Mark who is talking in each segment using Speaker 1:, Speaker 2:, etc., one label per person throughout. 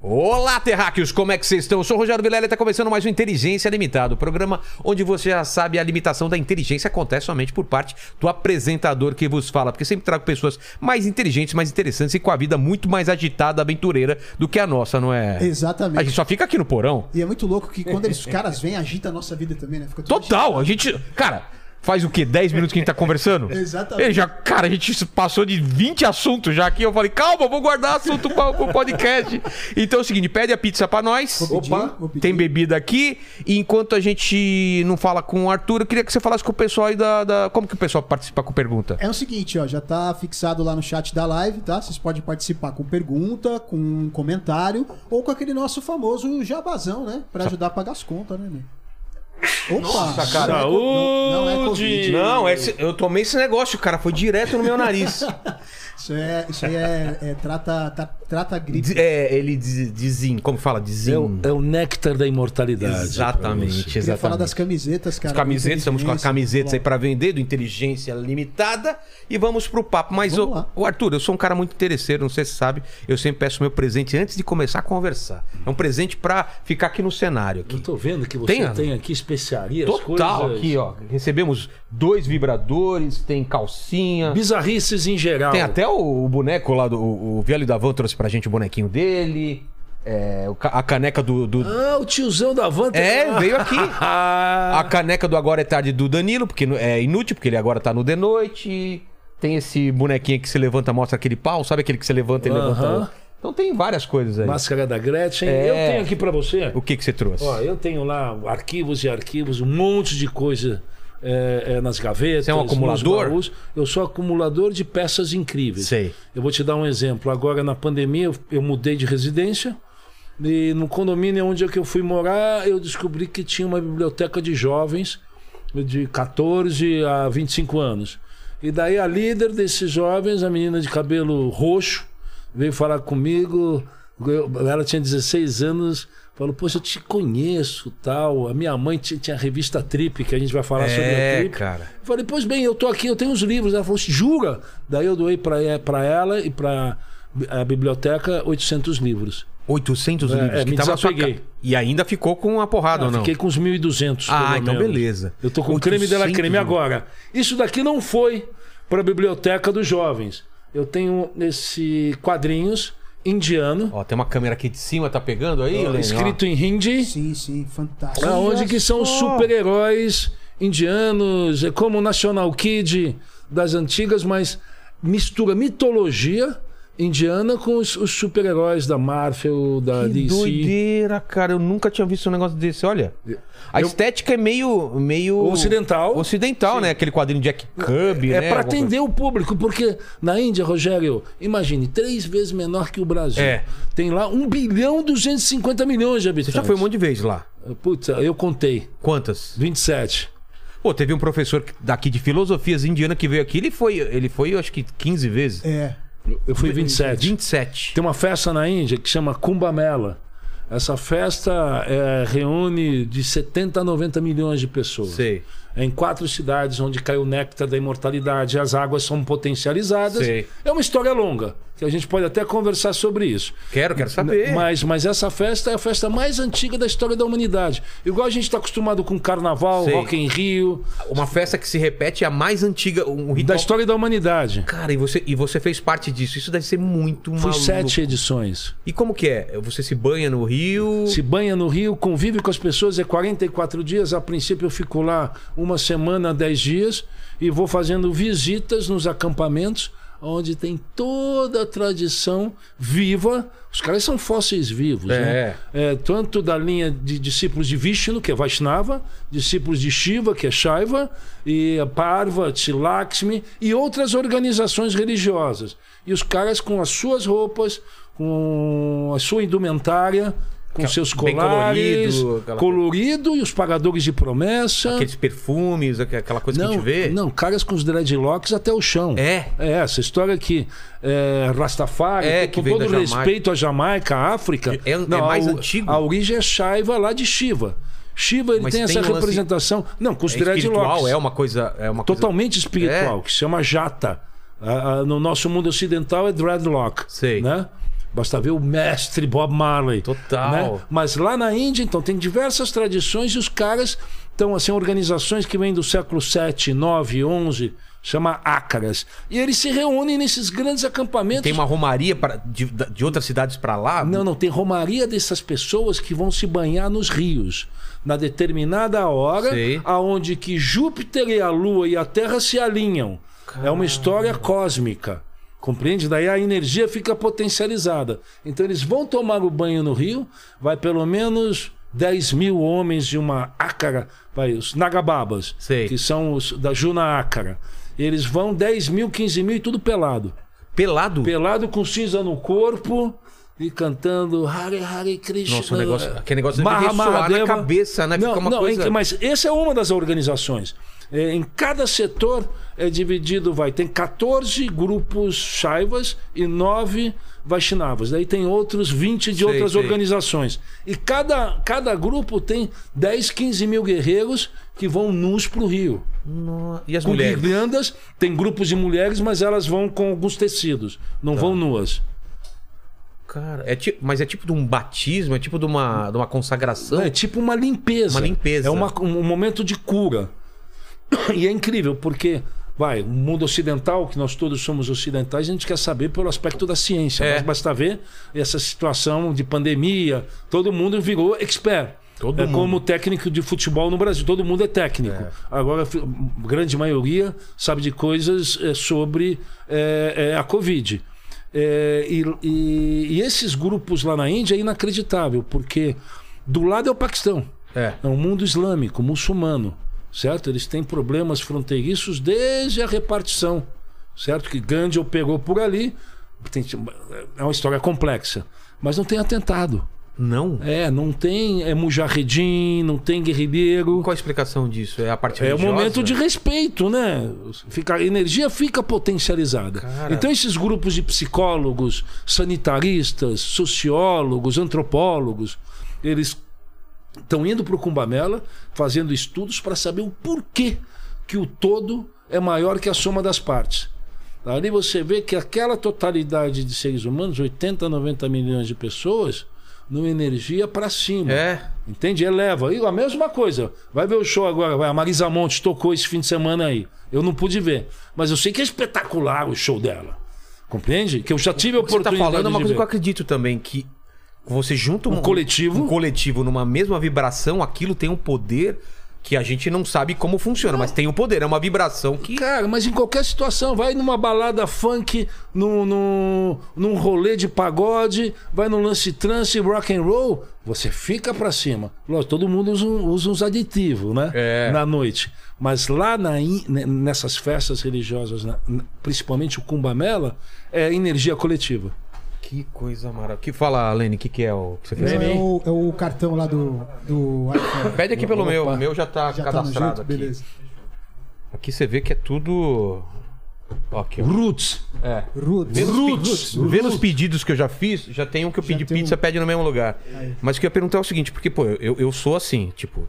Speaker 1: Olá, terráqueos, como é que vocês estão? Eu sou o Rogério Vilela e está começando mais um Inteligência Limitada, o programa onde você já sabe a limitação da inteligência acontece somente por parte do apresentador que vos fala, porque sempre trago pessoas mais inteligentes, mais interessantes e com a vida muito mais agitada, aventureira do que a nossa, não é?
Speaker 2: Exatamente.
Speaker 1: A gente só fica aqui no porão.
Speaker 2: E é muito louco que quando eles, os caras vêm, agita a nossa vida também, né? Fica tudo
Speaker 1: Total, a gente... Cara... Faz o quê? 10 minutos que a gente tá conversando?
Speaker 2: Exatamente.
Speaker 1: Ele já, cara, a gente passou de 20 assuntos já aqui. Eu falei, calma, vou guardar assunto para o podcast. Então é o seguinte, pede a pizza para nós.
Speaker 2: Vou pedir, vou pedir.
Speaker 1: tem bebida aqui. E enquanto a gente não fala com o Arthur, eu queria que você falasse com o pessoal aí da. da- Como que o pessoal participa com pergunta?
Speaker 2: É o seguinte, ó, já tá fixado lá no chat da live, tá? Vocês podem participar com pergunta, com comentário ou com aquele nosso famoso jabazão, né? Pra ajudar a pagar as contas, né? né? Opa! Nossa,
Speaker 1: cara.
Speaker 2: Não, não é
Speaker 1: Não,
Speaker 2: Covid.
Speaker 1: esse- eu tomei esse negócio, cara. Foi direto no meu nariz.
Speaker 2: Isso, é, isso aí é, é trata, tá- trata a gripe.
Speaker 1: Diz- é, ele diz, dizim, como fala? Dizim.
Speaker 3: É o, é o néctar da imortalidade.
Speaker 1: Exatamente,
Speaker 2: Queria falar das
Speaker 1: exatamente.
Speaker 2: camisetas, cara.
Speaker 1: Camisetas, estamos com as
Speaker 2: Inteligência.
Speaker 1: camisetas aí pra vender, do Inteligência Limitada. E vamos pro papo. Mas,
Speaker 2: Vamos
Speaker 1: o,
Speaker 2: lá.
Speaker 1: Arthur, eu sou um cara muito interesseiro, não sei se você sabe. Eu sempre peço meu presente antes de começar a conversar. É um presente pra ficar aqui no cenário.
Speaker 3: Eu
Speaker 1: Aqui.
Speaker 3: tô vendo que você
Speaker 1: Tem,
Speaker 3: tem,
Speaker 1: Ana?
Speaker 3: aqui especiarias,
Speaker 1: Total
Speaker 3: coisas...
Speaker 1: aqui, ó. Recebemos dois vibradores, tem calcinha.
Speaker 3: Bizarrices em geral.
Speaker 1: Tem até o, o boneco lá do. O, o velho da Van trouxe pra gente o bonequinho dele. é, o ca- a caneca do. do-
Speaker 3: Ah, o tiozão da tá van... tem-
Speaker 1: É, veio aqui.
Speaker 3: Ah,
Speaker 1: A caneca do Agora é Tarde do Danilo, porque no- é inútil, porque ele agora tá no de noite. Tem esse bonequinho que se levanta, mostra aquele pau, sabe aquele que se levanta e levanta.
Speaker 3: Aham.
Speaker 1: o- Então tem várias coisas aí.
Speaker 3: Máscara da Gretchen.
Speaker 1: É.
Speaker 3: Eu tenho aqui pra você.
Speaker 1: O que que você trouxe?
Speaker 3: Ó, eu tenho lá arquivos e arquivos, um monte de coisa é, é, nas gavetas.
Speaker 1: Você é um
Speaker 3: nos
Speaker 1: acumulador?
Speaker 3: baús. Eu sou acumulador de peças incríveis.
Speaker 1: Sei.
Speaker 3: Eu vou te dar um exemplo. Agora, na pandemia, eu, eu mudei de residência. E no condomínio onde é que eu fui morar, eu descobri que tinha uma biblioteca de jovens de 14 a 25 anos. E daí a líder desses jovens, a menina de cabelo roxo, veio falar comigo. Eu- Ela tinha 16 anos, falou: Poxa, eu te conheço tal. A minha mãe ti- tinha a revista Trip, que a gente vai falar sobre a
Speaker 1: É,
Speaker 3: Trip.
Speaker 1: cara.
Speaker 3: Eu Falei, pois bem, eu tô aqui, eu tenho os livros. Ela falou, jura? Daí eu doei pra, eh, pra ela e pra bi- a biblioteca 800 livros.
Speaker 1: 800 livros
Speaker 3: é,
Speaker 1: que
Speaker 3: me
Speaker 1: tava na sua
Speaker 3: desapeguei. Ah,
Speaker 1: ca- E ainda ficou com a porrada ou não?
Speaker 3: Fiquei com os 1.200.
Speaker 1: Ah,
Speaker 3: pelo
Speaker 1: então
Speaker 3: menos.
Speaker 1: beleza.
Speaker 3: Eu tô com o creme
Speaker 1: 800
Speaker 3: dela creme
Speaker 1: livros.
Speaker 3: agora. Isso daqui não foi pra biblioteca dos jovens. Eu tenho esse quadrinhos indiano,
Speaker 1: Ó, tem uma câmera aqui de cima, tá pegando aí? Lenny, ó?
Speaker 3: escrito em hindi.
Speaker 2: Sim, sim, fantástico.
Speaker 3: Aonde que são os
Speaker 1: só.
Speaker 3: super-heróis indianos, é como o National Kid das antigas, mas mistura mitologia indiana com os, os super-heróis da Marvel, da
Speaker 1: Que
Speaker 3: DC.
Speaker 1: doideira, cara. Eu nunca tinha visto um negócio desse. Olha. A
Speaker 3: Eu-
Speaker 1: estética é meio. meio...
Speaker 3: Ocidental.
Speaker 1: Ocidental, né? Aquele quadrinho Jack Cub, né?
Speaker 3: É para
Speaker 1: Alguma coisa.
Speaker 3: atender o público, porque na Índia, Rogério, imagine, três vezes menor que o Brasil.
Speaker 1: É.
Speaker 3: Tem lá 1 bilhão 250 milhões de
Speaker 1: Você
Speaker 3: habitantes.
Speaker 1: já foi um monte de vezes lá.
Speaker 3: Puta, eu contei.
Speaker 1: Quantas?
Speaker 3: 27.
Speaker 1: Pô, teve um professor que- daqui de filosofias indiana que veio aqui, ele foi, ele foi eu acho que 15 vezes.
Speaker 2: É.
Speaker 3: Eu fui 27.
Speaker 1: 27.
Speaker 3: É, tipo, Tem uma festa na Índia que chama Kumbh Mela. Essa festa eh, reúne de 70 a 90 milhões de pessoas.
Speaker 1: Sei.
Speaker 3: É em quatro cidades onde cai o néctar da imortalidade, as águas são potencializadas.
Speaker 1: Sei.
Speaker 3: É uma história longa, que a gente pode até conversar sobre isso.
Speaker 1: Quero, quero saber.
Speaker 3: Mas, mas essa festa é a festa mais antiga da história da humanidade. Igual a gente está acostumado com carnaval,
Speaker 1: Sei.
Speaker 3: rock em Rio,
Speaker 1: Uma festa que se repete é a mais antiga, um
Speaker 3: da
Speaker 1: ritual.
Speaker 3: história da humanidade.
Speaker 1: Cara, e você, e você fez parte disso. Isso deve ser muito
Speaker 3: Fui
Speaker 1: maluco.
Speaker 3: sete edições.
Speaker 1: E como que é? Você se banha no rio?
Speaker 3: Se banha no Rio, convive com as pessoas, é 44 dias. A princípio eu fico lá uma semana, 10 dias, e vou fazendo visitas nos acampamentos, onde tem toda a tradição viva. Os caras são fósseis vivos,
Speaker 1: É.
Speaker 3: né? É, tanto da linha de discípulos de Vishnu, que é Vaishnava, discípulos de Shiva, que é Shaiva, e a Parva, Tilakshmi, e outras organizações religiosas. E os caras com as suas roupas, com a sua indumentária, com seus
Speaker 1: bem
Speaker 3: colares,
Speaker 1: colorido,
Speaker 3: colorido,
Speaker 1: aquela
Speaker 3: e os pagadores de promessa.
Speaker 1: Aqueles perfumes, aqu- aquela coisa que a
Speaker 3: Ah. Não,
Speaker 1: gente vê.
Speaker 3: não, caras com os dreadlocks até o chão.
Speaker 1: É.
Speaker 3: É, essa história aqui. É, Rastafari,
Speaker 1: É,
Speaker 3: com
Speaker 1: que veio
Speaker 3: todo
Speaker 1: da Jamaica.
Speaker 3: respeito à Jamaica, à África.
Speaker 1: É- é mais
Speaker 3: a,
Speaker 1: antigo.
Speaker 3: A origem é Shiva lá de Shiva. Shiva ele
Speaker 1: Mas
Speaker 3: tem,
Speaker 1: tem
Speaker 3: essa
Speaker 1: um lance-
Speaker 3: representação. Não, com os
Speaker 1: É
Speaker 3: dreadlocks.
Speaker 1: espiritual, é uma coisa. É uma coisa-
Speaker 3: Totalmente espiritual,
Speaker 1: É.
Speaker 3: que se chama jata. Ah, ah, no nosso mundo ocidental é dreadlock.
Speaker 1: Sei.
Speaker 3: Né? Basta ver o mestre Bob Marley.
Speaker 1: Total.
Speaker 3: né? Mas lá na Índia, então, tem diversas tradições e os caras estão, assim, organizações que vêm do século 7, 9, 11, chama Ácaras. E eles se reúnem nesses grandes acampamentos.
Speaker 1: Tem uma romaria pra- de, de outras cidades pra lá?
Speaker 3: Não, não, tem romaria dessas pessoas que vão se banhar nos rios. Na determinada hora,
Speaker 1: Sei.
Speaker 3: aonde que Júpiter e a Lua e a Terra se alinham. É uma história cósmica. Compreende? Daí a energia fica potencializada. Então eles vão tomar o banho no rio, vai pelo menos 10 mil homens de uma ácara, vai, os Nagababas,
Speaker 1: Sei.
Speaker 3: que são os da Juna Ácara. Eles vão 10 mil, 15 mil e tudo pelado
Speaker 1: Pelado?
Speaker 3: pelado com cinza no corpo e cantando Hare Hare Krishna.
Speaker 1: Nossa, o negócio- aquele negócio deve ressoar na
Speaker 3: Mahadeva.
Speaker 1: cabeça, né? Fica
Speaker 3: Não,
Speaker 1: uma
Speaker 3: não,
Speaker 1: coisa-
Speaker 3: em- mas essa é uma das organizações. É, em cada setor é dividido, vai, tem 14 grupos Shaivas e 9 Vaishnavas. Daí tem outros 20 de
Speaker 1: Sei,
Speaker 3: outras
Speaker 1: sei.
Speaker 3: organizações. E cada, cada grupo tem 10, 15 mil guerreiros que vão nus pro rio
Speaker 1: No- E as
Speaker 3: com
Speaker 1: mulheres?
Speaker 3: guirlandas, tem grupos de mulheres, mas elas vão com alguns tecidos, não
Speaker 1: Tá.
Speaker 3: vão nuas.
Speaker 1: Cara, é ti- mas é tipo de um batismo, é tipo de uma, de uma consagração.
Speaker 3: É tipo uma limpeza.
Speaker 1: Então, Uma limpeza.
Speaker 3: É uma- um momento de cura. E é incrível, porque, vai, o mundo ocidental, que nós todos somos ocidentais, a gente quer saber pelo aspecto da ciência.
Speaker 1: É.
Speaker 3: Mas basta ver essa situação de pandemia, todo mundo virou expert.
Speaker 1: Todo
Speaker 3: é
Speaker 1: mundo.
Speaker 3: como técnico de futebol no Brasil, todo mundo é técnico. Agora, fi- grande maioria sabe de coisas eh, sobre eh, eh, a Covid. Eh, e, e- e esses grupos lá na Índia é inacreditável, porque do lado é o Paquistão.
Speaker 1: É.
Speaker 3: É um mundo islâmico, muçulmano, certo? Eles têm problemas fronteiriços desde a repartição, certo? Que Gandhi operou por ali. Tem- é uma história complexa. Mas não tem atentado.
Speaker 1: Não?
Speaker 3: É, não tem é, mujahedin, não tem guerrilheiro.
Speaker 1: Qual a explicação disso? É a parte
Speaker 3: É o
Speaker 1: religiosa?
Speaker 3: momento de respeito, né? Fica, a energia fica potencializada.
Speaker 1: Cara.
Speaker 3: Então, esses grupos de psicólogos, sanitaristas, sociólogos, antropólogos, eles estão indo para o Cumbamela fazendo estudos para saber o porquê que o todo é maior que a soma das partes. Ali você vê que aquela totalidade de seres humanos, 80, 90 milhões de pessoas, numa energia para cima.
Speaker 1: É.
Speaker 3: Entende? Eleva. E a mesma coisa. Vai ver o show agora. Vai, a Marisa Monte tocou esse fim de semana aí. Eu não pude ver. Mas eu sei que é espetacular o show dela. Compreende? Que eu já tive a
Speaker 1: O que você tá
Speaker 3: oportunidade
Speaker 1: falando é uma
Speaker 3: de
Speaker 1: coisa
Speaker 3: ver.
Speaker 1: que eu acredito também, que você junta
Speaker 3: Um coletivo.
Speaker 1: um coletivo numa mesma vibração, aquilo tem um poder que a gente não sabe como funciona, mas tem um poder, é uma vibração que
Speaker 3: Cara, mas em qualquer situação, vai numa balada funk, num, num, num rolê de pagode, vai num lance trance, rock and roll, você fica pra cima. Lógico, todo mundo usa, um- usa uns aditivos, né?
Speaker 1: É.
Speaker 3: Na noite. Mas lá na, in- ne- nessas festas religiosas, na- na- principalmente o Cumbamela, é energia coletiva.
Speaker 1: Que coisa maravilhosa. Que fala, Lene, o que, que é o que você fez?
Speaker 2: É
Speaker 1: aí?
Speaker 2: o, é o cartão lá do, do iPhone.
Speaker 1: Pede aqui pelo meu, o meu já tá
Speaker 2: Já tá no
Speaker 1: cadastrado
Speaker 2: jeito,
Speaker 1: aqui.
Speaker 2: beleza.
Speaker 1: Aqui você vê que é tudo Ó, aqui, ó.
Speaker 3: Roots.
Speaker 1: É.
Speaker 2: Roots.
Speaker 1: Pelos pedidos- Pelos pedidos que eu já fiz, já tem um que eu pedi
Speaker 2: tem
Speaker 1: pizza,
Speaker 2: um.
Speaker 1: pede no mesmo lugar. Mas o que eu ia perguntar é o seguinte, porque, pô, eu, eu sou assim, tipo,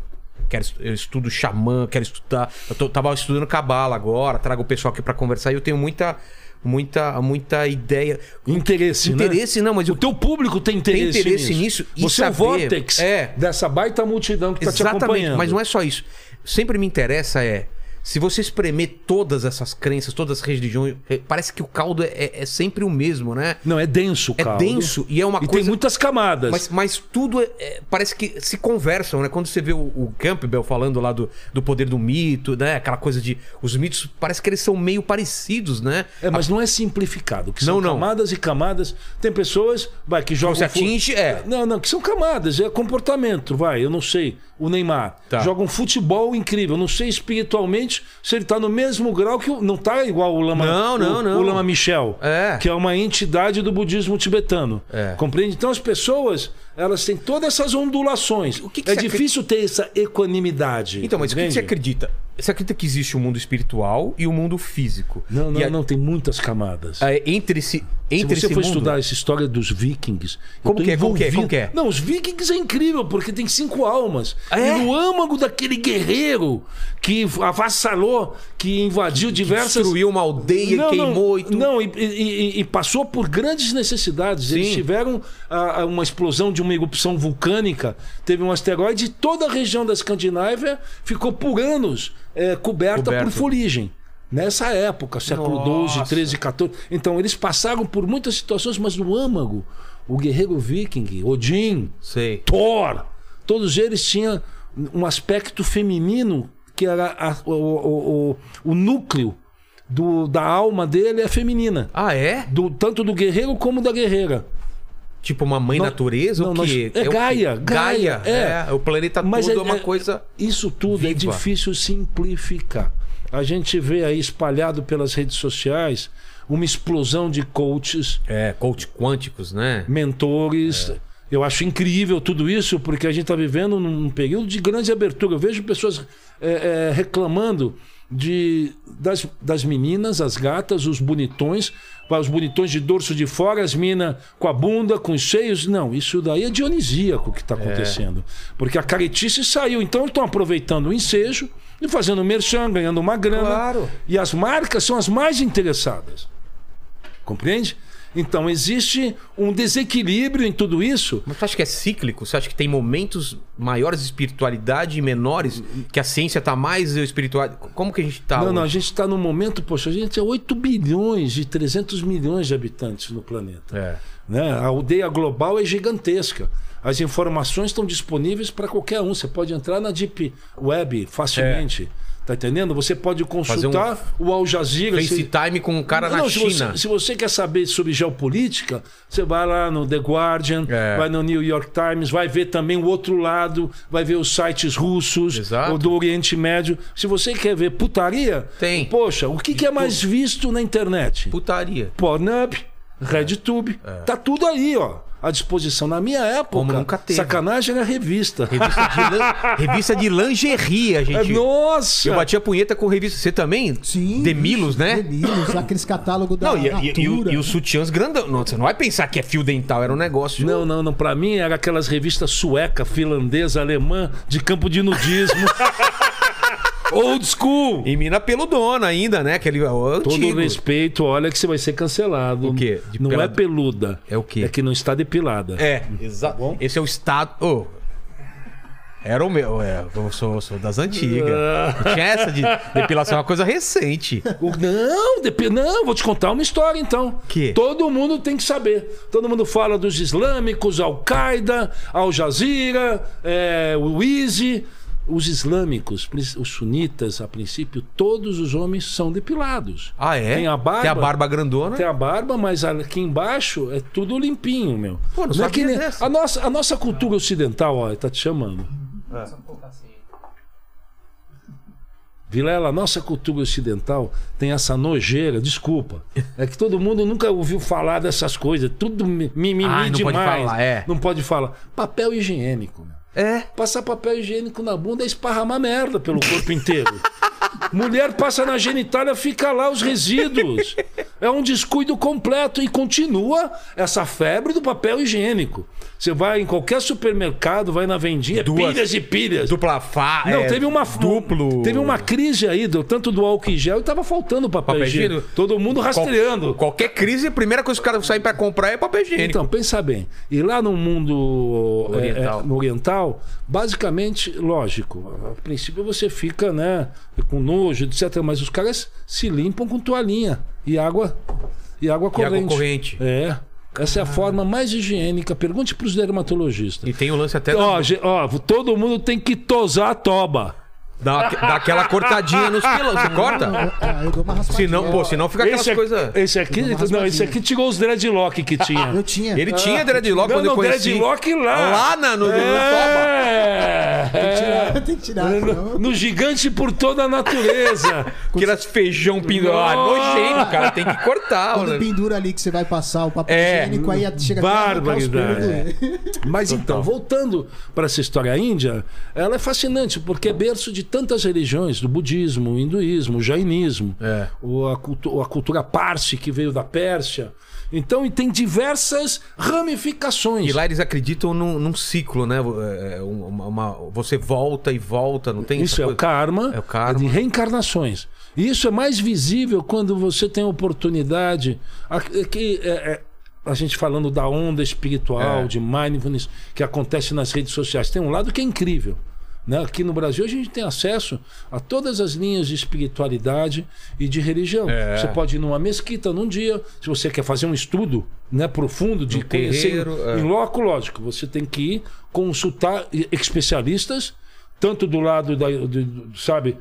Speaker 1: quero, estu- eu estudo xamã, quero estudar. Eu tô- tava estudando cabala agora, trago o pessoal aqui pra conversar e eu tenho muita, muita, muita ideia.
Speaker 3: Interesse, né?
Speaker 1: Interesse, não, mas eu
Speaker 3: O teu público tem interesse,
Speaker 1: Tem interesse nisso e
Speaker 3: Você é o
Speaker 1: saber-
Speaker 3: vórtex
Speaker 1: É.
Speaker 3: dessa baita multidão que está te
Speaker 1: Exatamente,
Speaker 3: acompanhando.
Speaker 1: mas não é só isso. Sempre me interessa é. Se você espremer todas essas crenças, todas as religiões, eh, parece que o caldo é, é- é sempre o mesmo, né?
Speaker 3: Não, é denso,
Speaker 1: É
Speaker 3: cara.
Speaker 1: denso e é uma
Speaker 3: e
Speaker 1: coisa.
Speaker 3: tem muitas camadas.
Speaker 1: Mas, mas tudo é- é- parece que se conversam, né? Quando você vê o, o Campbell falando lá do, do poder do mito, né? Aquela coisa de. Os mitos parece que eles são meio parecidos, né?
Speaker 3: É, mas não é simplificado. Que são
Speaker 1: Não, não.
Speaker 3: camadas e camadas. Tem pessoas, vai, que jogam.
Speaker 1: Você
Speaker 3: fu-
Speaker 1: atinge, é.
Speaker 3: Não, não, que são camadas, é comportamento, vai. Eu não sei. O Neymar
Speaker 1: Tá.
Speaker 3: joga um futebol incrível. Eu não sei espiritualmente diferente se ele está no mesmo grau que o. Não está igual o Lama.
Speaker 1: Não, não,
Speaker 3: o,
Speaker 1: não.
Speaker 3: O Lama Michel.
Speaker 1: É.
Speaker 3: Que é uma entidade do budismo tibetano.
Speaker 1: É.
Speaker 3: Compreende? Então as pessoas, elas têm todas essas ondulações.
Speaker 1: que que
Speaker 3: é
Speaker 1: você acre-
Speaker 3: difícil ter essa equanimidade.
Speaker 1: Então, mas o que que
Speaker 3: entende?
Speaker 1: você acredita? Você acredita que existe o mundo espiritual e o mundo físico?
Speaker 3: Não, não,
Speaker 1: E a-
Speaker 3: não, tem muitas camadas.
Speaker 1: é, entre esse,
Speaker 3: Se
Speaker 1: entre
Speaker 3: você
Speaker 1: esse
Speaker 3: for
Speaker 1: mundo-
Speaker 3: estudar essa história dos vikings... eu
Speaker 1: Como
Speaker 3: tô
Speaker 1: que é? Como que é? Como
Speaker 3: envolvido-
Speaker 1: que é?
Speaker 3: Não, os vikings é incrível, porque tem cinco almas.
Speaker 1: É?
Speaker 3: E no âmago daquele guerreiro que avassalou, que invadiu diversas...
Speaker 1: destruiu uma aldeia, e queimou
Speaker 3: não,
Speaker 1: e tudo.
Speaker 3: Não, e, e- e- e passou por grandes necessidades. Eles
Speaker 1: Sim.
Speaker 3: tiveram ah, ah, uma explosão de uma erupção vulcânica, teve um asteroide e toda a região da Escandinávia ficou por anos eh, coberta
Speaker 1: Coberta.
Speaker 3: por fuligem. Nessa época, século XII,
Speaker 1: Nossa.
Speaker 3: XIII, XIV. Então, eles passaram por muitas situações, mas no âmago, o guerreiro viking, Odin,
Speaker 1: Sei.
Speaker 3: Thor, todos eles tinham um aspecto feminino que era a- o, o- o- o núcleo do- da alma dele é feminina,
Speaker 1: Ah, é?
Speaker 3: do, tanto do guerreiro como da guerreira.
Speaker 1: Tipo uma mãe
Speaker 3: Não-
Speaker 1: natureza?
Speaker 3: não,
Speaker 1: o
Speaker 3: nós-
Speaker 1: quê?
Speaker 3: é
Speaker 1: o quê?
Speaker 3: Gaia, Gaia,
Speaker 1: Gaia.
Speaker 3: é.
Speaker 1: É. O planeta todo é, uma coisa.
Speaker 3: Isso tudo é
Speaker 1: viva.
Speaker 3: difícil simplificar. A gente vê aí espalhado pelas redes sociais uma explosão de coaches,
Speaker 1: É, coach quânticos, né?
Speaker 3: mentores. Eu acho incrível tudo isso, porque a gente está vivendo num período de grande abertura. Eu vejo pessoas é, é, reclamando de, das, das meninas, as gatas, os bonitões, os bonitões de dorso de fora, as minas com a bunda, com os seios. Não, isso daí é dionisíaco que está acontecendo. Porque a caretice saiu. Então estão aproveitando o ensejo e fazendo merchan, ganhando uma grana.
Speaker 1: Claro.
Speaker 3: E as marcas são as mais interessadas. Compreende? Então existe um desequilíbrio em tudo isso.
Speaker 1: Mas você acha que é cíclico? Você acha que tem momentos maiores de espiritualidade e menores? Que a ciência tá mais espiritual? Como que a gente tá?
Speaker 3: não,
Speaker 1: hoje?
Speaker 3: não, a gente está num momento, poxa, a gente é 8 bilhões e 300 milhões de habitantes no planeta.
Speaker 1: É.
Speaker 3: Né? A aldeia global é gigantesca. As informações estão disponíveis para qualquer um. Você pode entrar na Deep Web facilmente.
Speaker 1: É.
Speaker 3: Tá entendendo? Você pode
Speaker 1: um
Speaker 3: consultar o Al Jazeera. se-
Speaker 1: FaceTime com um cara
Speaker 3: Não,
Speaker 1: na
Speaker 3: não, se
Speaker 1: China.
Speaker 3: Você, se você quer saber sobre geopolítica, você vai lá no The Guardian,
Speaker 1: É.
Speaker 3: vai no New York Times, vai ver também o outro lado, vai ver os sites russos,
Speaker 1: Exato.
Speaker 3: ou do Oriente Médio. Se você quer ver putaria,
Speaker 1: Tem.
Speaker 3: poxa, o que, que é mais visto na internet?
Speaker 1: Putaria.
Speaker 3: Pornhub,
Speaker 1: É.
Speaker 3: RedTube, tá tudo aí, ó. À disposição. Na minha época,
Speaker 1: Como nunca teve.
Speaker 3: sacanagem era revista.
Speaker 1: Revista de, lan- revista de lingerie,
Speaker 3: É
Speaker 1: a gente.
Speaker 3: Nossa!
Speaker 1: Eu bati a punheta com revista. Você também?
Speaker 2: Sim.
Speaker 1: Demilos, né?
Speaker 2: Demilos, aqueles catálogos da
Speaker 1: Não, e, e-
Speaker 2: Natura.
Speaker 1: e o- e os sutiãs grandão. Não, você não vai pensar que é fio dental, era um negócio.
Speaker 3: Não, não, não. Pra mim era aquelas revistas sueca, finlandesa, alemã, de campo de nudismo. Old school.
Speaker 1: E mina peludona ainda, né? Aquele ó,
Speaker 3: Todo
Speaker 1: antigo.
Speaker 3: respeito, olha que você vai ser cancelado.
Speaker 1: O quê? De
Speaker 3: não é
Speaker 1: pelado-
Speaker 3: peluda.
Speaker 1: É o quê?
Speaker 3: É que não está depilada.
Speaker 1: É, exato. Esse é o estado. Ô, Era o meu, é, eu sou, sou das antigas.
Speaker 3: Ah.
Speaker 1: Não tinha essa de depilação, é uma coisa recente.
Speaker 3: O- Não, depi- não, vou te contar uma história então.
Speaker 1: Que?
Speaker 3: Todo mundo tem que saber. Todo mundo fala dos islâmicos, Al-Qaeda, Al Jazeera, é, o ISI. Os islâmicos, prin- os sunitas, a princípio, todos os homens são depilados.
Speaker 1: Ah, é?
Speaker 3: Tem a barba.
Speaker 1: Tem a barba grandona.
Speaker 3: Tem a barba, mas aqui embaixo é tudo limpinho, meu.
Speaker 1: Pô, não
Speaker 3: é
Speaker 1: sabia
Speaker 3: que nem-
Speaker 1: dessa.
Speaker 3: a, nossa, a nossa cultura ocidental, ó, tá te chamando. Vilela, a nossa cultura ocidental tem essa nojeira, desculpa. É que todo mundo nunca ouviu falar dessas coisas, tudo mi- mimimi
Speaker 1: Ah, não pode
Speaker 3: demais.
Speaker 1: falar, é.
Speaker 3: Não pode falar. Papel higiênico, meu.
Speaker 1: É.
Speaker 3: Passar papel higiênico na bunda é esparramar merda pelo corpo inteiro. Mulher passa na genitália, fica lá os resíduos. É um descuido completo e continua essa febre do papel higiênico. Você vai em qualquer supermercado, vai na vendinha,
Speaker 1: Duas-
Speaker 3: pilhas e pilhas.
Speaker 1: Dupla fa.
Speaker 3: Não,
Speaker 1: é,
Speaker 3: teve uma
Speaker 1: Duplo.
Speaker 3: Teve uma crise aí, do, tanto do álcool em gel e tava faltando papel,
Speaker 1: Papel
Speaker 3: higiênico.
Speaker 1: higiênico?
Speaker 3: Todo mundo
Speaker 1: Qual-
Speaker 3: rastreando.
Speaker 1: Qualquer crise, a primeira coisa que os caras saem pra comprar é papel higiênico.
Speaker 3: Então, pensa bem. E lá no mundo é,
Speaker 1: Oriental.
Speaker 3: é, no oriental, basicamente, lógico, a princípio você fica, né, com nojo, etc. Mas os caras se limpam com toalhinha e água e água
Speaker 1: água
Speaker 3: corrente.
Speaker 1: corrente.
Speaker 3: É. Essa é a forma mais higiênica. Pergunte para os dermatologistas.
Speaker 1: E tem o lance até
Speaker 3: Então, Ó,
Speaker 1: da-
Speaker 3: ge- ó, todo mundo tem que tosar a toba.
Speaker 1: da, daquela cortadinha nos pilões. Você corta?
Speaker 2: Ah, eu dou uma raspadinha.
Speaker 1: Se não, pô, senão fica aquelas
Speaker 3: Esse, aqui-
Speaker 1: coisas.
Speaker 3: esse aqui,
Speaker 2: Dá uma
Speaker 3: não, esse
Speaker 2: raspadinha.
Speaker 3: aqui tirou os dreadlock que tinha.
Speaker 2: Eu tinha.
Speaker 1: Ele tinha dreadlock
Speaker 3: Ah, Não, É.
Speaker 1: quando eu
Speaker 3: não,
Speaker 1: conheci.
Speaker 3: dreadlock lá.
Speaker 1: Lá na, no, no- no Toba.
Speaker 3: É.
Speaker 2: Tem que tirar.
Speaker 3: No,
Speaker 2: não.
Speaker 3: no gigante por toda a natureza.
Speaker 1: Aquelas feijão pendurado.
Speaker 3: Nossa!
Speaker 1: Nojento, cara. Tem que cortar.
Speaker 2: Quando
Speaker 1: mano.
Speaker 2: pendura ali que você vai passar o papel
Speaker 1: né? É,
Speaker 2: higiênico, aí chega até a arrancar os
Speaker 3: barbaridade.
Speaker 2: pelos né? dele.
Speaker 3: Mas então, voltando para essa história índia, ela é fascinante porque é berço de tantas religiões, do budismo, o hinduísmo, o jainismo,
Speaker 1: É.
Speaker 3: ou a, cultu- ou a cultura parsi que veio da Pérsia. Então, e tem diversas ramificações.
Speaker 1: E lá eles acreditam num, num ciclo, né? É, Uma, uma- você volta e volta, não tem
Speaker 3: Isso
Speaker 1: essa
Speaker 3: é o
Speaker 1: coisa?
Speaker 3: karma,
Speaker 1: É o karma.
Speaker 3: de reencarnações. E isso é mais visível quando você tem oportunidade. Aqui, aqui, é, é, a gente falando da onda espiritual,
Speaker 1: É.
Speaker 3: de mindfulness, que acontece nas redes sociais. Tem um lado que é incrível. Né? Aqui no Brasil a gente tem acesso a todas as linhas de espiritualidade e de religião.
Speaker 1: É.
Speaker 3: Você pode ir numa mesquita num dia, se você quer fazer um estudo né, profundo de
Speaker 1: No
Speaker 3: conhecer
Speaker 1: terreiro, é.
Speaker 3: em Loco, lógico, você tem que ir consultar especialistas, tanto do lado da, de- do- sabe,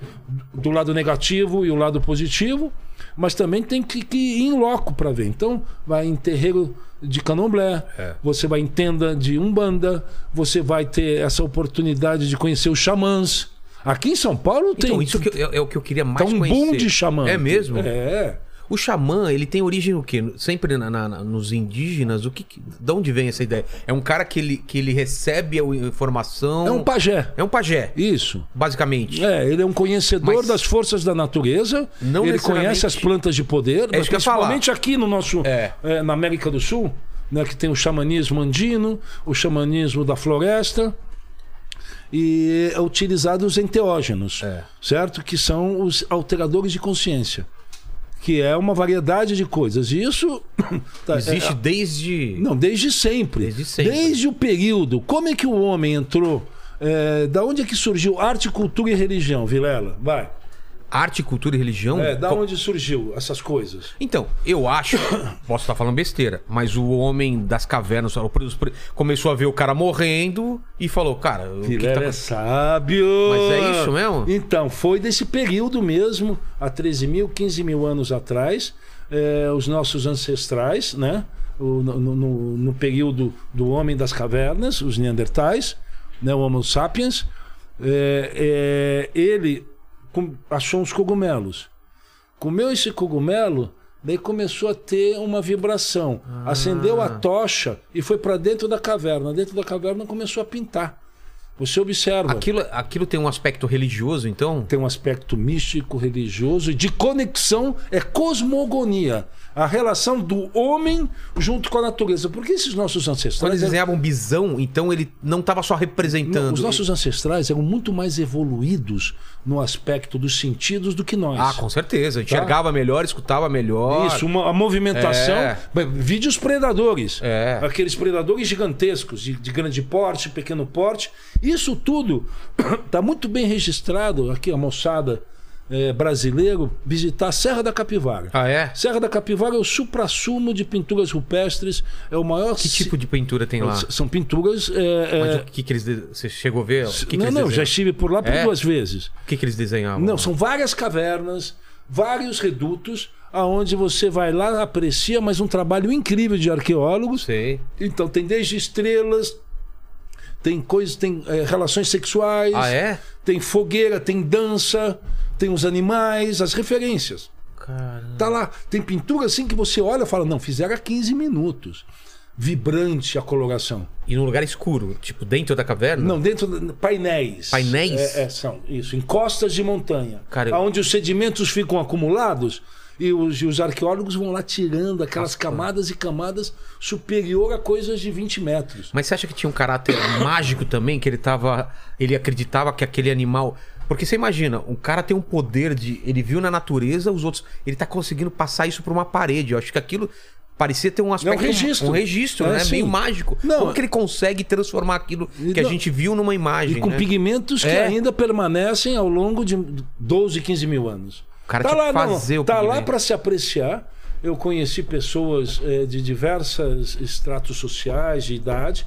Speaker 3: do lado negativo e o lado positivo, mas também tem que, que ir em loco para ver. Então, vai em terreiro de candomblé,
Speaker 1: É.
Speaker 3: você vai em tenda de umbanda, você vai ter essa oportunidade de conhecer os xamãs. Aqui em São Paulo tem
Speaker 1: Então, isso que eu- é, é o que eu queria mais
Speaker 3: tá um
Speaker 1: conhecer.
Speaker 3: boom de xamã.
Speaker 1: É mesmo?
Speaker 3: É.
Speaker 1: O xamã, ele tem origem o quê? Sempre na- na- na- nos indígenas, o que, que- de onde vem essa ideia? É um cara que ele, que ele recebe a informação...
Speaker 3: É um pajé.
Speaker 1: É um pajé,
Speaker 3: Isso.
Speaker 1: basicamente.
Speaker 3: É, ele é um conhecedor
Speaker 1: Mas-
Speaker 3: das forças da natureza.
Speaker 1: Não
Speaker 3: ele
Speaker 1: necessariamente-
Speaker 3: conhece as plantas de poder,
Speaker 1: É isso que eu ia falar.
Speaker 3: principalmente aqui no nosso
Speaker 1: É.
Speaker 3: eh, na América do Sul, né, que tem o xamanismo andino, o xamanismo da floresta e é utilizado os enteógenos,
Speaker 1: É.
Speaker 3: certo? Que são os alteradores de consciência, que é uma variedade de coisas. E isso tá,
Speaker 1: Existe
Speaker 3: é-
Speaker 1: desde...
Speaker 3: não, desde sempre.
Speaker 1: Desde sempre.
Speaker 3: Desde o período. Como é que o homem entrou? É, da onde é que surgiu arte, cultura e religião, Vilela? Vai.
Speaker 1: Arte, cultura e religião?
Speaker 3: É, da
Speaker 1: Qual-
Speaker 3: onde surgiu essas coisas?
Speaker 1: Então, eu acho, posso estar falando besteira, mas o homem das cavernas o pr- os pr- começou a ver o cara morrendo e falou, cara, o que que tá
Speaker 3: Vilela é
Speaker 1: acontecendo?
Speaker 3: sábio.
Speaker 1: Mas é isso mesmo?
Speaker 3: Então, foi desse período mesmo, há 13 mil, 15 mil anos atrás, é, os nossos ancestrais, né? O- no, no- no- no período do homem das cavernas, os Neandertais, né? o Homo sapiens, é, é, ele com- achou uns cogumelos. Comeu esse cogumelo, daí começou a ter uma vibração.
Speaker 1: Ah.
Speaker 3: Acendeu a tocha e foi para dentro da caverna. Dentro da caverna começou a pintar. Você observa
Speaker 1: Aquilo, aquilo tem um aspecto religioso, então?
Speaker 3: tem um aspecto místico, religioso e de conexão, é cosmogonia. A relação do homem junto com a natureza. Porque esses nossos
Speaker 1: Quando
Speaker 3: ancestrais.
Speaker 1: eles desenhavam bisão, então ele não estava só representando.
Speaker 3: eram- um os nossos ancestrais eram muito mais evoluídos no aspecto dos sentidos do que nós.
Speaker 1: Ah, com certeza. Enxergava melhor, escutava melhor.
Speaker 3: Tá. Isso, um uma, a movimentação.
Speaker 1: É.
Speaker 3: Bem, Vide os predadores.
Speaker 1: É.
Speaker 3: Aqueles predadores gigantescos, de, de grande porte, pequeno porte. Isso tudo está muito bem registrado aqui, a moçada eh, brasileiro visitar a Serra da Capivara.
Speaker 1: Ah, é?
Speaker 3: Serra da Capivara é o suprassumo de pinturas rupestres, é o maior.
Speaker 1: Que tipo de pintura tem lá?
Speaker 3: São pinturas. eh,
Speaker 1: Mas
Speaker 3: eh,
Speaker 1: o que, que eles. de- Você chegou a ver? O que, que
Speaker 3: não,
Speaker 1: eles
Speaker 3: não, já
Speaker 1: desenhavam?
Speaker 3: estive por lá por
Speaker 1: É?
Speaker 3: duas vezes.
Speaker 1: O que, que eles desenhavam?
Speaker 3: Não, são várias cavernas, vários redutos, aonde você vai lá, aprecia, mas um trabalho incrível de arqueólogos.
Speaker 1: Sei.
Speaker 3: Então tem desde estrelas, tem coisas, tem eh, relações sexuais,
Speaker 1: Ah, é?
Speaker 3: tem fogueira, tem dança, tem os animais, as referências.
Speaker 1: Cara.
Speaker 3: Tá lá, tem pintura assim que você olha e fala, não, fizeram há 15 minutos. Vibrante a coloração.
Speaker 1: E num lugar escuro, tipo dentro da caverna?
Speaker 3: Não, dentro de- painéis.
Speaker 1: Painéis?
Speaker 3: É, é, são isso, encostas de montanha,
Speaker 1: Cara, eu-
Speaker 3: onde os sedimentos ficam acumulados e os, e os arqueólogos vão lá tirando aquelas camadas e camadas superior a coisas de 20 metros.
Speaker 1: Mas você acha que tinha um caráter mágico também? Que ele tava. Ele acreditava que aquele animal. Porque você imagina, um cara tem um poder de. Ele viu na natureza os outros. Ele tá conseguindo passar isso por uma parede. Eu acho que aquilo parecia ter um aspecto.
Speaker 3: É registro.
Speaker 1: Um registro,
Speaker 3: É,
Speaker 1: né?
Speaker 3: sim.
Speaker 1: Meio mágico.
Speaker 3: Não.
Speaker 1: Como que ele consegue transformar aquilo que a
Speaker 3: Não.
Speaker 1: gente viu numa imagem?
Speaker 3: E com
Speaker 1: né?
Speaker 3: pigmentos que
Speaker 1: É.
Speaker 3: ainda permanecem ao longo de 12, 15 mil anos.
Speaker 1: O cara tinha que
Speaker 3: não,
Speaker 1: fazer o
Speaker 3: tá lá
Speaker 1: pigmento.
Speaker 3: para se apreciar. Eu conheci pessoas eh, de diversos estratos sociais, de idade,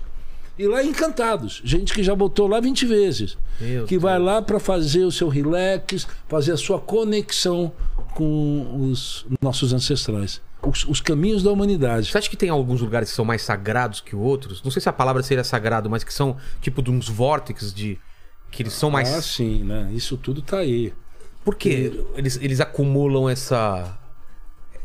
Speaker 3: e lá encantados. Gente que já botou lá 20 vezes.
Speaker 1: Meu
Speaker 3: que vai lá para fazer o seu relax, fazer a sua conexão com os nossos ancestrais. Os, os caminhos da humanidade.
Speaker 1: Você acha que tem alguns lugares que são mais sagrados que outros? Não sei se a palavra seria sagrado, mas que são tipo de uns vórtices de. Que eles são mais.
Speaker 3: Ah, sim, né? Isso tudo tá aí.
Speaker 1: Por quê? Eles, eles acumulam essa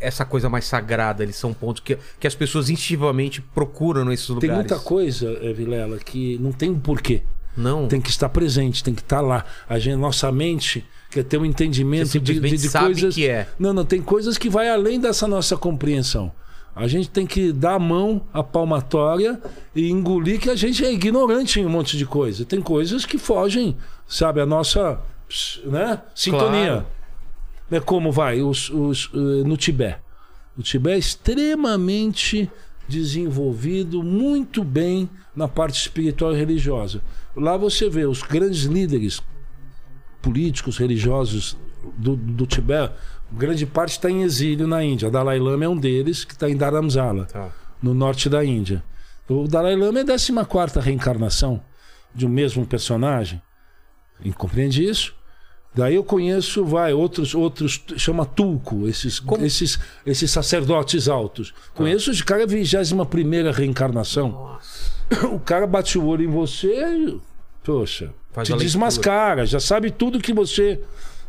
Speaker 1: essa coisa mais sagrada, eles são pontos que, que as pessoas instintivamente procuram nesses
Speaker 3: Tem
Speaker 1: lugares.
Speaker 3: muita coisa, eh, Vilela, que não tem um porquê.
Speaker 1: Não.
Speaker 3: Tem que estar presente, tem que estar lá. A gente, nossa mente quer ter um entendimento
Speaker 1: Você
Speaker 3: de, de- de
Speaker 1: simplesmente sabe
Speaker 3: coisas.
Speaker 1: que é.
Speaker 3: Não, não, tem coisas que vai além dessa nossa compreensão. A gente tem que dar a mão à palmatória e engolir que a gente é ignorante em um monte de coisa. Tem coisas que fogem, sabe, a nossa ps, né, sintonia.
Speaker 1: Claro.
Speaker 3: É como vai os, os, eh, no Tibete. O Tibete é extremamente desenvolvido, muito bem na parte espiritual e religiosa. Lá você vê os grandes líderes políticos, religiosos do, do Tibete, grande parte está em exílio na Índia. Dalai Lama é um deles, que está em Dharamsala,
Speaker 1: Tá.
Speaker 3: no norte da Índia. O Dalai Lama é a 14 reencarnação de um mesmo personagem. E compreende isso? Daí eu conheço, vai, outros, outros chama Tulco, esses, esses, esses sacerdotes altos.
Speaker 1: Tá.
Speaker 3: Conheço de cara 21 reencarnação. O cara bate o olho em você, poxa,
Speaker 1: Faz
Speaker 3: te
Speaker 1: a leitura.
Speaker 3: desmascara, já sabe tudo que você.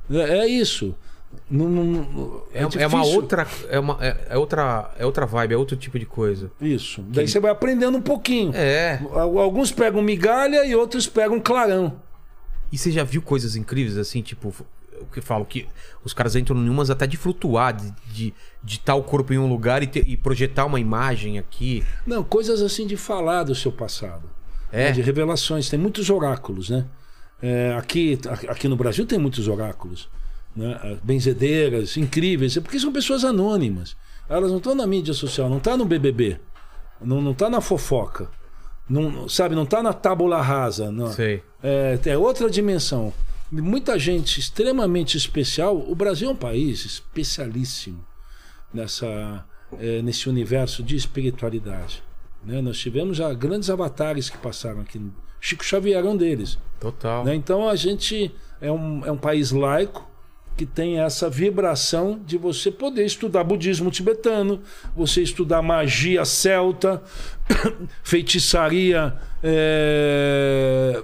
Speaker 3: É, é isso. Não- não-
Speaker 1: É, é uma
Speaker 3: difícil.
Speaker 1: outra. É, uma, é, é outra. É outra vibe, é outro tipo de coisa.
Speaker 3: Isso. Daí você vai aprendendo um pouquinho.
Speaker 1: É.
Speaker 3: Al- Alguns pegam migalha e outros pegam clarão.
Speaker 1: E você já viu coisas incríveis assim, tipo, o que eu falo que os caras entram em umas até de flutuar, de, de, de tal corpo em um lugar e, ter- e projetar uma imagem aqui.
Speaker 3: Não, coisas assim de falar do seu passado.
Speaker 1: É.
Speaker 3: né, De revelações. Tem muitos oráculos, né? É, aqui, a- aqui no Brasil tem muitos oráculos. Né? Ah, Benzedeiras, incríveis. É porque são pessoas anônimas. Elas não estão na mídia social, não está no BBB. Não, não tá na fofoca. Não, sabe, não tá na tábula rasa. Não.
Speaker 1: Sei.
Speaker 3: É, é outra dimensão. Muita gente extremamente especial. O Brasil é um país especialíssimo nessa, eh, nesse universo de espiritualidade. né? Nós tivemos já grandes avatares que passaram aqui. Chico Xavier é um deles.
Speaker 1: Total.
Speaker 3: né? Então a gente é um, é um país laico que tem essa vibração de você poder estudar budismo tibetano, você estudar magia celta, feitiçaria eh,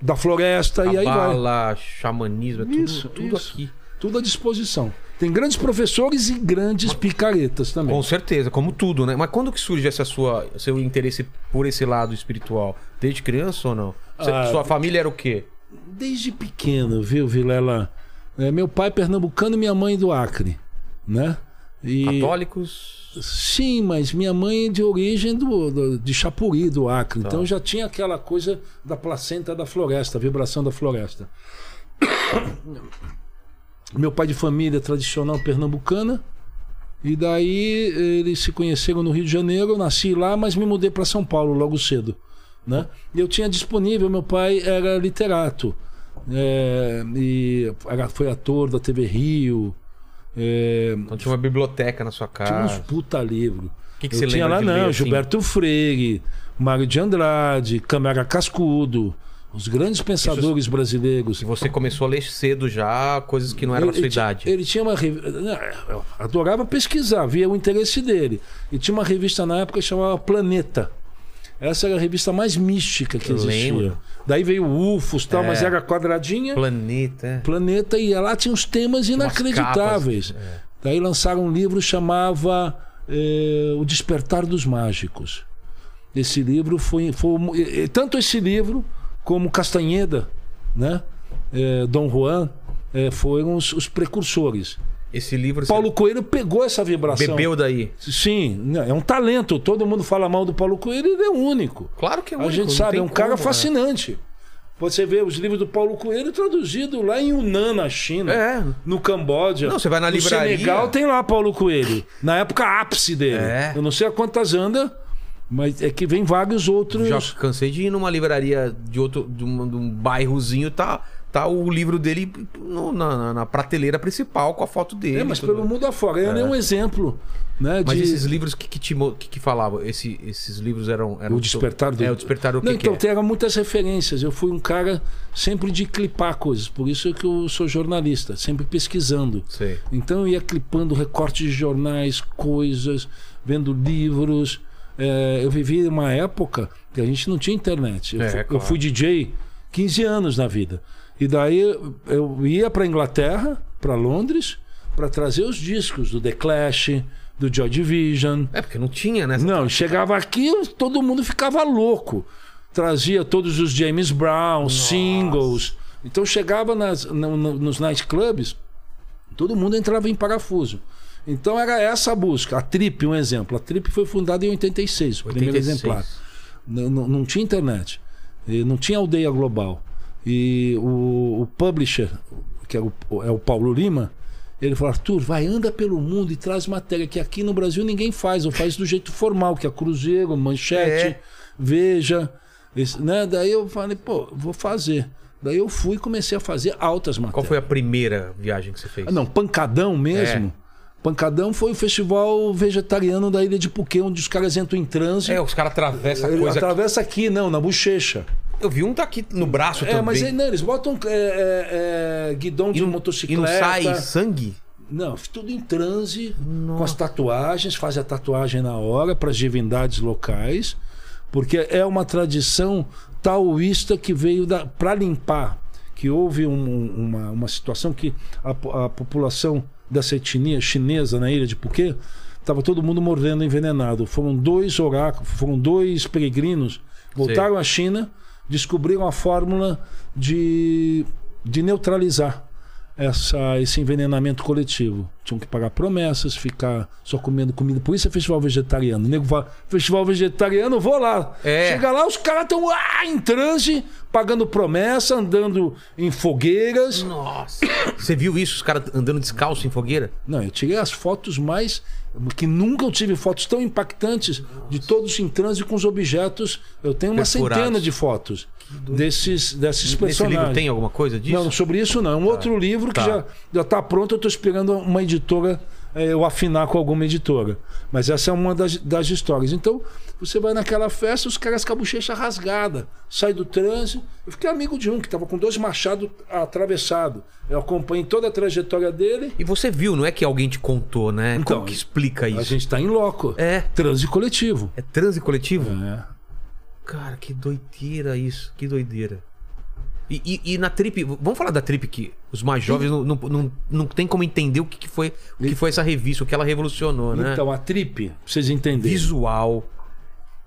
Speaker 3: da floresta e aí vai.
Speaker 1: Cabala, xamanismo, é tudo,
Speaker 3: Isso,
Speaker 1: tudo
Speaker 3: isso.
Speaker 1: aqui.
Speaker 3: Tudo à disposição. Tem grandes professores e grandes picaretas também.
Speaker 1: Com certeza, como tudo, né? Mas quando que surge essa sua seu interesse por esse lado espiritual? Desde criança ou não? Cê-
Speaker 3: Ah,
Speaker 1: sua família era o quê?
Speaker 3: Desde pequeno, viu, Vilela? É, meu pai pernambucano e minha mãe do Acre, né? E-
Speaker 1: Católicos?
Speaker 3: Sim, mas minha mãe é de origem do, do- de Chapuri, do Acre. Então já tinha aquela coisa da placenta da floresta, a vibração da floresta. Meu pai de família tradicional pernambucana. E daí eles se conheceram no Rio de Janeiro, eu nasci lá, mas me mudei para São Paulo logo cedo. Né? E eu tinha disponível, meu pai era literato. é, e era- foi ator da TV Rio. é,
Speaker 1: Então tinha uma biblioteca na sua
Speaker 3: tinha uns
Speaker 1: casa.
Speaker 3: puta livro.
Speaker 1: Ah. Que que
Speaker 3: eu
Speaker 1: você
Speaker 3: tinha
Speaker 1: lembra
Speaker 3: lá
Speaker 1: de
Speaker 3: não,
Speaker 1: ler, assim?
Speaker 3: Gilberto Freire, Mário de Andrade, Câmara Cascudo, os grandes pensadores brasileiros.
Speaker 1: E você começou a ler cedo já, coisas que não eram da sua
Speaker 3: ti-
Speaker 1: idade.
Speaker 3: ele tinha uma revista. Eu adorava pesquisar, via o interesse dele. E tinha uma revista na época que chamava Planeta. Essa era a revista mais mística que
Speaker 1: Eu
Speaker 3: existia.
Speaker 1: lembro.
Speaker 3: Daí veio o UFOS e tal,
Speaker 1: É.
Speaker 3: mas era quadradinha
Speaker 1: Planeta, é.
Speaker 3: planeta e lá tinha uns
Speaker 1: umas
Speaker 3: temas inacreditáveis.
Speaker 1: capas, é.
Speaker 3: Daí lançaram um livro chamava eh, O Despertar dos Mágicos. Esse livro foi, foi mu- e- e tanto esse livro como Castanheda, né? Eh, Dom Juan eh, foram os, os precursores.
Speaker 1: Esse livro você
Speaker 3: Paulo Coelho pegou essa vibração.
Speaker 1: bebeu daí.
Speaker 3: Sim, né, é um talento. Todo mundo fala mal do Paulo Coelho, ele é único.
Speaker 1: Claro que é
Speaker 3: A
Speaker 1: único, não
Speaker 3: gente sabe,
Speaker 1: tem
Speaker 3: é um cara
Speaker 1: como, né?
Speaker 3: fascinante. Você vê os livros do Paulo Coelho traduzido lá em Yunnan, na China,
Speaker 1: É.
Speaker 3: no Camboja.
Speaker 1: Não, você vai na
Speaker 3: no
Speaker 1: livraria.
Speaker 3: Senegal tem lá Paulo Coelho, na época ápice dele.
Speaker 1: É.
Speaker 3: Eu não sei a quantas anda, mas é que vem vários outros.
Speaker 1: Já cansei de ir numa livraria de outro, de um, de um bairrozinho, tá, tá o livro dele no- na, na- na prateleira principal com a foto dele.
Speaker 3: É, mas
Speaker 1: tudo.
Speaker 3: pelo mundo afora. Ele é um exemplo. Né,
Speaker 1: Mas
Speaker 3: de-
Speaker 1: esses livros que, que te mo- que, que falavam? Esse- esses livros eram, eram
Speaker 3: O despertar do...
Speaker 1: É, o despertar do que,
Speaker 3: Não,
Speaker 1: que
Speaker 3: então,
Speaker 1: é?
Speaker 3: tem muitas referências. Eu fui um cara sempre de clipar coisas. Por isso é que eu sou jornalista, sempre pesquisando.
Speaker 1: Sei.
Speaker 3: Então eu ia clipando recortes de jornais, coisas, vendo livros. É, eu vivi uma época que a gente não tinha internet. Eu,
Speaker 1: É,
Speaker 3: fui, eu
Speaker 1: claro.
Speaker 3: fui DJ 15 anos na vida. E daí eu ia para Inglaterra, para Londres, para trazer os discos do The Clash, do Joy Division.
Speaker 1: É, porque não tinha, né?
Speaker 3: Não, chegava aqui, todo mundo ficava louco. Trazia todos os James Brown, singles. Então chegava nas, no- no- nos nightclubs, todo mundo entrava em parafuso. Então era essa a busca. A Trip, um exemplo. A Trip foi fundada em 86, o primeiro
Speaker 1: 86.
Speaker 3: exemplar. Não, não- não tinha internet. E não tinha aldeia global. E o, o publisher, que é o, é o Paulo Lima, ele falou: Arthur, vai, anda pelo mundo e traz matéria que aqui no Brasil ninguém faz, ou faz do jeito formal, que é Cruzeiro, Manchete,
Speaker 1: É.
Speaker 3: Veja. esse- né? Daí eu falei: pô, vou fazer. Daí eu fui e comecei a fazer altas matérias.
Speaker 1: Qual foi a primeira viagem que você fez?
Speaker 3: Ah, Não, Pancadão mesmo.
Speaker 1: É.
Speaker 3: Pancadão foi o festival vegetariano da ilha de Puquê, onde os caras entram em transe.
Speaker 1: É, os caras atravessam a
Speaker 3: Ele
Speaker 1: coisa.
Speaker 3: atravessa aqui, não, na bochecha.
Speaker 1: Eu vi um tá aqui no braço também.
Speaker 3: É, mas aí, não, eles botam é, é, é, guidão
Speaker 1: E
Speaker 3: de
Speaker 1: não- E
Speaker 3: motocicleta.
Speaker 1: não sai sangue?
Speaker 3: Não, tudo em transe, com as tatuagens, faz a tatuagem na hora para as divindades locais, porque é uma tradição taoísta que veio para limpar, que houve um- um- uma, uma situação que a, po- a população dessa etnia chinesa na ilha de Phuket estava todo mundo morrendo envenenado. Foram dois oráculos, foram dois peregrinos, voltaram à China, descobriram a fórmula de, de neutralizar essa, esse envenenamento coletivo. Tinham que pagar promessas, ficar só comendo comida. Por isso é festival vegetariano. O nego fala, festival vegetariano, vou lá.
Speaker 1: É.
Speaker 3: Chega lá, os caras estão ah, em transe, pagando promessa, andando em fogueiras.
Speaker 1: Nossa. Você viu isso, os caras andando descalço em fogueira?
Speaker 3: Não, eu tirei as fotos mais. que nunca eu tive fotos tão impactantes de todos em transe com os objetos. Eu tenho uma
Speaker 1: Perfurados.
Speaker 3: centena de fotos desses, desses
Speaker 1: Nesse
Speaker 3: personagens.
Speaker 1: livro tem alguma coisa disso?
Speaker 3: Não, sobre isso não. É um outro livro que
Speaker 1: Tá.
Speaker 3: já já está pronto. Eu estou esperando uma editora eh, eu afinar com alguma editora. Mas essa é uma das, das histórias. Então, você vai naquela festa, os caras com a bochecha rasgada, sai do transe. Eu fiquei amigo de um que estava com dois machados atravessados. Eu acompanhei toda a trajetória dele.
Speaker 1: E você viu, não é que alguém te contou, né?
Speaker 3: Então,
Speaker 1: Como que explica
Speaker 3: A
Speaker 1: isso?
Speaker 3: gente está em loco.
Speaker 1: É.
Speaker 3: Transe coletivo.
Speaker 1: É né? transe coletivo?
Speaker 3: É.
Speaker 1: Cara, que doideira isso, que doideira. E, e- e na trip, vamos falar da trip que os mais jovens não, não, não, não tem como entender o que, que foi o que foi essa revista, o que ela revolucionou, né?
Speaker 3: Então, a trip, pra vocês entenderem.
Speaker 1: Visual,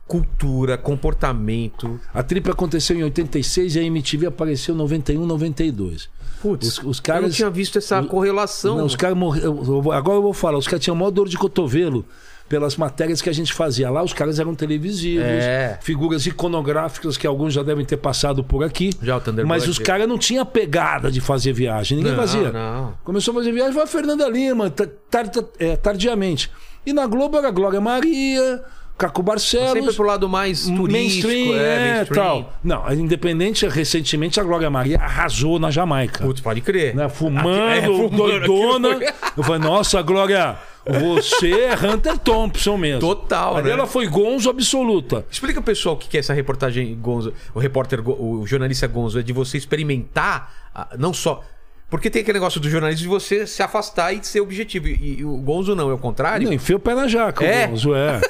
Speaker 1: cultura, comportamento.
Speaker 3: A trip aconteceu em 86 e a MTV apareceu em 91, 92.
Speaker 1: Putz,
Speaker 3: os, os
Speaker 1: Eu não
Speaker 3: caras.
Speaker 1: tinha visto essa correlação.
Speaker 3: Não, os caras morreram. Agora eu vou falar, os caras tinham maior dor de cotovelo pelas matérias que a gente fazia. Lá os caras eram televisivos,
Speaker 1: É.
Speaker 3: figuras iconográficas que alguns já devem ter passado por aqui.
Speaker 1: Já o Thunderbird
Speaker 3: mas os
Speaker 1: veio.
Speaker 3: caras não tinham pegada de fazer viagem. Ninguém
Speaker 1: Não,
Speaker 3: fazia.
Speaker 1: não.
Speaker 3: Começou a fazer viagem, foi a Fernanda Lima, ta- tar- ta- é, tardiamente. E na Globo era Glória Maria, Caco
Speaker 1: Sempre
Speaker 3: Barcelos.
Speaker 1: pro lado mais turístico,
Speaker 3: mainstream, é,
Speaker 1: mainstream.
Speaker 3: tal. Não, a Independente, recentemente, a Glória Maria arrasou na Jamaica
Speaker 1: Putz, pode crer.
Speaker 3: né, Fumando,
Speaker 1: Aqui- é, fumando,
Speaker 3: doidona.
Speaker 1: aquilo
Speaker 3: Eu falei, nossa, Glória, você é Hunter Thompson mesmo.
Speaker 1: Total,
Speaker 3: Ali
Speaker 1: né?
Speaker 3: ela foi gonzo absoluta.
Speaker 1: Explica pessoal o que que é essa reportagem Gonzo, o repórter, Go- o jornalista Gonzo, é de você experimentar, ah, não só. Porque tem aquele negócio do jornalista de você se afastar e ser objetivo. E, e o Gonzo não, é o contrário.
Speaker 3: Não, enfia o pé na jaca, o
Speaker 1: É?
Speaker 3: gonzo, é.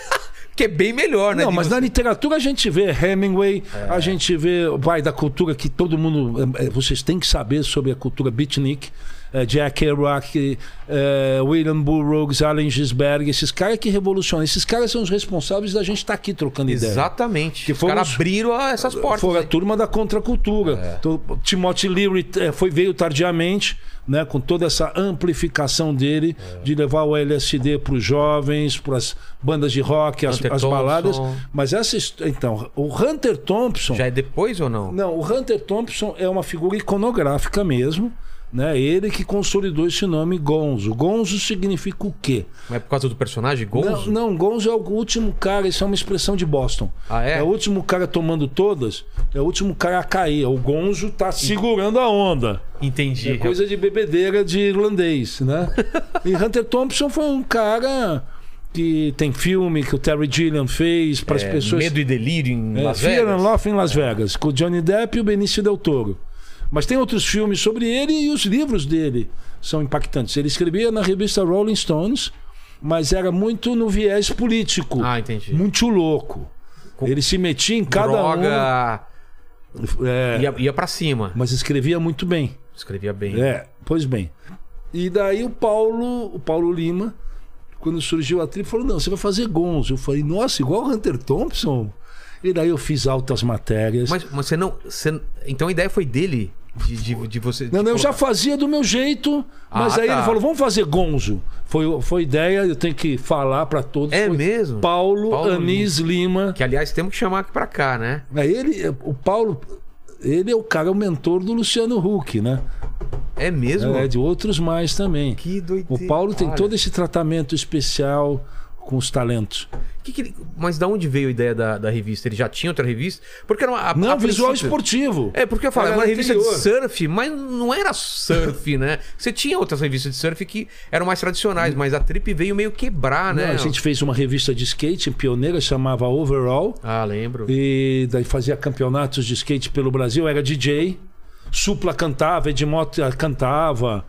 Speaker 1: Que é bem melhor, né?
Speaker 3: Não,
Speaker 1: de
Speaker 3: mas
Speaker 1: você- É.
Speaker 3: na literatura a gente vê Hemingway, a gente vê, vai, da cultura que todo mundo. eh, eh, Vocês têm que saber sobre a cultura beatnik. eh, Jack Kerouac, eh, William Burroughs, Allen Ginsberg, esses caras que revolucionam. Esses caras são os responsáveis da gente estar aqui trocando ideia.
Speaker 1: Exatamente.
Speaker 3: Que
Speaker 1: Os
Speaker 3: foram
Speaker 1: caras
Speaker 3: os-
Speaker 1: abriram ah, essas portas. É.
Speaker 3: Foi um a
Speaker 1: hein?
Speaker 3: turma da contracultura. Então, Timothy Leary eh, foi, veio tardiamente, né, com toda essa amplificação dele,
Speaker 1: É.
Speaker 3: de levar o LSD para os jovens, para as bandas de rock, as,
Speaker 1: Hunter
Speaker 3: as
Speaker 1: Thompson.
Speaker 3: baladas. Mas essa. his- Então, o Hunter Thompson.
Speaker 1: Já é depois ou não?
Speaker 3: Não, o Hunter Thompson é uma figura iconográfica mesmo. Né? Ele que consolidou esse nome Gonzo. Gonzo significa o quê?
Speaker 1: Mas é por causa do personagem Gonzo?
Speaker 3: Não, não, Gonzo é o último cara, isso é uma expressão de Boston.
Speaker 1: Ah, é?
Speaker 3: o último cara tomando todas, é o último cara a cair. O Gonzo tá segurando a onda.
Speaker 1: Entendi.
Speaker 3: É coisa de bebedeira de irlandês, né? e Hunter Thompson foi um cara que tem filme que o Terry Gilliam fez para as
Speaker 1: É,
Speaker 3: pessoas.
Speaker 1: Medo e delírio em
Speaker 3: É,
Speaker 1: Las
Speaker 3: Fear
Speaker 1: Vegas.
Speaker 3: and Love em Las Vegas, com o Johnny Depp e o Benício Del Toro. Mas tem outros filmes sobre ele e os livros dele são impactantes. Ele escrevia na revista Rolling Stones, mas era muito no viés político.
Speaker 1: Ah, entendi.
Speaker 3: Muito louco. Ele se metia em cada um.
Speaker 1: Droga,
Speaker 3: É,
Speaker 1: Ia, ia pra cima.
Speaker 3: Mas escrevia muito bem.
Speaker 1: Escrevia bem.
Speaker 3: É, pois bem. E daí o Paulo, o Paulo Lima, quando surgiu a tribo, falou: não, você vai fazer Gonzo. Eu falei, nossa, igual o Hunter Thompson. E daí eu fiz altas matérias.
Speaker 1: Mas, mas você não. você- Então a ideia foi dele? De, de, de você. tipo,
Speaker 3: Não,
Speaker 1: de
Speaker 3: não, eu
Speaker 1: colocar-
Speaker 3: já fazia do meu jeito, mas
Speaker 1: Ah,
Speaker 3: aí
Speaker 1: tá.
Speaker 3: ele falou: vamos fazer Gonzo. Foi, foi ideia, eu tenho que falar pra todos.
Speaker 1: É
Speaker 3: Foi
Speaker 1: mesmo?
Speaker 3: Paulo,
Speaker 1: Paulo
Speaker 3: Anis Lima.
Speaker 1: Que aliás temos que chamar aqui pra cá, né?
Speaker 3: É, ele, o Paulo, ele é o cara, o mentor do Luciano Huck, né?
Speaker 1: É mesmo?
Speaker 3: É, de outros mais também.
Speaker 1: Que doideira.
Speaker 3: O Paulo tem
Speaker 1: Olha,
Speaker 3: todo esse tratamento especial com os talentos.
Speaker 1: que que ele- Mas da onde veio a ideia da, da revista? Ele já tinha outra revista? Porque era uma. a-
Speaker 3: Não,
Speaker 1: a
Speaker 3: visual
Speaker 1: princípio-
Speaker 3: esportivo.
Speaker 1: É, porque eu falo,
Speaker 3: Era
Speaker 1: era uma revista de
Speaker 3: anterior.
Speaker 1: surf, mas não era surf, né? Você tinha outras revistas de surf que eram mais tradicionais, mas a Trip veio meio quebrar,
Speaker 3: Não,
Speaker 1: né?
Speaker 3: a gente fez uma revista de skate pioneira, chamava Overall,
Speaker 1: Ah, lembro.
Speaker 3: e daí fazia campeonatos de skate pelo Brasil, era DJ, Supla cantava, Edmota cantava,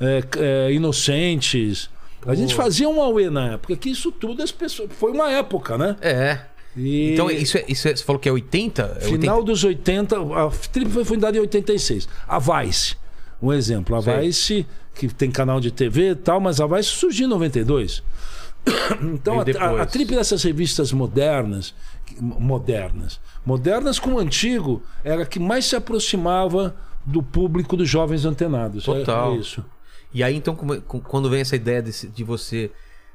Speaker 3: é, é, Inocentes. A gente fazia um Aue na época, que isso tudo as pessoas. Foi uma época, né?
Speaker 1: É.
Speaker 3: E-
Speaker 1: Então, isso, é, isso é- você falou que é 80? É 80?
Speaker 3: Final dos 80, a Trip foi fundada em 86. A Vice, um exemplo. A
Speaker 1: Sei.
Speaker 3: Vice, que tem canal de TV e tal, mas a Vice surgiu em 92. Então, a,
Speaker 1: Veio
Speaker 3: a, a
Speaker 1: depois.
Speaker 3: Trip dessas revistas modernas, que- mo- modernas, modernas com o antigo, era a que mais se aproximava do público dos jovens antenados. É-
Speaker 1: Total.
Speaker 3: É, isso.
Speaker 1: E aí, então, como- com- quando vem essa ideia desse- de, você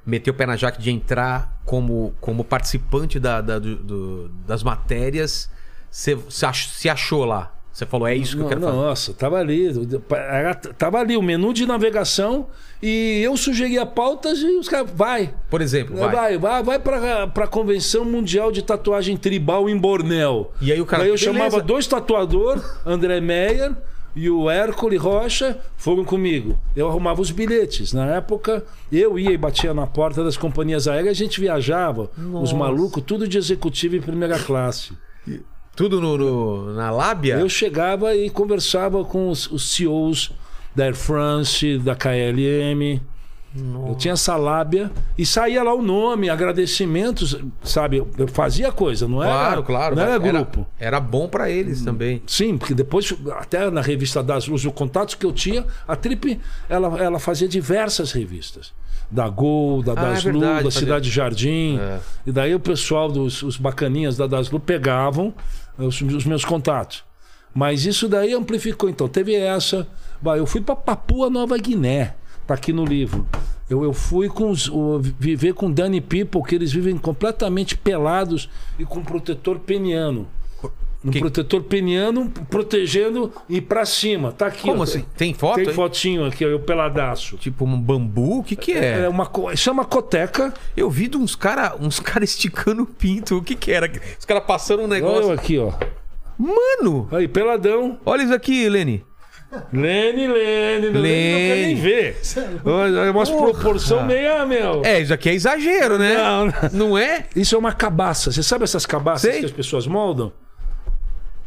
Speaker 1: meter o pé na jaque, de entrar como, como participante da- da- do- do- das matérias, você se ach- se achou lá. Você falou, é isso que eu
Speaker 3: Não,
Speaker 1: quero fazer.
Speaker 3: nossa, tava ali. Era, tava ali o menu de navegação e eu sugeria pautas e os caras, vai.
Speaker 1: Por exemplo, vai.
Speaker 3: É, Vai, vai, vai pra, pra Convenção Mundial de Tatuagem Tribal em Bornel.
Speaker 1: E aí o cara,
Speaker 3: Daí eu
Speaker 1: beleza.
Speaker 3: chamava dois tatuadores, André Meyer e o Hércules Rocha, foram comigo. Eu arrumava os bilhetes. Na época, eu ia e batia na porta das companhias aéreas, a gente viajava, os malucos, tudo de executivo em primeira classe.
Speaker 1: Tudo no- no- na lábia?
Speaker 3: Eu chegava e conversava com os, os CEOs da Air France, da KLM. Eu tinha essa lábia e saía lá o nome, agradecimentos, sabe? Eu eu fazia coisa, não era?
Speaker 1: Claro, claro.
Speaker 3: Não era
Speaker 1: Era-
Speaker 3: grupo. Hum.
Speaker 1: Era, bom pra eles também.
Speaker 3: Sim, porque depois, até na revista das Luzes, o contato que eu tinha, a Trip, ela, ela fazia diversas revistas. Da Gol, da
Speaker 1: Ah, é
Speaker 3: Das Luz,
Speaker 1: verdade,
Speaker 3: da
Speaker 1: fazia.
Speaker 3: Cidade Jardim.
Speaker 1: É.
Speaker 3: E daí o pessoal dos os bacaninhas da Das Luz pegavam os, os meus contatos. Mas isso daí amplificou. Então, teve essa. Bah, eu fui para Papua Nova Guiné, tá aqui no livro. Eu, eu fui com os, o- viver com Danny People, que eles vivem completamente pelados e com protetor peniano. Um
Speaker 1: Que-
Speaker 3: protetor peniano protegendo e pra cima. Tá aqui.
Speaker 1: Como
Speaker 3: ó.
Speaker 1: assim? Tem foto?
Speaker 3: Tem
Speaker 1: hein?
Speaker 3: fotinho aqui, ó, eu peladaço.
Speaker 1: Tipo um bambu? O que que é?
Speaker 3: É uma, co- chama coteca.
Speaker 1: Eu vi de uns cara, uns cara esticando o pinto. O que que era? Os caras passando um
Speaker 3: Olha eu
Speaker 1: negócio.
Speaker 3: aqui, ó.
Speaker 1: Mano!
Speaker 3: Aí, peladão.
Speaker 1: Olha isso aqui, Lene.
Speaker 3: Lene, Lene, Lene. Não quer
Speaker 1: Lene.
Speaker 3: nem ver. Olha, É umas proporção meia, meu.
Speaker 1: É, isso aqui é exagero, né?
Speaker 3: Não,
Speaker 1: Não é?
Speaker 3: Isso é uma cabaça. Você sabe essas cabaças
Speaker 1: Sei.
Speaker 3: que as pessoas moldam?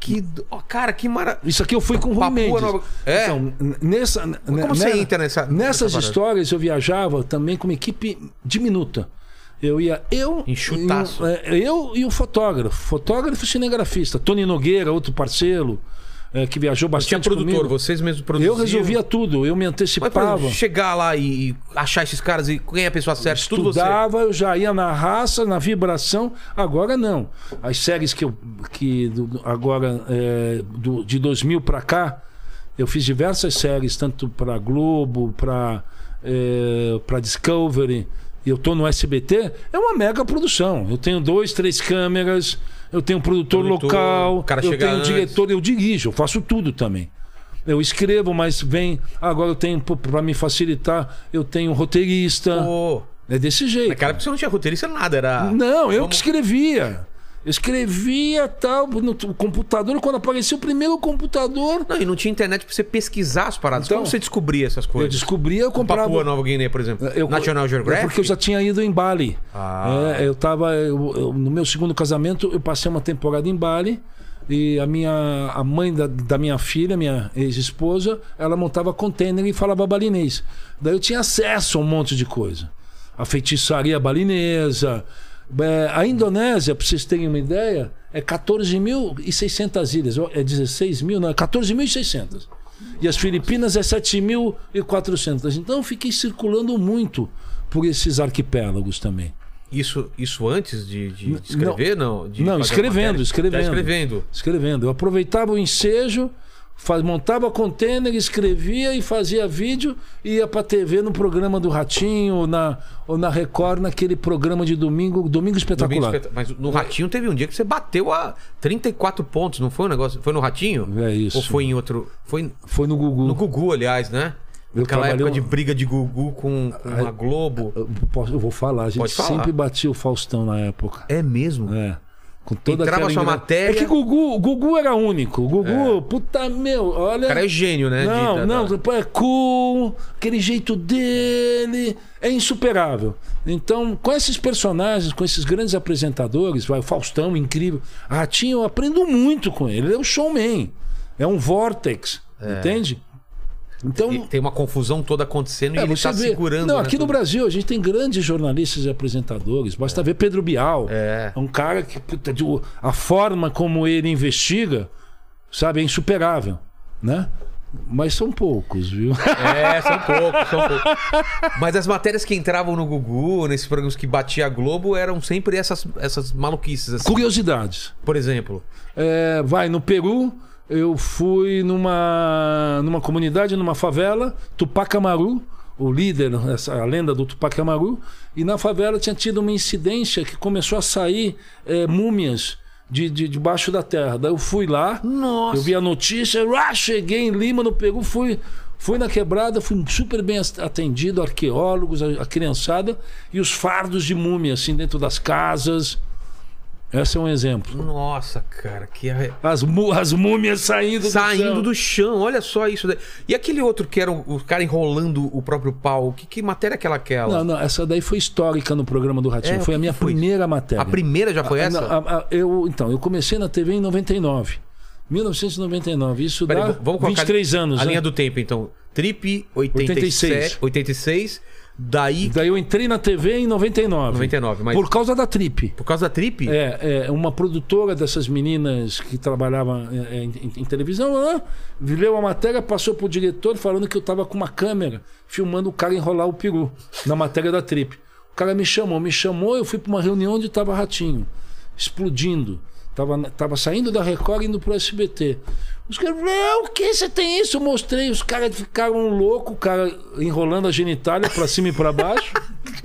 Speaker 1: Que. do- ó, cara, que maravilha.
Speaker 3: Isso aqui eu fui com o Rui
Speaker 1: Papua
Speaker 3: Mendes.
Speaker 1: Nova- É?
Speaker 3: Então, n- nessa, n-
Speaker 1: como você entra nessa- nessa
Speaker 3: Nessas
Speaker 1: parada?
Speaker 3: histórias eu viajava também com uma equipe diminuta. Eu ia eu
Speaker 1: Enxutaço.
Speaker 3: e um- é, eu e o fotógrafo, fotógrafo e cinegrafista, Tony Nogueira, outro parceiro é, que
Speaker 1: Tinha
Speaker 3: viajou bastante
Speaker 1: produtor,
Speaker 3: comigo.
Speaker 1: vocês mesmos produziam.
Speaker 3: Eu resolvia tudo, eu me
Speaker 1: Mas pra
Speaker 3: antecipava.
Speaker 1: chegar lá e, e achar esses caras e quem é a pessoa certa, tudo você.
Speaker 3: Estudava, eu já ia na raça, na vibração. Agora não. As séries que eu. Que do- do- agora, é, do- de 2000 pra cá, eu fiz diversas séries, tanto pra Globo, pra é, pra Discovery. e Eu tô no SBT, é uma mega produção. Eu tenho dois, três câmeras, eu tenho um produtor,
Speaker 1: Produtor,
Speaker 3: local,
Speaker 1: o cara
Speaker 3: eu
Speaker 1: chega
Speaker 3: tenho um
Speaker 1: antes.
Speaker 3: diretor, eu dirijo, eu faço tudo também. Eu escrevo, mas vem. Agora eu tenho, para me facilitar, eu tenho um roteirista.
Speaker 1: Pô.
Speaker 3: É desse jeito.
Speaker 1: Cara, porque você não tinha roteirista nada, era.
Speaker 3: Não, eu que
Speaker 1: Vamos-
Speaker 3: escrevia. Eu escrevia tal, no t- computador, quando apareceu o primeiro computador,
Speaker 1: Não, e não tinha internet pra você pesquisar as paradas.
Speaker 3: Então,
Speaker 1: Como você descobria essas
Speaker 3: eu
Speaker 1: coisas?
Speaker 3: descobria, eu comprava.
Speaker 1: Papua Nova Guiné, por exemplo.
Speaker 3: Eu-
Speaker 1: National Geographic.
Speaker 3: É porque eu já tinha ido em Bali.
Speaker 1: Ah.
Speaker 3: É, eu tava. eu- eu- no meu segundo casamento, eu passei uma temporada em Bali. E a minha a mãe da, da minha filha, minha ex-esposa, ela montava container e falava balinês. Daí eu tinha acesso a um monte de coisa. A feitiçaria balinesa, É, a Indonésia, para vocês terem uma ideia, é 14.600 ilhas. É 16 mil? Não, é 14.600. E as Filipinas é 7.400. Então eu fiquei circulando muito por esses arquipélagos também.
Speaker 1: Isso, isso antes de, de de escrever, não? de
Speaker 3: Não,
Speaker 1: fazer
Speaker 3: escrevendo,
Speaker 1: matéria?
Speaker 3: escrevendo.
Speaker 1: Já escrevendo.
Speaker 3: Escrevendo. Eu aproveitava o ensejo, faz- montava container, escrevia e fazia vídeo e ia pra TV no programa do Ratinho, ou na, ou na Record, naquele programa de domingo, Domingo
Speaker 1: Domingo
Speaker 3: Espetacular.
Speaker 1: espetá- Tá Mas no Ratinho teve um dia que você bateu a 34 pontos, não foi um negócio? Foi no Ratinho?
Speaker 3: É isso.
Speaker 1: Ou foi em outro. Foi
Speaker 3: Foi no Gugu.
Speaker 1: no Gugu, aliás, né?
Speaker 3: Eu
Speaker 1: Aquela
Speaker 3: trabalhei
Speaker 1: época
Speaker 3: um-
Speaker 1: de briga de Gugu com, com a Globo.
Speaker 3: Eu, posso- eu vou falar, a gente
Speaker 1: Pode falar.
Speaker 3: sempre batia o Faustão na época.
Speaker 1: É mesmo?
Speaker 3: É. Com toda
Speaker 1: Entrava
Speaker 3: aquela
Speaker 1: sua
Speaker 3: engra-
Speaker 1: matéria. É.
Speaker 3: É que Gugu, o Gugu era único. O Gugu, puta meu, olha.
Speaker 1: O cara é gênio, né? de-
Speaker 3: Não,
Speaker 1: da-
Speaker 3: não,
Speaker 1: da-
Speaker 3: é cool, aquele jeito dele, é insuperável. Então, com esses personagens, com esses grandes apresentadores, vai, o Faustão, incrível, Ratinho, eu aprendo muito com ele. Ele é um showman, é um vortex, entende? Então,
Speaker 1: É. e tem uma confusão toda acontecendo e ele
Speaker 3: É, você
Speaker 1: tá
Speaker 3: vê-
Speaker 1: segurando.
Speaker 3: Não,
Speaker 1: né,
Speaker 3: aqui no
Speaker 1: tudo.
Speaker 3: Brasil a gente tem grandes jornalistas e apresentadores. Basta ver Pedro Bial.
Speaker 1: É.
Speaker 3: um cara que puta, de- a forma como ele investiga, sabe, é insuperável, né? Mas são poucos, viu?
Speaker 1: É, são poucos, são poucos. Mas as matérias que entravam no Gugu, nesses programas que batia a Globo, eram sempre essas, essas maluquices, assim.
Speaker 3: Curiosidades.
Speaker 1: Por exemplo.
Speaker 3: É, vai, no Peru, eu fui numa, numa comunidade, numa favela, Tupac Amaru, o líder, essa, a lenda do Tupac Amaru, e na favela tinha tido uma incidência que começou a sair é, múmias de, de, debaixo da terra. Daí eu fui lá, eu vi a notícia, uá, cheguei em Lima, no Peru, fui. Fui na quebrada, fui super bem as- atendido, arqueólogos, a, a criançada, e os fardos de múmia, assim, dentro das casas. Esse é um exemplo.
Speaker 1: Nossa, cara, que arre-
Speaker 3: As, mu- as múmias saindo do
Speaker 1: Saindo
Speaker 3: chão.
Speaker 1: do chão, olha só isso. daí. E aquele outro que era o, o cara enrolando o próprio pau, que, que matéria que ela aquela?
Speaker 3: Não, não, essa daí foi histórica no programa do Ratinho.
Speaker 1: É, o
Speaker 3: foi a
Speaker 1: que
Speaker 3: minha
Speaker 1: que foi?
Speaker 3: primeira matéria.
Speaker 1: A primeira já foi essa?
Speaker 3: Ah, Não, a- a- eu, então, eu comecei na TV em 99. 1999. Isso
Speaker 1: Peraí,
Speaker 3: dá
Speaker 1: v- vamos colocar
Speaker 3: 23
Speaker 1: a,
Speaker 3: anos.
Speaker 1: A
Speaker 3: né?
Speaker 1: linha do tempo, então. Trip 86, 86.
Speaker 3: 86.
Speaker 1: daí
Speaker 3: Daí eu entrei na TV em 99.
Speaker 1: 99, mas-
Speaker 3: Por causa da Trip.
Speaker 1: por causa da Trip?
Speaker 3: É, é, uma produtora dessas meninas que trabalhava é, é, em, em- em televisão, lá, leu a matéria, passou pro diretor falando que eu tava com uma câmera filmando o cara enrolar o peru na matéria da Trip. O cara me chamou, me chamou, eu fui pra uma reunião onde tava ratinho, explodindo. Tava, na- tava saindo da Record e indo pro SBT. Os caras, não, o que você tem isso? Eu mostrei, os caras ficaram loucos, o cara enrolando a genitália pra cima e pra baixo.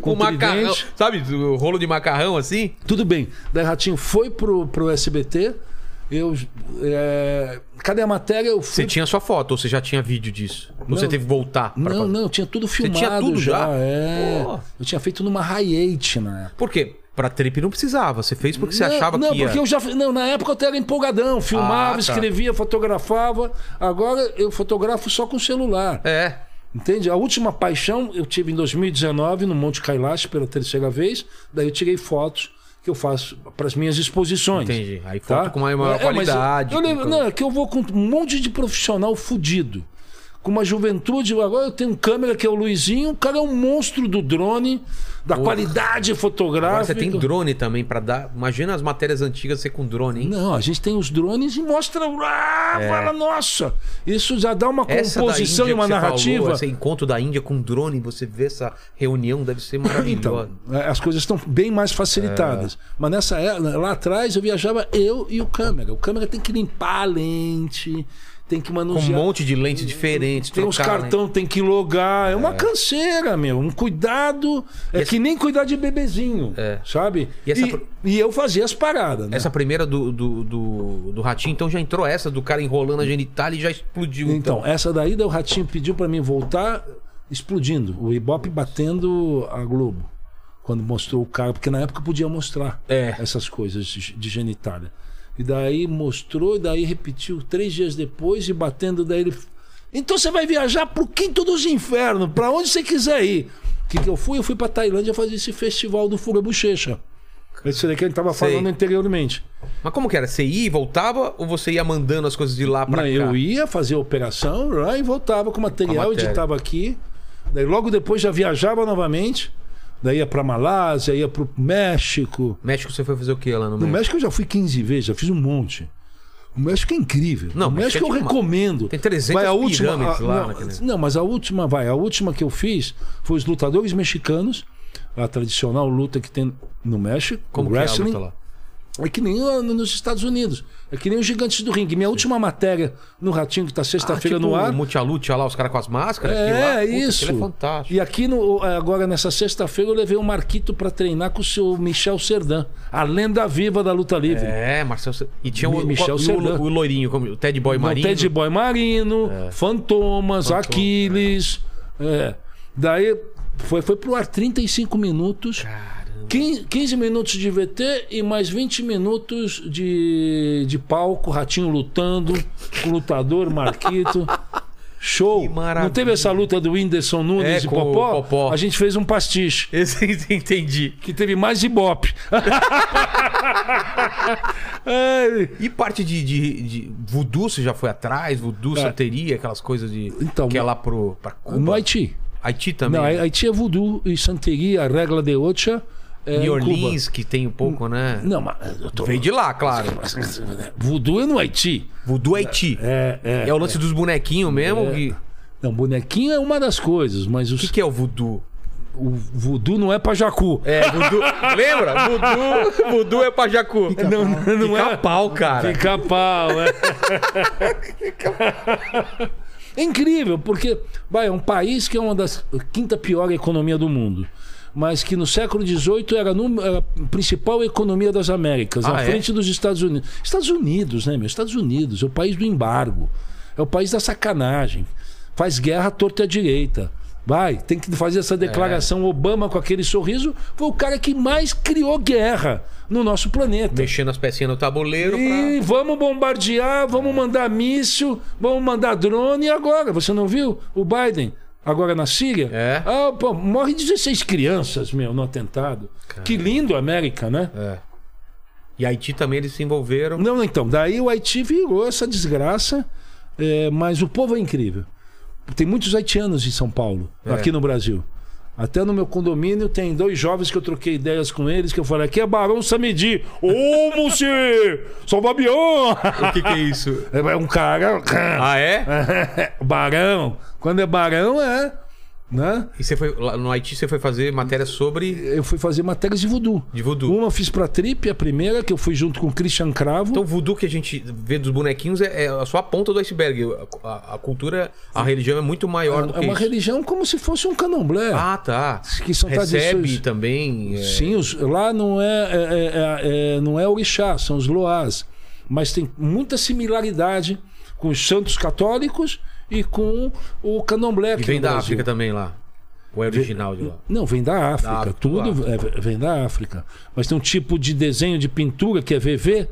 Speaker 3: com
Speaker 1: o macarrão,
Speaker 3: tridente.
Speaker 1: sabe? O rolo de macarrão assim?
Speaker 3: Tudo bem. Daí Ratinho foi pro, pro SBT. Eu. É... Cadê a matéria? Eu
Speaker 1: Você
Speaker 3: fui.
Speaker 1: tinha sua foto ou você já tinha vídeo disso? Ou Você
Speaker 3: Não.
Speaker 1: teve que voltar? pra
Speaker 3: Não,
Speaker 1: fazer?
Speaker 3: não, eu tinha tudo filmado.
Speaker 1: tinha tudo já?
Speaker 3: É.
Speaker 1: Pô.
Speaker 3: Eu tinha feito numa hi-8 na época.
Speaker 1: Por quê? Pra Trip não precisava. Você fez porque você
Speaker 3: não,
Speaker 1: achava
Speaker 3: não,
Speaker 1: que ia...
Speaker 3: porque eu já. Não, na época eu até era empolgadão. Filmava,
Speaker 1: Ah, tá.
Speaker 3: escrevia, fotografava. Agora eu fotografo só com celular.
Speaker 1: É.
Speaker 3: Entende? A última paixão eu tive em 2019 no Monte Kailash pela terceira vez. Daí eu tirei fotos que eu faço para as minhas exposições. Tá? É,
Speaker 1: Entendi. Aí foto com maior
Speaker 3: mas eu-
Speaker 1: qualidade,
Speaker 3: eu
Speaker 1: com-
Speaker 3: lembro- não, é que eu vou com um monte de profissional fudido. Com uma juventude, agora eu tenho um câmera que é o Luizinho, o cara é um monstro do drone, da qualidade fotográfica.
Speaker 1: Agora você tem drone também pra dar. Imagina as matérias antigas ser com drone, hein?
Speaker 3: Não, a gente tem os drones e mostra. Ah, fala, nossa! Isso já dá uma
Speaker 1: É. Essa da
Speaker 3: composição
Speaker 1: Índia
Speaker 3: e uma
Speaker 1: que você
Speaker 3: narrativa.
Speaker 1: Falou, esse encontro da Índia com um drone, você vê essa reunião, deve ser maravilhosa.
Speaker 3: Então, é, as coisas estão bem mais facilitadas.
Speaker 1: É.
Speaker 3: Mas nessa era- lá atrás eu viajava eu e o câmera. O câmera tem que limpar a lente, tem que
Speaker 1: com um
Speaker 3: manusear.
Speaker 1: monte de lente diferente.
Speaker 3: tem uns
Speaker 1: trocar, né?
Speaker 3: cartão, tem que logar. É uma canseira, meu. Um cuidado. É que nem cuidar de bebezinho,
Speaker 1: É.
Speaker 3: sabe?
Speaker 1: E
Speaker 3: E,
Speaker 1: essa pro-
Speaker 3: e eu fazia as paradas, né?
Speaker 1: Essa primeira do, do, do, do Ratinho, então já entrou essa do cara enrolando a genitália e já explodiu.
Speaker 3: Então, essa daí daí o Ratinho pediu pra mim voltar explodindo. O Ibope batendo a Globo. Quando mostrou o cara, porque na época podia mostrar
Speaker 1: É.
Speaker 3: essas coisas de de genitália. E daí mostrou, e daí repetiu três dias depois, e batendo, daí ele. Então você vai viajar pro quinto dos infernos, pra onde você quiser ir. O que, que eu fui? Eu fui pra Tailândia fazer esse festival do Fura Bochecha. Esse daí que ele tava
Speaker 1: Sei.
Speaker 3: falando anteriormente.
Speaker 1: Mas como que era? Você ia e voltava ou você ia mandando as coisas de lá pra
Speaker 3: Não,
Speaker 1: cá?
Speaker 3: eu ia fazer a operação lá e voltava com material,
Speaker 1: Com a matéria.
Speaker 3: editava aqui. Daí logo depois já viajava novamente. Daí ia pra Malásia, ia pro México.
Speaker 1: México você foi fazer o que lá no
Speaker 3: No
Speaker 1: México?
Speaker 3: México eu já fui 15 vezes, já fiz um monte. O México é incrível.
Speaker 1: Não,
Speaker 3: o
Speaker 1: mas
Speaker 3: México
Speaker 1: é
Speaker 3: eu
Speaker 1: demais.
Speaker 3: recomendo.
Speaker 1: Tem 300
Speaker 3: vai a última,
Speaker 1: pirâmides
Speaker 3: a-
Speaker 1: lá
Speaker 3: não,
Speaker 1: naquele-
Speaker 3: não, mas a última, vai. A última que eu fiz foi os lutadores mexicanos, a tradicional luta que tem no México,
Speaker 1: Como
Speaker 3: o
Speaker 1: que é a
Speaker 3: wrestling.
Speaker 1: luta lá?
Speaker 3: É que nem lá no- nos Estados Unidos. É que nem os gigantes do ringue. Minha última matéria no Ratinho, que tá sexta-feira
Speaker 1: Ah, tipo
Speaker 3: no ar.
Speaker 1: O Multialute lá, os caras com as máscaras. aquilo lá.
Speaker 3: É,
Speaker 1: Puta, aquilo
Speaker 3: isso.
Speaker 1: é fantástico.
Speaker 3: E aqui, no, agora nessa sexta-feira, eu levei o Marquito pra treinar com o seu Michel Serdan, a lenda viva da luta livre.
Speaker 1: É, Marcelo. Ser- E tinha o,
Speaker 3: Mi- Michel
Speaker 1: o-
Speaker 3: Serdan.
Speaker 1: o, o loirinho, como, o Ted Boy Marinho.
Speaker 3: Ted Boy Marino,
Speaker 1: É.
Speaker 3: Fantomas, Aquiles. é. Daí foi, foi pro ar 35 minutos.
Speaker 1: Caramba.
Speaker 3: 15, 15 minutos de VT e mais 20 minutos de, de palco, ratinho lutando, com lutador, Marquito. Show!
Speaker 1: Que maravilha.
Speaker 3: Não teve essa luta do Whindersson Nunes
Speaker 1: É,
Speaker 3: e
Speaker 1: com o
Speaker 3: Popó?
Speaker 1: Popó.
Speaker 3: A gente fez um pastiche
Speaker 1: Esse entendi.
Speaker 3: que teve mais ibope. Ah, Ai,
Speaker 1: E parte de, de, de voodoo, você já foi atrás? Voodoo, santeria, aquelas coisas de.
Speaker 3: É. Então,
Speaker 1: que é lá pro, pra Cuba.
Speaker 3: no Haiti.
Speaker 1: Haiti também.
Speaker 3: Não,
Speaker 1: né?
Speaker 3: Haiti é voodoo e santeria, a regra de Ocha. É, em
Speaker 1: New
Speaker 3: Cuba.
Speaker 1: Orleans, que tem um pouco, né?
Speaker 3: Não, mas eu tô...
Speaker 1: Veio de lá, claro.
Speaker 3: Voodoo é no Haiti.
Speaker 1: Voodoo Haiti.
Speaker 3: É, é.
Speaker 1: É, o lance dos bonequinhos mesmo. O que,
Speaker 3: Não, bonequinho é uma das coisas, mas os-
Speaker 1: que, que é o voodoo?
Speaker 3: o voodoo não é pra jacu.
Speaker 1: É, voodoo. Lembra? Voodoo, voodoo é pra Jacu.
Speaker 3: Não, não
Speaker 1: Fica
Speaker 3: é.
Speaker 1: a pau, cara.
Speaker 3: Fica pau, é. É incrível, porque vai, é um país que é uma das quinta pior economia do mundo. Mas que no século XVIII era, num- era a principal economia das Américas,
Speaker 1: Ah,
Speaker 3: à
Speaker 1: é?
Speaker 3: frente dos Estados Unidos. Estados Unidos, né, meu? Estados Unidos, é o país do embargo. É o país da sacanagem. Faz guerra à torta e à direita. Vai, tem que fazer essa declaração. Obama, com aquele sorriso, foi o cara que mais criou guerra no nosso planeta.
Speaker 1: Mexendo as pecinhas no tabuleiro
Speaker 3: E
Speaker 1: pra.
Speaker 3: vamos bombardear, vamos mandar míssil, vamos mandar drone. E agora? Você não viu? O Biden, agora na Síria?
Speaker 1: É.
Speaker 3: Ah, pô, morre 16 crianças, meu, no atentado. Que lindo, América, né?
Speaker 1: É. E Haiti também eles se envolveram.
Speaker 3: Não, não, então, daí o Haiti virou essa desgraça, é, mas o povo é incrível. Tem muitos haitianos em São Paulo,
Speaker 1: É.
Speaker 3: aqui no Brasil. Até no meu condomínio tem dois jovens que eu troquei ideias com eles, que eu falei, aqui é Barão Samedi. Ô, monsieur! Sou Babião!
Speaker 1: O que, que é isso?
Speaker 3: É um cara.
Speaker 1: Ah, é?
Speaker 3: barão. Quando é barão, é. Né?
Speaker 1: E você foi. Lá no Haiti você foi fazer matéria sobre.
Speaker 3: Eu fui fazer matérias de voodoo.
Speaker 1: De voodoo.
Speaker 3: Uma eu fiz pra Trip, a primeira, que eu fui junto com o Christian Cravo.
Speaker 1: Então, o voodoo que a gente vê dos bonequinhos é, é só a ponta do iceberg. A, a- a cultura, a religião é muito maior do que
Speaker 3: é uma
Speaker 1: isso.
Speaker 3: religião como se fosse um candomblé.
Speaker 1: Ah, tá.
Speaker 3: Que são
Speaker 1: Recebe
Speaker 3: tradições-
Speaker 1: também. é,
Speaker 3: Sim, os- lá não é, é, é, é, não é orixá, são os loás. Mas tem muita similaridade com os santos católicos e com o candomblé.
Speaker 1: E
Speaker 3: aqui
Speaker 1: vem
Speaker 3: no
Speaker 1: da
Speaker 3: Brasil.
Speaker 1: África também lá. Ou é original de lá?
Speaker 3: Não, vem da África.
Speaker 1: Da África,
Speaker 3: tudo é, vem da África. Mas tem um tipo de desenho de pintura que é VV,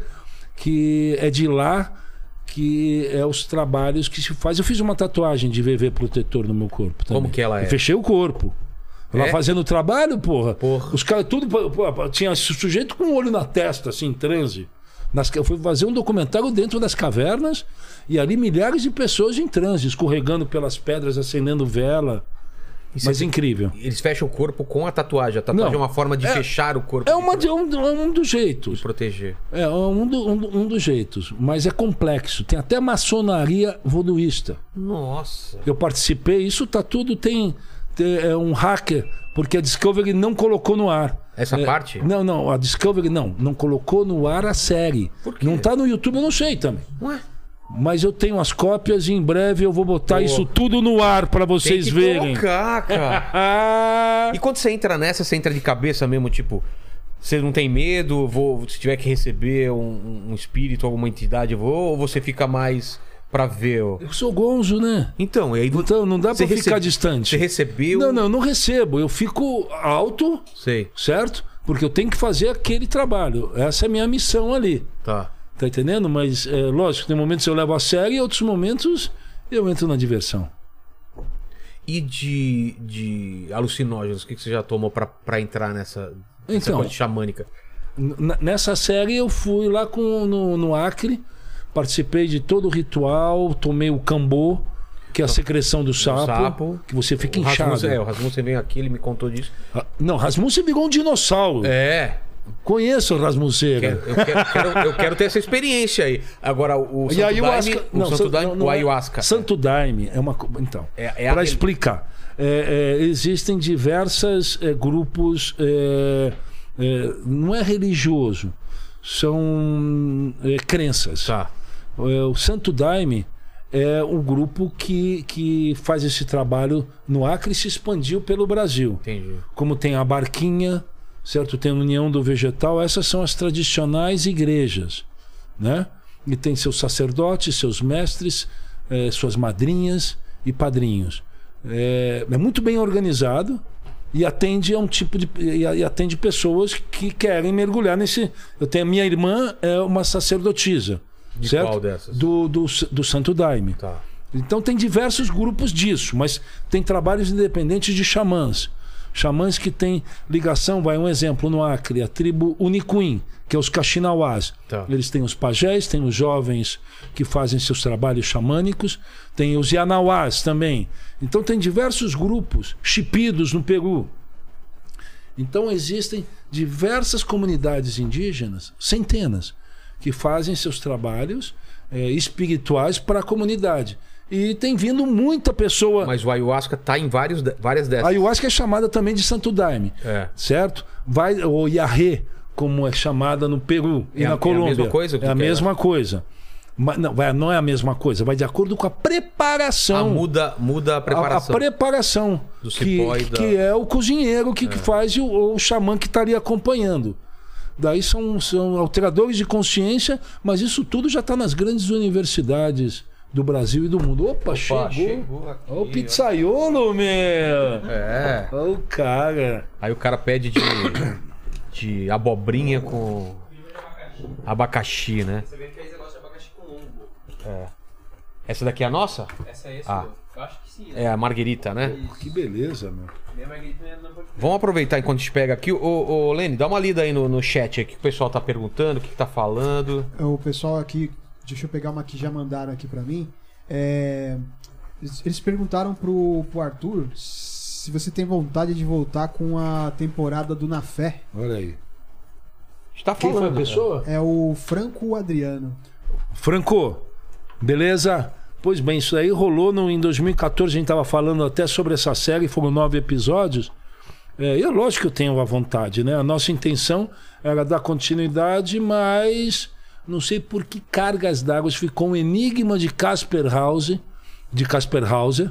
Speaker 3: que é de lá, que é os trabalhos que se faz. Eu fiz uma tatuagem de VV protetor no meu corpo. Também.
Speaker 1: Como que ela é?
Speaker 3: Eu fechei o corpo. Lá
Speaker 1: É?
Speaker 3: fazendo o trabalho, porra.
Speaker 1: Porra.
Speaker 3: Os caras tudo. pô, pô, Tinha su- sujeito com o olho na testa, assim, em transe. Nas, ca- eu fui fazer um documentário dentro das cavernas e ali milhares de pessoas em transe, escorregando pelas pedras, acendendo vela.
Speaker 1: Isso
Speaker 3: Mas
Speaker 1: é-
Speaker 3: incrível.
Speaker 1: Eles fecham o corpo com a tatuagem. A tatuagem
Speaker 3: Não.
Speaker 1: é uma forma de
Speaker 3: É-
Speaker 1: fechar o corpo.
Speaker 3: É,
Speaker 1: de
Speaker 3: uma,
Speaker 1: pro-
Speaker 3: de- é um, é um dos jeitos.
Speaker 1: proteger.
Speaker 3: É um, do- um do- um dos jeitos. Mas é complexo. Tem até maçonaria voduísta.
Speaker 1: Nossa.
Speaker 3: Eu participei, isso tá tudo. Tem, tem, é um hacker, porque a Discovery não colocou no ar.
Speaker 1: Essa
Speaker 3: É,
Speaker 1: parte?
Speaker 3: Não, não, a Discovery não. Não colocou no ar a série.
Speaker 1: Por quê?
Speaker 3: Não tá no YouTube, eu não sei também.
Speaker 1: Ué?
Speaker 3: Mas eu tenho as cópias e em breve eu vou botar isso tudo no ar pra
Speaker 1: Tem
Speaker 3: vocês
Speaker 1: que
Speaker 3: verem.
Speaker 1: colocar, cara.
Speaker 3: Ah!
Speaker 1: e quando você entra nessa, você entra de cabeça mesmo, tipo... Você não tem medo? Vou, se tiver que receber um- um, um espírito, alguma entidade, eu vou? Ou você fica mais pra ver? ó?
Speaker 3: Eu sou gonzo, né?
Speaker 1: Então, e aí...
Speaker 3: Então, não dá
Speaker 1: você
Speaker 3: pra ficar
Speaker 1: recebe-
Speaker 3: distante.
Speaker 1: Você recebeu...
Speaker 3: Não, não, eu não recebo. Eu fico alto,
Speaker 1: Sei.
Speaker 3: certo? Porque eu tenho que fazer aquele trabalho. Essa é a minha missão ali.
Speaker 1: Tá.
Speaker 3: Tá entendendo? Mas, é, lógico, tem momentos eu levo a sério e outros momentos eu entro na diversão.
Speaker 1: E de, de alucinógenos, o que que você já tomou pra, pra entrar nessa, nessa
Speaker 3: Então.
Speaker 1: coisa xamânica?
Speaker 3: N- nessa série eu fui lá com, no, no Acre, participei de todo o ritual, tomei o cambô. que é a secreção do sapo,
Speaker 1: sapo.
Speaker 3: que você fica
Speaker 1: O Rasmussen-
Speaker 3: inchado.
Speaker 1: é, o Rasmussen veio aqui, ele me contou disso.
Speaker 3: Ah, Não, Rasmussen virou um dinossauro.
Speaker 1: É.
Speaker 3: Conheço o
Speaker 1: quero-
Speaker 3: Rasmuceira.
Speaker 1: Eu quero, quero- eu quero ter essa experiência aí. Agora, o, o
Speaker 3: E a
Speaker 1: Daime-
Speaker 3: ayahuasca.
Speaker 1: o Santo Daime-
Speaker 3: não, não
Speaker 1: o
Speaker 3: é-
Speaker 1: ayahuasca.
Speaker 3: Santo Daime é uma. co- Então,
Speaker 1: É- é
Speaker 3: para
Speaker 1: a-
Speaker 3: explicar, é, é, existem diversos grupos. é, é, não é religioso, são é, crenças.
Speaker 1: Tá.
Speaker 3: É, o Santo Daime é o grupo que, que faz esse trabalho no Acre e se expandiu pelo Brasil.
Speaker 1: Entendi.
Speaker 3: Como tem a Barquinha, certo? Tem a União do Vegetal, essas são as tradicionais igrejas, né? E tem seus sacerdotes, seus mestres, eh, suas madrinhas e padrinhos. É, é muito bem organizado e atende a um tipo de e a- e atende pessoas que querem mergulhar nesse. Eu tenho a minha irmã é uma sacerdotisa,
Speaker 1: De
Speaker 3: certo?
Speaker 1: qual dessas?
Speaker 3: Do, do, do Santo Daime.
Speaker 1: Tá.
Speaker 3: Então tem diversos grupos disso, mas tem trabalhos independentes de xamãs. Xamãs que têm ligação, vai um exemplo no Acre, a tribo Unicuim, que é os Caxinauás.
Speaker 1: Tá.
Speaker 3: Eles têm os pajés, têm os jovens que fazem seus trabalhos xamânicos, tem os Yanauás também. Então tem diversos grupos, chipidos no Peru. Então existem diversas comunidades indígenas, centenas, que fazem seus trabalhos eh, espirituais para a comunidade. E tem vindo muita pessoa.
Speaker 1: Mas o ayahuasca tá em vários, de- várias
Speaker 3: A
Speaker 1: dessas.
Speaker 3: ayahuasca é chamada também de Santo Daime,
Speaker 1: É.
Speaker 3: certo? Vai ou Yahé, como é chamada no Peru e
Speaker 1: É a- é
Speaker 3: na
Speaker 1: a
Speaker 3: Colômbia.
Speaker 1: mesma coisa? O que
Speaker 3: é a
Speaker 1: que é?
Speaker 3: mesma coisa. Mas não, vai- não é a mesma coisa, vai de acordo com a preparação.
Speaker 1: Ah, muda, muda a
Speaker 3: A-
Speaker 1: preparação.
Speaker 3: A, preparação.
Speaker 1: Do
Speaker 3: que,
Speaker 1: cipó e da-
Speaker 3: que é o cozinheiro que, que faz e o, ou o xamã que estaria acompanhando. Daí são, são alteradores de consciência, mas isso tudo já está nas grandes universidades do Brasil e do mundo. Opa, chegou.
Speaker 1: chegou aqui,
Speaker 3: Ô, pizzaiolo, meu!
Speaker 1: É.
Speaker 3: Ô, cara.
Speaker 1: Aí o cara pede de, de abobrinha com abacaxi, né?
Speaker 4: Você vê que fez negócio de abacaxi com lombo.
Speaker 1: Essa daqui é a nossa?
Speaker 4: Essa é essa?
Speaker 1: Ah.
Speaker 4: Eu acho que sim. né?
Speaker 1: É a marguerita, né?
Speaker 3: Que beleza, meu.
Speaker 4: Minha Margarita não é- não pode
Speaker 1: Vamos aproveitar enquanto a gente pega aqui. Ô, ô Lene, dá uma lida aí no, no chat aí, que o pessoal tá perguntando, o que, que tá falando.
Speaker 2: O pessoal aqui, deixa eu pegar uma que já mandaram aqui pra mim. É, eles- eles perguntaram pro, pro Arthur se você tem vontade de voltar com a temporada do Na Fé.
Speaker 3: Olha aí.
Speaker 1: A gente tá
Speaker 3: Quem
Speaker 1: falando.
Speaker 3: foi a
Speaker 1: cara.
Speaker 3: pessoa?
Speaker 2: É o Franco Adriano.
Speaker 3: Franco, beleza? Pois bem, isso aí rolou no, em 2014, a gente estava falando até sobre essa série, foram nove episódios. É, eu, lógico que eu tenho a vontade, né? A nossa intenção era dar continuidade, mas não sei por que cargas d'água ficou um enigma de Casper House, de Casper House,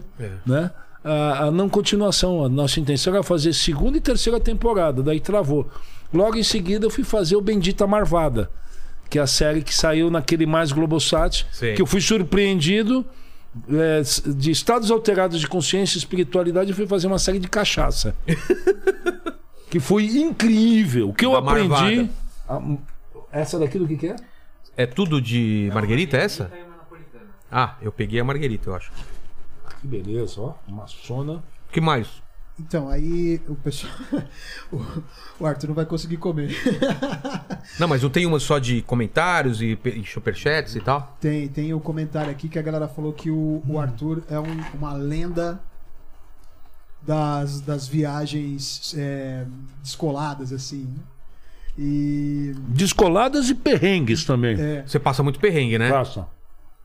Speaker 3: né? A, a não continuação. A nossa intenção era fazer segunda e terceira temporada, daí travou. Logo em seguida eu fui fazer o Bendita Marvada, que é a série que saiu naquele mais Globosat,
Speaker 1: Sim.
Speaker 3: que eu fui surpreendido é, de estados alterados de consciência e espiritualidade, eu fui fazer uma série de cachaça. que foi incrível. O que eu
Speaker 1: Da
Speaker 3: aprendi. A- Ah, essa daqui do que, que é?
Speaker 1: É tudo de marguerita é essa?
Speaker 4: ter uma napolitana.
Speaker 1: Ah, eu peguei a marguerita, eu acho.
Speaker 3: Que beleza, ó. Uma sona.
Speaker 1: O que mais?
Speaker 2: Então, aí o pessoal. o- o Arthur não vai conseguir comer.
Speaker 1: Não, mas não tem uma só de comentários e, pe- e superchats e tal?
Speaker 2: Tem, tem o comentário aqui que a galera falou que o, o Arthur é um- uma lenda das, das viagens é, descoladas, assim. E.
Speaker 3: Descoladas e perrengues também.
Speaker 2: É,
Speaker 1: Você passa muito perrengue, né?
Speaker 3: Passa.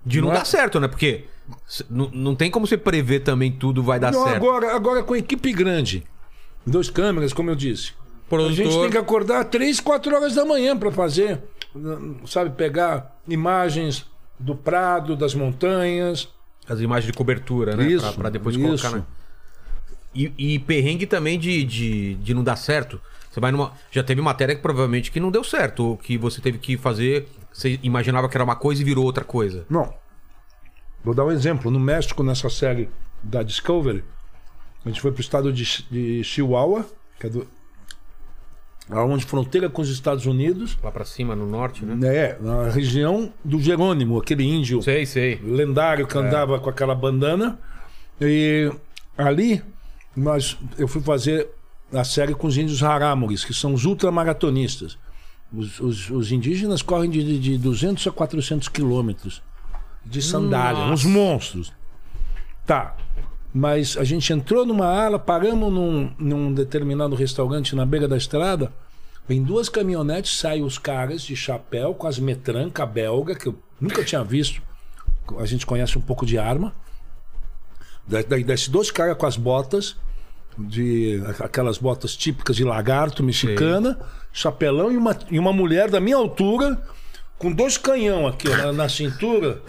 Speaker 1: De não,
Speaker 3: Não é-
Speaker 1: dar certo, né? Porque c- não- não tem como você prever também tudo vai dar
Speaker 3: Não,
Speaker 1: certo.
Speaker 3: agora, agora com equipe grande. Dois câmeras, como eu disse. A gente tem que acordar três, quatro horas da manhã para fazer, hum, sabe, pegar imagens do prado, das montanhas.
Speaker 1: As imagens de cobertura, né?
Speaker 3: Isso,
Speaker 1: pra, pra depois
Speaker 3: isso.
Speaker 1: colocar, né? E, e perrengue também de, de, de não dar certo. Você vai numa. Já teve matéria que provavelmente que não deu certo, ou que você teve que fazer. Você imaginava que era uma coisa e virou outra coisa.
Speaker 3: Não. Vou dar um exemplo. No México, nessa série da Discovery, a gente foi pro estado de, Chi- de Chihuahua, que é do, aonde fronteira com os Estados Unidos,
Speaker 1: Lá pra cima, no norte, né?
Speaker 3: né, na região do Jerônimo, aquele índio
Speaker 1: Sei, sei.
Speaker 3: lendário que andava com aquela bandana. E ali nós, eu fui fazer a série com os índios Harámuris, que são os ultramaratonistas. Os, os, os indígenas correm de, de- de 200 a 400 quilômetros de sandália, uns monstros. Tá. Mas a gente entrou numa ala, paramos num, num determinado restaurante na beira da estrada. Vem duas caminhonetes, saem os caras de chapéu com as metranca belga, que eu nunca tinha visto. A gente conhece um pouco de arma. Da- da- Desce dois caras com as botas, de aquelas botas típicas de lagarto mexicana, chapelão e uma, e uma mulher da minha altura, com dois canhão aqui ó, na- na cintura.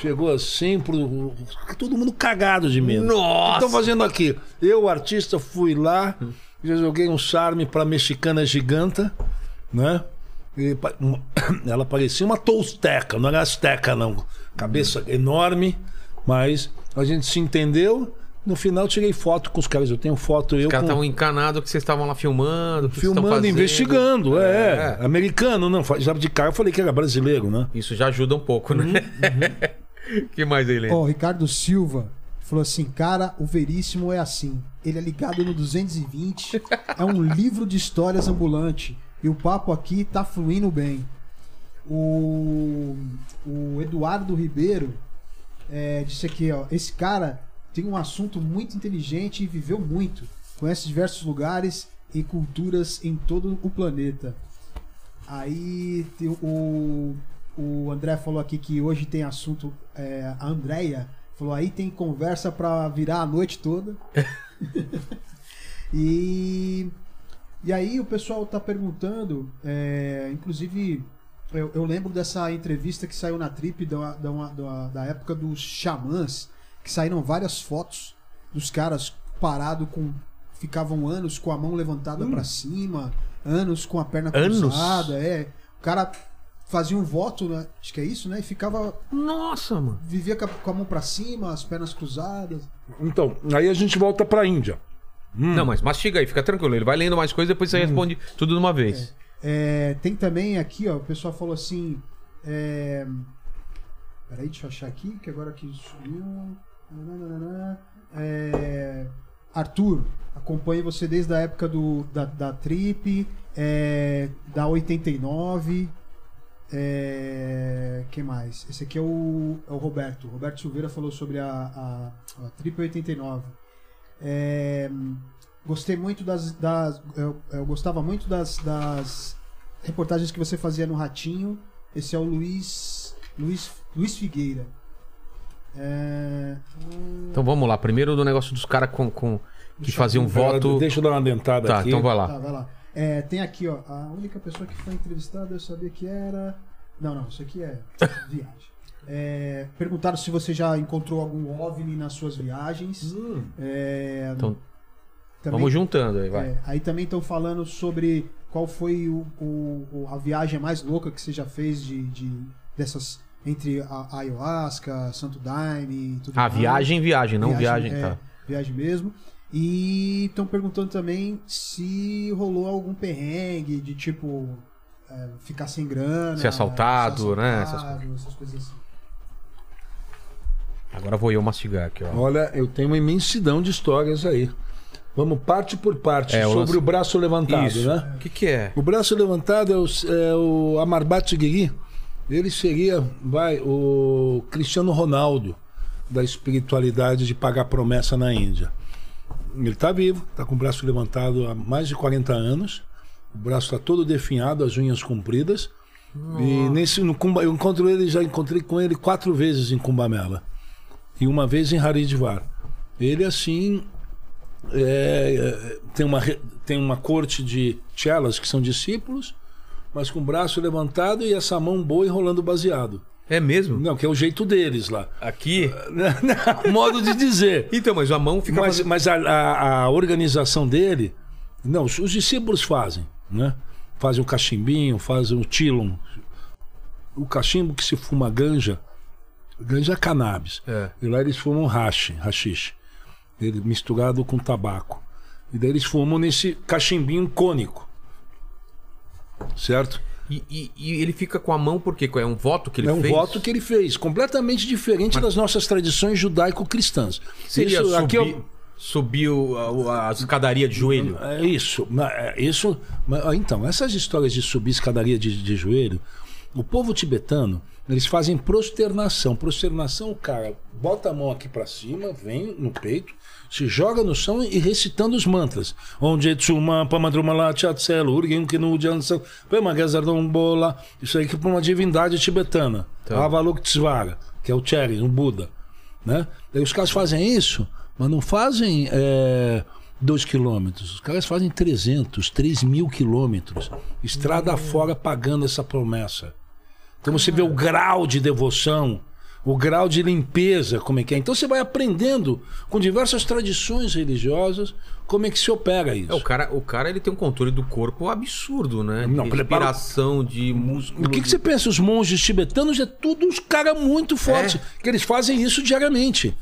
Speaker 3: Chegou assim pro. Todo mundo cagado de medo. O que
Speaker 1: Nossa!
Speaker 3: estão fazendo aqui? Eu, artista, fui lá, já joguei um charme pra mexicana giganta, né? E pa- uma- ela parecia uma tolteca, não era asteca, não. Cabeça enorme, mas a gente se entendeu. No final, tirei foto com os caras. Eu tenho foto eu
Speaker 1: Os caras
Speaker 3: com
Speaker 1: estavam encanados que vocês estavam lá filmando. o que vocês tão
Speaker 3: filmando,
Speaker 1: fazendo.
Speaker 3: investigando. É, americano, não. fa- Já de cara eu falei que era brasileiro, né?
Speaker 1: Isso já ajuda um pouco, né? que mais aí, Lê?
Speaker 2: Ó, o Ricardo Silva falou assim: cara, o Veríssimo é assim. Ele é ligado no 220, é um livro de histórias ambulante. E o papo aqui tá fluindo bem. O, o Eduardo Ribeiro é, disse aqui, ó. Esse cara tem um assunto muito inteligente e viveu muito. Conhece diversos lugares e culturas em todo o planeta. Aí tem o, o André falou aqui que hoje tem assunto. é, a Andréia falou aí tem conversa pra virar a noite toda. e, e aí o pessoal tá perguntando, é, inclusive. Eu, eu lembro dessa entrevista que saiu na Trip da, da, uma- da- da época dos xamãs, que saíram várias fotos dos caras parado com. Ficavam anos com a mão levantada pra cima, anos com a perna
Speaker 1: Anos?
Speaker 2: cruzada, é. O cara fazia um voto, né? Acho que é isso, né? E ficava.
Speaker 1: Nossa, mano.
Speaker 2: Vivia com a- com a mão pra cima, as pernas cruzadas.
Speaker 3: Então, aí a gente volta pra Índia.
Speaker 1: Não, mas mastiga aí, fica tranquilo. Ele vai lendo mais coisas depois você responde tudo de uma vez.
Speaker 2: É, tem também aqui, ó, o pessoal falou assim. É... Peraí, deixa eu achar aqui, que agora que subiu. Nananana. É... Arthur, acompanho você desde a época do, da, da Trip, é, da 89. É... Quem mais? Esse aqui é o, é o Roberto. O Roberto Silveira falou sobre a, a, a Trip 89. É, gostei muito das. das eu, eu gostava muito das, das reportagens que você fazia no Ratinho. Esse é o Luiz. Luiz, Luiz Figueira. É, hum,
Speaker 1: Então vamos lá. Primeiro do negócio dos caras com, com- que
Speaker 2: Deixa
Speaker 1: faziam um voto.
Speaker 3: Deixa eu dar uma dentada
Speaker 1: Tá,
Speaker 3: aqui.
Speaker 1: então vai
Speaker 2: tá,
Speaker 1: lá.
Speaker 2: vai lá. É, tem aqui, ó. A única pessoa que foi entrevistada, eu sabia que era. Não, não, isso aqui é viagem. É, perguntaram se você já encontrou algum OVNI nas suas viagens. É,
Speaker 1: Hum. Então
Speaker 2: também
Speaker 1: vamos juntando aí, vai.
Speaker 2: É, aí também estão falando sobre qual foi o, o- o- a viagem mais louca que você já fez de, de- dessas entre a, a ayahuasca, Santo Daime, e tudo
Speaker 1: Ah,
Speaker 2: mais.
Speaker 1: viagem, viagem, não viagem,
Speaker 2: é,
Speaker 1: tá.
Speaker 2: Viagem mesmo. E estão perguntando também se rolou algum perrengue de tipo é, ficar sem grana,
Speaker 1: Ser assaltado,
Speaker 2: ser
Speaker 1: né, essas
Speaker 2: assaltado, essas coisas assim.
Speaker 1: Agora vou eu mastigar aqui, ó.
Speaker 3: Olha, eu tenho uma imensidão de histórias aí. Vamos parte por parte,
Speaker 1: É, o
Speaker 3: sobre
Speaker 1: lance-
Speaker 3: o braço levantado,
Speaker 1: Isso.
Speaker 3: né?
Speaker 1: O que que é?
Speaker 3: O braço levantado é o, é o Amarbat Guiri. Ele seria, vai, o Cristiano Ronaldo da espiritualidade de pagar promessa na Índia. Ele está vivo, está com o braço levantado há mais de 40 anos. O braço está todo definhado, as unhas compridas. E nesse, no, Kumba- eu encontro ele, já encontrei com ele quatro vezes em Cumbamela. E uma vez em Haridwar. Ele, assim, é, é, tem, uma, re- tem uma corte de chelas que são discípulos, mas com o braço levantado e essa mão boa enrolando baseado.
Speaker 1: É mesmo?
Speaker 3: Não, que é o jeito deles lá.
Speaker 1: Aqui?
Speaker 3: Modo de dizer.
Speaker 1: Então, mas a mão fica.
Speaker 3: Mas,
Speaker 1: fazendo-
Speaker 3: mas a, a- a organização dele, não, os, os discípulos fazem, né? Fazem o cachimbinho, fazem o tilon. O cachimbo que se fuma ganja, ganja é cannabis.
Speaker 1: É.
Speaker 3: E lá eles fumam hash, hashish, ele misturado com tabaco. E daí eles fumam nesse cachimbinho cônico. Certo?
Speaker 1: E, e- e ele fica com a mão porque é um voto que ele
Speaker 3: é um
Speaker 1: fez?
Speaker 3: voto que ele fez, completamente diferente das nossas tradições judaico-cristãs.
Speaker 1: Seria
Speaker 3: Isso
Speaker 1: subir,
Speaker 3: aqui é o-
Speaker 1: subir o- a, o- a escadaria de joelho?
Speaker 3: É isso, ma- é isso. ma- ah, Então, essas histórias de subir escadaria de, de joelho, o povo tibetano Eles fazem prosternação. Prosternação, o cara bota a mão aqui pra cima, vem no peito, se joga no chão e recitando os mantras. Onde tsuma pamadrumala tchatselo, urgen kinu jansel, bola. Isso aí que é pra uma divindade tibetana.
Speaker 1: Tá.
Speaker 3: Avalok Tsvara, que é o Cherry, um Buda. Né? Daí os caras fazem isso, mas não fazem 2 quilômetros. Os caras fazem 300, 3 mil quilômetros. Estrada fora pagando essa promessa. Então você vê o grau de devoção, o grau de limpeza, como é que é. Então você vai aprendendo com diversas tradições religiosas como é que se opera isso.
Speaker 1: É, o cara, o cara ele tem um controle do corpo absurdo, né?
Speaker 3: Não,
Speaker 1: de
Speaker 3: prepara-
Speaker 1: respiração, de músculo.
Speaker 3: O que, que
Speaker 1: de-
Speaker 3: você pensa? Os monges tibetanos é tudo uns caras muito fortes,
Speaker 1: É?
Speaker 3: que eles fazem isso diariamente.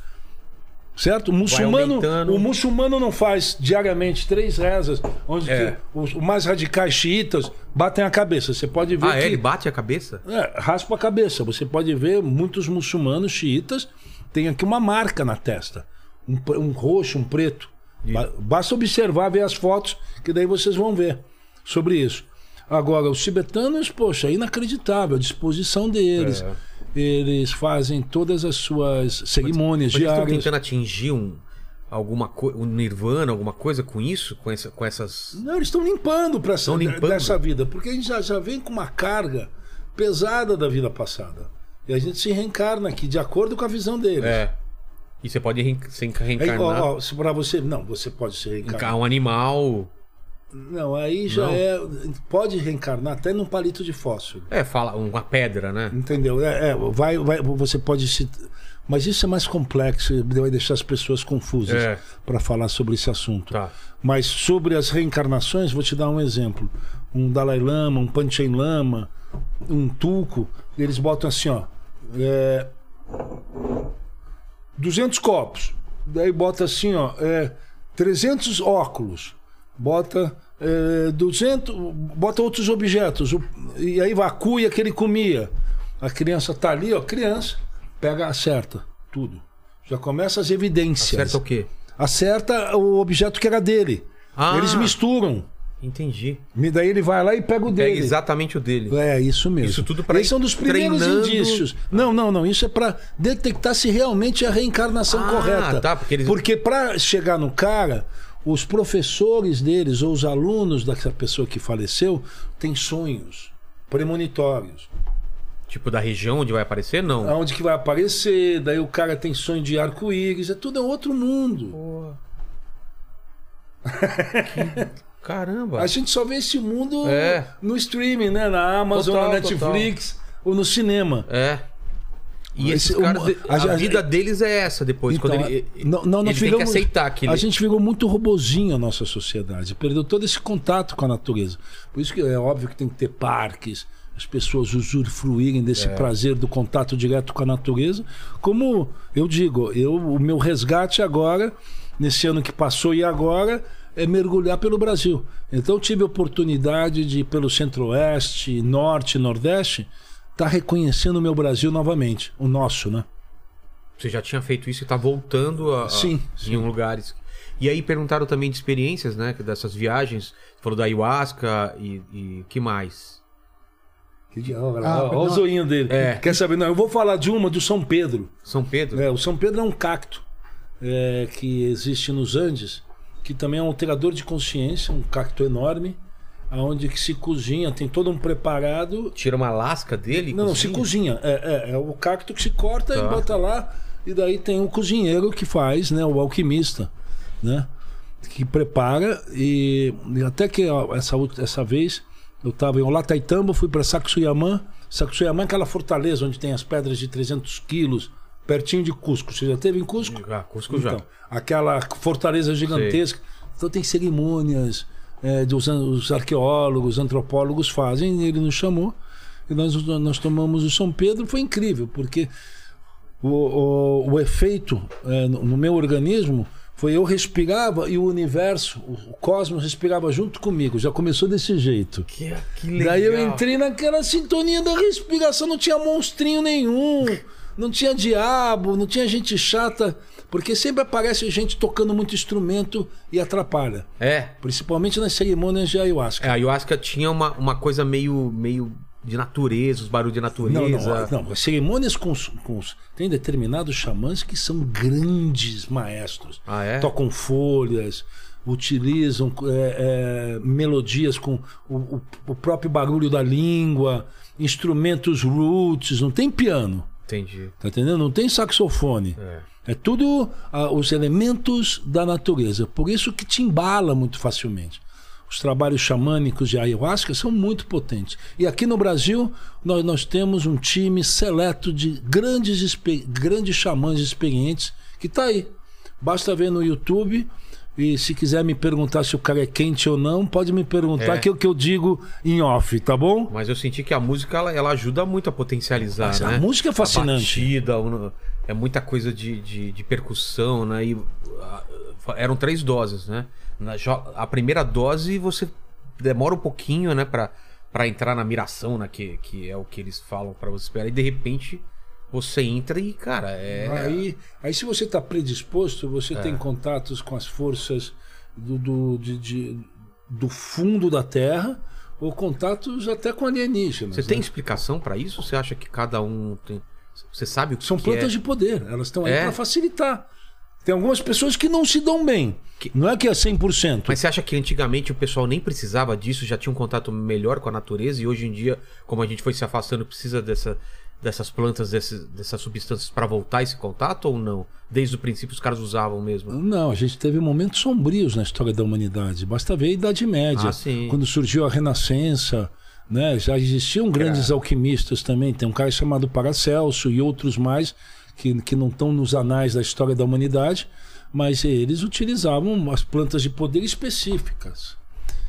Speaker 3: Certo? O muçulmano,
Speaker 1: aumentando.
Speaker 3: o muçulmano não faz diariamente três rezas, onde
Speaker 1: É.
Speaker 3: que os os mais radicais xiitas batem a cabeça. Você pode ver
Speaker 1: Ah,
Speaker 3: que
Speaker 1: é? Ele bate a cabeça?
Speaker 3: é, raspa a cabeça. Você pode ver muitos muçulmanos xiitas têm aqui uma marca na testa. Um, pre- um roxo, um preto. Ba- Basta observar, ver as fotos, que daí vocês vão ver sobre isso. Agora, os tibetanos, poxa, é inacreditável a disposição deles. Eles fazem todas as suas
Speaker 1: É. Mas
Speaker 3: cerimônias
Speaker 1: eles estão
Speaker 3: diárias.
Speaker 1: tentando atingir um, alguma co... um nirvana, alguma coisa com isso? Com, essa, com essas.
Speaker 3: Não, eles estão limpando para essa
Speaker 1: Estão limpando?
Speaker 3: dessa vida, porque a gente já, já vem com uma carga pesada da vida passada. E a gente se reencarna aqui de acordo com a visão deles.
Speaker 1: É. E você pode reen- se enca-
Speaker 3: Aí,
Speaker 1: reencarnar.
Speaker 3: É ó, ó, se pra você. Não, você pode se
Speaker 1: enca-
Speaker 3: reencarnar.
Speaker 1: Um animal.
Speaker 3: Não, aí já
Speaker 1: Não?
Speaker 3: é. Pode reencarnar até num palito de fósforo.
Speaker 1: É, fala uma pedra, né?
Speaker 3: Entendeu? É, é, vai, vai, você pode se. Mas isso é mais complexo e vai deixar as pessoas confusas
Speaker 1: É.
Speaker 3: para falar sobre esse assunto.
Speaker 1: Tá.
Speaker 3: Mas sobre as reencarnações, vou te dar um exemplo. Um Dalai Lama, um Panchen Lama, um Tuco, eles botam assim, ó. é, 200 copos. Daí bota assim, ó, é, 300 óculos. Bota é, 200, bota outros objetos. O- e aí vai a cuia que ele comia. A criança tá ali, ó, criança, pega, acerta tudo. Já começa as evidências.
Speaker 1: Certo o quê?
Speaker 3: Acerta o objeto que era dele.
Speaker 1: Ah.
Speaker 3: Eles misturam.
Speaker 1: Entendi.
Speaker 3: E daí ele vai lá e pega o
Speaker 1: Pega
Speaker 3: dele.
Speaker 1: exatamente o dele.
Speaker 3: É, isso mesmo.
Speaker 1: Isso tudo pra
Speaker 3: Esse é um dos primeiros
Speaker 1: treinando-
Speaker 3: indícios. Não, não, não. Isso é pra detectar se realmente é a reencarnação
Speaker 1: Ah,
Speaker 3: correta.
Speaker 1: tá, porque eles-
Speaker 3: pra chegar no cara, os professores deles ou os alunos dessa pessoa que faleceu têm sonhos premonitórios.
Speaker 1: Tipo, da região onde vai aparecer? Não.
Speaker 3: Aonde que vai aparecer, daí o cara tem sonho de arco-íris, é tudo é um outro mundo.
Speaker 1: Caramba.
Speaker 3: A gente só vê esse mundo
Speaker 1: É.
Speaker 3: no streaming, né? Na Amazon,
Speaker 1: Total,
Speaker 3: na Netflix ou no cinema.
Speaker 1: É. E
Speaker 3: Esse-
Speaker 1: esses caras,
Speaker 3: uma-
Speaker 1: de-
Speaker 3: a
Speaker 1: a,
Speaker 3: gente-
Speaker 1: vida deles é essa depois.
Speaker 3: Então,
Speaker 1: quando ele,
Speaker 3: é- não, não,
Speaker 1: ele
Speaker 3: nós
Speaker 1: tem que
Speaker 3: ficamos-
Speaker 1: aceitar que ele...
Speaker 3: A gente virou muito robozinho a nossa sociedade. Perdeu todo esse contato com a natureza. Por isso que é óbvio que tem que ter parques, as pessoas usufruírem
Speaker 1: É.
Speaker 3: desse prazer do contato direto com a natureza. Como eu digo, eu, o meu resgate agora, nesse ano que passou e agora, é mergulhar pelo Brasil. Então eu tive a oportunidade de ir pelo centro-oeste, norte, nordeste, estar reconhecendo o meu Brasil novamente. O nosso, né?
Speaker 1: Você já tinha feito isso e tá voltando a, a-
Speaker 3: Sim,
Speaker 1: em um lugares. E aí perguntaram também de experiências, né? que Dessas viagens. Você falou da ayahuasca e, e que mais?
Speaker 3: Que diabo, olha
Speaker 2: Ah,
Speaker 3: lá, olha o
Speaker 2: não.
Speaker 3: zoinho dele.
Speaker 1: É.
Speaker 3: Quer saber? Não, eu vou falar de uma do São Pedro.
Speaker 1: São Pedro?
Speaker 3: É, o São Pedro é um cacto é, que existe nos Andes, que também é um alterador de consciência, um cacto enorme, aonde que se cozinha, tem todo um preparado.
Speaker 1: Tira uma lasca dele? e
Speaker 3: Não, não, se cozinha. É, é, é o cacto que se corta
Speaker 1: Tá.
Speaker 3: e bota lá, e daí tem um cozinheiro que faz, né? O alquimista, né? Que prepara e, e até que ó, essa, ult- essa vez eu estava em Olataitamba, fui para Sacsayhuamán. Sacsayhuamán é aquela fortaleza onde tem as pedras de 300 quilos, pertinho de Cusco. Você já teve em Cusco?
Speaker 1: Ah, Cusco já.
Speaker 3: Então, aquela fortaleza gigantesca. Então tem cerimônias, é, dos, an- os arqueólogos, antropólogos fazem, ele nos chamou. E nós, nós tomamos o São Pedro, foi incrível, porque o, o, o efeito é, no no meu organismo foi eu respirava e o universo, o o cosmos respirava junto comigo, já começou desse jeito.
Speaker 1: Que, que legal.
Speaker 3: Daí eu entrei naquela sintonia da respiração, não tinha monstrinho nenhum, não tinha diabo, não tinha gente chata, porque sempre aparece gente tocando muito instrumento e atrapalha,
Speaker 1: É.
Speaker 3: principalmente nas cerimônias de ayahuasca.
Speaker 1: É, a ayahuasca tinha uma, uma coisa meio, meio de natureza, os barulhos de natureza.
Speaker 3: Não, não, não. As cerimônias com os, com os- Tem determinados xamãs que são grandes maestros.
Speaker 1: Ah, é?
Speaker 3: Tocam folhas, utilizam é, é, melodias com o, o- o próprio barulho da língua, instrumentos roots, não tem piano.
Speaker 1: Entendi.
Speaker 3: Tá entendendo? Não tem saxofone. É, tudo ah, os elementos da natureza. Por isso que te embala muito facilmente. Os trabalhos xamânicos de ayahuasca são muito potentes. E aqui no Brasil, nós, nós temos um time seleto de grandes, expe- grandes xamãs experientes que está aí. Basta ver no YouTube. E se quiser me perguntar se o cara é quente ou não, pode me perguntar,
Speaker 1: É.
Speaker 3: que é o que eu digo em off, tá bom?
Speaker 1: Mas eu senti que a música ela, ela ajuda muito a potencializar,
Speaker 3: Nossa,
Speaker 1: né?
Speaker 3: a música é fascinante.
Speaker 1: A batida, o- é muita coisa de, de, de percussão, né? E, ah, eram três doses, né? Na jo- a primeira dose você demora um pouquinho, né? Pra, pra entrar na miração, né? Que, que é o que eles falam pra você esperar. E de repente você entra e, cara, é...
Speaker 3: Aí, aí se você está predisposto, você tem contatos com as forças do, do, de- de- do fundo da Terra ou contatos até com alienígenas.
Speaker 1: Você tem
Speaker 3: né?
Speaker 1: explicação pra isso? Você acha que cada um tem... Você sabe o que
Speaker 3: São
Speaker 1: que
Speaker 3: plantas
Speaker 1: é?
Speaker 3: de poder, elas estão aí
Speaker 1: É?
Speaker 3: para facilitar. Tem algumas pessoas que não se dão bem.
Speaker 1: Que-
Speaker 3: Não é que é 100%.
Speaker 1: Mas você acha que antigamente o pessoal nem precisava disso, já tinha um contato melhor com a natureza e hoje em dia, como a gente foi se afastando, precisa dessa, dessas plantas, desse- dessas substâncias para voltar esse contato ou não? Desde o princípio os caras usavam mesmo.
Speaker 3: Não, a gente teve momentos sombrios na história da humanidade. Basta ver a Idade Média,
Speaker 1: Ah, sim.
Speaker 3: quando surgiu a Renascença. Né? Já existiam
Speaker 1: É.
Speaker 3: grandes alquimistas também. Tem um cara chamado Paracelso e outros mais que, que não estão nos anais da história da humanidade, mas eles utilizavam as plantas de poder específicas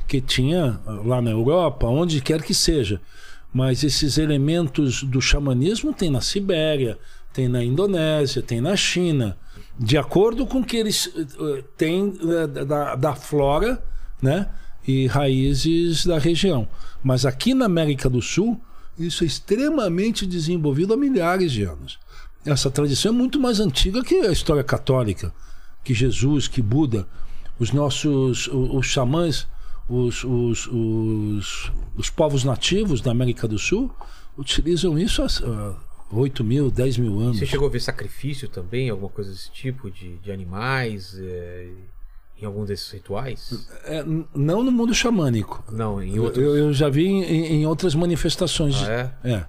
Speaker 3: que tinha ah, lá na Europa, onde quer que seja. Mas esses elementos do xamanismo tem na Sibéria, tem na Indonésia, tem na China, de acordo com o que eles eh, eh, têm eh, da, da flora né? e raízes da região. Mas aqui na América do Sul, isso é extremamente desenvolvido há milhares de anos. Essa tradição é muito mais antiga que a história católica, que Jesus, que Buda, os nossos o- os xamãs, os, os, os, os povos nativos da América do Sul utilizam isso há, há 8 mil, 10 mil anos.
Speaker 1: Você chegou a ver sacrifício também, alguma coisa desse tipo, de, de animais, é, em algum desses rituais?
Speaker 3: É, n- não no mundo xamânico.
Speaker 1: Não, em
Speaker 3: Eu,
Speaker 1: outros.
Speaker 3: eu já vi em, em- em outras manifestações.
Speaker 1: Ah, é?
Speaker 3: é.